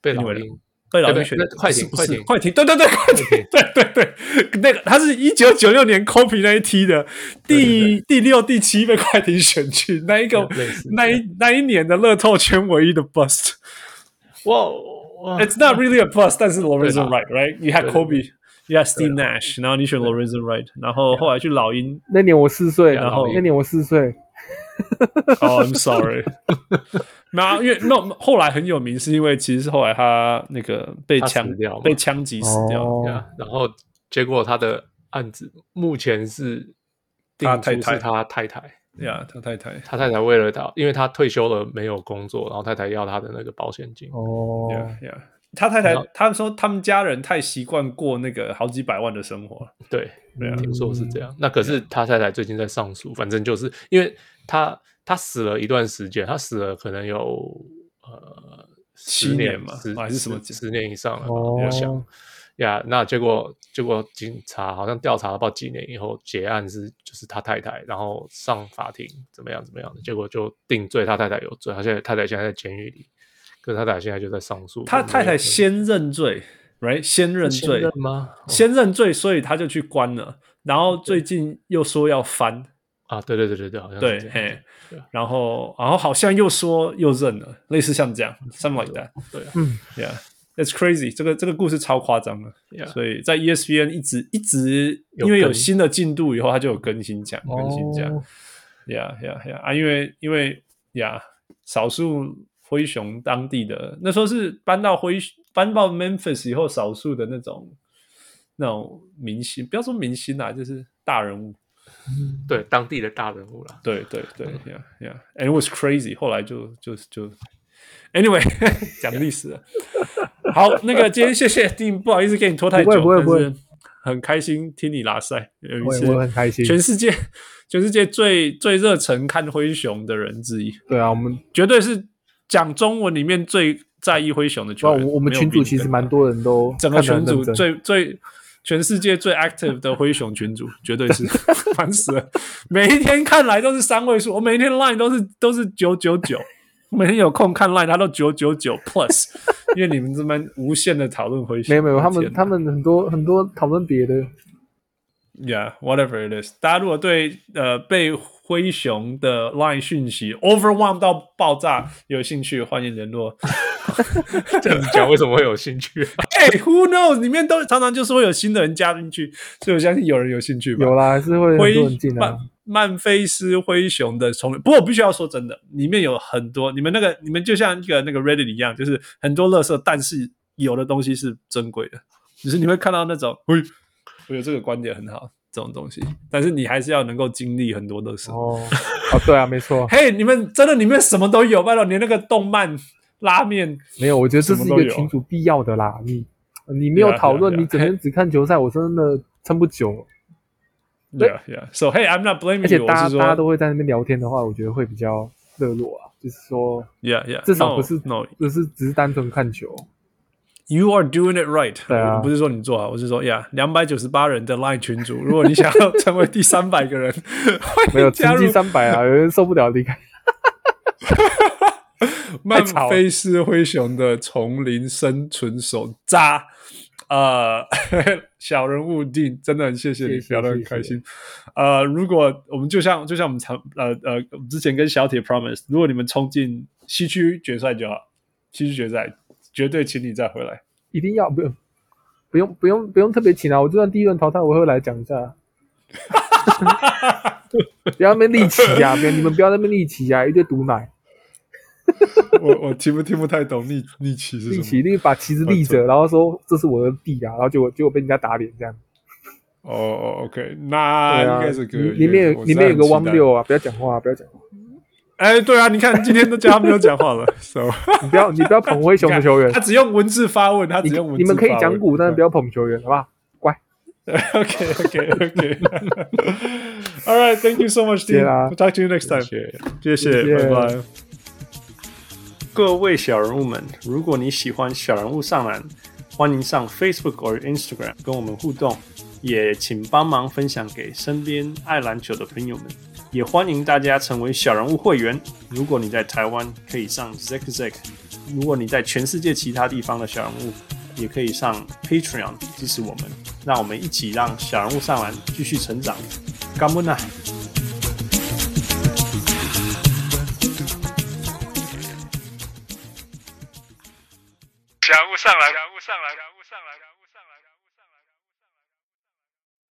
[SPEAKER 3] 被老
[SPEAKER 1] Anyway
[SPEAKER 3] 鹰
[SPEAKER 1] 被老鹰
[SPEAKER 3] 对对
[SPEAKER 1] 选
[SPEAKER 3] 那
[SPEAKER 1] 去，
[SPEAKER 3] 快
[SPEAKER 1] 是
[SPEAKER 3] 艇
[SPEAKER 1] 不
[SPEAKER 3] 快
[SPEAKER 1] 是
[SPEAKER 3] 艇
[SPEAKER 1] 快艇，对对对，快
[SPEAKER 3] 快
[SPEAKER 1] 艇
[SPEAKER 3] 艇，
[SPEAKER 1] 对 对对，那个他是一九九六年 Kobe 那一梯的第第六、第七被快艇选去，那一个
[SPEAKER 3] 对类似
[SPEAKER 1] 那一那一年的乐透圈唯一的 bust。
[SPEAKER 3] 哇哇
[SPEAKER 1] It's not really a plus，但是 Lorenzo
[SPEAKER 3] 对啦
[SPEAKER 1] Wright right you had
[SPEAKER 3] 对对
[SPEAKER 1] Kobe you had Steve Nash，然后你选 Lorenzo Wright，然后后来去老鹰。
[SPEAKER 2] 那年我四岁，
[SPEAKER 3] 然
[SPEAKER 1] 后
[SPEAKER 2] 那年我四岁，
[SPEAKER 1] 哦、i m sorry。那因为那后来很有名，是因为其实是后来他那个被
[SPEAKER 3] 他
[SPEAKER 1] 枪
[SPEAKER 3] 死掉嘛
[SPEAKER 1] 被枪击死掉了。
[SPEAKER 2] 哦，
[SPEAKER 3] 呀，然后结果他的案子目前是
[SPEAKER 1] 他
[SPEAKER 3] 定出
[SPEAKER 1] 太太
[SPEAKER 3] 是他太太，
[SPEAKER 1] 呀、他太太
[SPEAKER 3] 他太太为了他，因为他退休了没有工作，然后太太要他的那个保险金。
[SPEAKER 2] 哦，
[SPEAKER 1] 呀呀，他太太
[SPEAKER 3] 然后
[SPEAKER 1] 他们说他们家人太习惯过那个好几百万的生活了。
[SPEAKER 3] 对，
[SPEAKER 1] 对啊
[SPEAKER 3] 听说是这样。那可是他太太最近在上诉，反正就是因为他他死了一段时间，他死了可能有呃
[SPEAKER 1] 七
[SPEAKER 3] 10
[SPEAKER 1] 年
[SPEAKER 3] 年
[SPEAKER 1] 嘛
[SPEAKER 3] 十
[SPEAKER 1] 还是什么
[SPEAKER 3] 十十年以上了吧。
[SPEAKER 2] 哦
[SPEAKER 3] 我想呀那结果结果警察好像调查了，不知道几年以后结案是就是他太太，然后上法庭怎么样怎么样的，结果就定罪他太太有罪，他现在太太现在在监狱里，可是他太太现在就在上诉。
[SPEAKER 1] 他
[SPEAKER 3] 就没有
[SPEAKER 1] 太太
[SPEAKER 3] 可能
[SPEAKER 1] 先认罪，right？先认
[SPEAKER 3] 先
[SPEAKER 1] 罪
[SPEAKER 3] 认吗？哦
[SPEAKER 1] 先认罪，所以他就去关了。然后最近又说要翻，
[SPEAKER 3] 啊，对对对对对，好像是
[SPEAKER 1] 对
[SPEAKER 3] 这样
[SPEAKER 1] 嘿
[SPEAKER 3] 对啊
[SPEAKER 1] 然后然后好像又说又认了，类似像这样，something like that。
[SPEAKER 3] 嗯对啊，
[SPEAKER 2] 嗯，
[SPEAKER 1] Yeah, that's crazy. 这个这个故事超夸张的
[SPEAKER 3] Yeah
[SPEAKER 1] 所以在 E ESPN 一直一直
[SPEAKER 3] 有
[SPEAKER 1] 因为有
[SPEAKER 3] 更
[SPEAKER 1] 新的进度以后，它就有更新讲、更新讲。
[SPEAKER 2] 哦
[SPEAKER 1] 呀呀呀！啊，因为因为呀少数灰熊当地的那时候是搬到灰搬到 Memphis 以后，少数的那种那种明星，不要说明星啦，就是大人物。
[SPEAKER 3] 对当地的大人物啦。
[SPEAKER 1] 对对对，Yeah
[SPEAKER 2] 嗯
[SPEAKER 1] Yeah，and it was crazy。后来就就就，anyway，讲 历史了。好，那个今天谢谢丁，不好意思给你拖太久，
[SPEAKER 2] 不会不会不会，
[SPEAKER 1] 很开心听你拉赛，有一
[SPEAKER 2] 我
[SPEAKER 1] 次
[SPEAKER 2] 也我也很开心。
[SPEAKER 1] 全世界全世界最最热忱看灰熊的人之一，
[SPEAKER 2] 对啊，我们
[SPEAKER 1] 绝对是讲中文里面最在意灰熊的
[SPEAKER 2] 哇，
[SPEAKER 1] 球
[SPEAKER 2] 我
[SPEAKER 1] 员。
[SPEAKER 2] 们我们
[SPEAKER 1] 没有
[SPEAKER 2] 群
[SPEAKER 1] 比
[SPEAKER 2] 主
[SPEAKER 1] 你
[SPEAKER 2] 其实
[SPEAKER 1] 更
[SPEAKER 2] 蛮
[SPEAKER 1] 大
[SPEAKER 2] 多人都
[SPEAKER 1] 整个
[SPEAKER 2] 看得很
[SPEAKER 1] 群组
[SPEAKER 2] 认真
[SPEAKER 1] 最最全世界最 active 的灰熊群主，绝对是 烦死了。每一天看来都是三位数，我每一天 line 都是都是九九九，每天有空看 line 它都九九九 plus，因 为你们这边无限的讨论灰熊。
[SPEAKER 2] 没有没有，他
[SPEAKER 1] 我的
[SPEAKER 2] 们
[SPEAKER 1] 天哪
[SPEAKER 2] 他们很多很多讨论别的，
[SPEAKER 1] Yeah, whatever it is。大家如果对呃被灰熊的 Line 讯息 overwhelm 到爆炸有兴趣，欢迎联络。
[SPEAKER 3] 这样子讲为什么会有兴趣、啊？
[SPEAKER 1] 哎、w h o knows？里面都常常就是会有新的人加进去，所以我相信有人有兴趣吧。
[SPEAKER 2] 有啦，还是会很
[SPEAKER 1] 灰
[SPEAKER 2] 多人进啊来
[SPEAKER 1] 曼。曼菲斯灰熊的从，不过我必须要说真的，里面有很多你们那个你们就像一个那个 Reddit 一样，就是很多垃圾，但是有的东西是珍贵的，只是你会看到那种，喂，我觉得这个观点很好，这种东西，但是你还是要能够经历很多垃圾。
[SPEAKER 2] 哦，哦，对啊，没错，
[SPEAKER 1] 嘿、你们真的里面什么都有，拜托，连那个动漫、拉面，
[SPEAKER 2] 没有，我觉得这是一
[SPEAKER 1] 什么都
[SPEAKER 2] 个
[SPEAKER 1] 有
[SPEAKER 2] 群主必要的啦。你你没有
[SPEAKER 1] 对啊
[SPEAKER 2] 讨论，
[SPEAKER 1] 对啊
[SPEAKER 2] 你整天只看球赛，我真的撑不久。
[SPEAKER 1] 对啊，对啊。So hey, I'm not
[SPEAKER 2] 而
[SPEAKER 1] blaming
[SPEAKER 2] 且
[SPEAKER 1] you，我
[SPEAKER 2] 大
[SPEAKER 1] 是
[SPEAKER 2] 家
[SPEAKER 1] 说
[SPEAKER 2] 大家都会在那边聊天的话，我觉得会比较热络啊。就是说，
[SPEAKER 1] ，Yeah, yeah，
[SPEAKER 2] 至少不是
[SPEAKER 1] no, no
[SPEAKER 2] 不是只是单纯看球。
[SPEAKER 1] You are doing it right
[SPEAKER 2] 对啊
[SPEAKER 1] 我不是说你做好，我是说呀，两百九十八人的 Line 群组，如果你想要成为第三百 个人，欢
[SPEAKER 2] 没有
[SPEAKER 1] 迎加
[SPEAKER 2] 成绩
[SPEAKER 1] 入
[SPEAKER 2] 三百啊，有人受不了离开。
[SPEAKER 1] 曼
[SPEAKER 2] 吵了
[SPEAKER 1] 菲斯灰熊的丛林生存手札。呃， 小人物定真的很谢谢你，
[SPEAKER 2] 谢谢
[SPEAKER 1] 聊得很开心。呃，如果我们就像就像我们常呃呃我们之前跟小铁 promise，如果你们冲进西区决赛就好，西区决赛绝对请你再回 来。
[SPEAKER 2] 一定要不用不用不用不用特别请啊，我就算第一轮淘汰，我也会来讲一下。 不要那边立奇 呀、啊，别你们不要那边立奇呀、啊，一堆毒奶，
[SPEAKER 1] 我我听不听不太懂逆逆奇是什
[SPEAKER 2] 立
[SPEAKER 1] 么？
[SPEAKER 2] 奇立把旗子立着，然后说这是我的地啊，然后结果结果被人家打脸这样。
[SPEAKER 1] 哦哦，OK，那
[SPEAKER 2] 对啊，
[SPEAKER 1] 应该是可以。
[SPEAKER 2] 里里面有
[SPEAKER 1] 我
[SPEAKER 2] 里面有
[SPEAKER 1] 实在
[SPEAKER 2] 个
[SPEAKER 1] 很
[SPEAKER 2] 汪
[SPEAKER 1] 期待
[SPEAKER 2] 六啊，不要讲话、啊，不要讲话，
[SPEAKER 1] 哎，对啊，你看今天都叫他没有讲话 了，so
[SPEAKER 2] 你不要你不要捧灰熊的球 员
[SPEAKER 1] 他，只用文字发问，他
[SPEAKER 2] 你
[SPEAKER 1] 只用文字
[SPEAKER 2] 你们可以讲股，但是不
[SPEAKER 1] 要。
[SPEAKER 2] 要捧球员，好吧？
[SPEAKER 1] OK OK OK 。All right, thank you so much, Dean.
[SPEAKER 2] 谢啦
[SPEAKER 1] We'll talk to you next time. 谢谢，
[SPEAKER 2] 谢
[SPEAKER 1] 拜拜。各位小人物们，如果你喜欢小人物上篮，欢迎上 Facebook 或 Instagram 跟我们互动，也请帮忙分享给身边爱篮球的朋友们。也欢迎大家成为小人物会员。如果你在台湾，可以上 z a c z a c 如果你在全世界其他地方的小人物，也可以上 Patreon 支持我们。让我们一起让小人物上篮继续成长。干杯呐！
[SPEAKER 4] 小人物上来，小人物上来。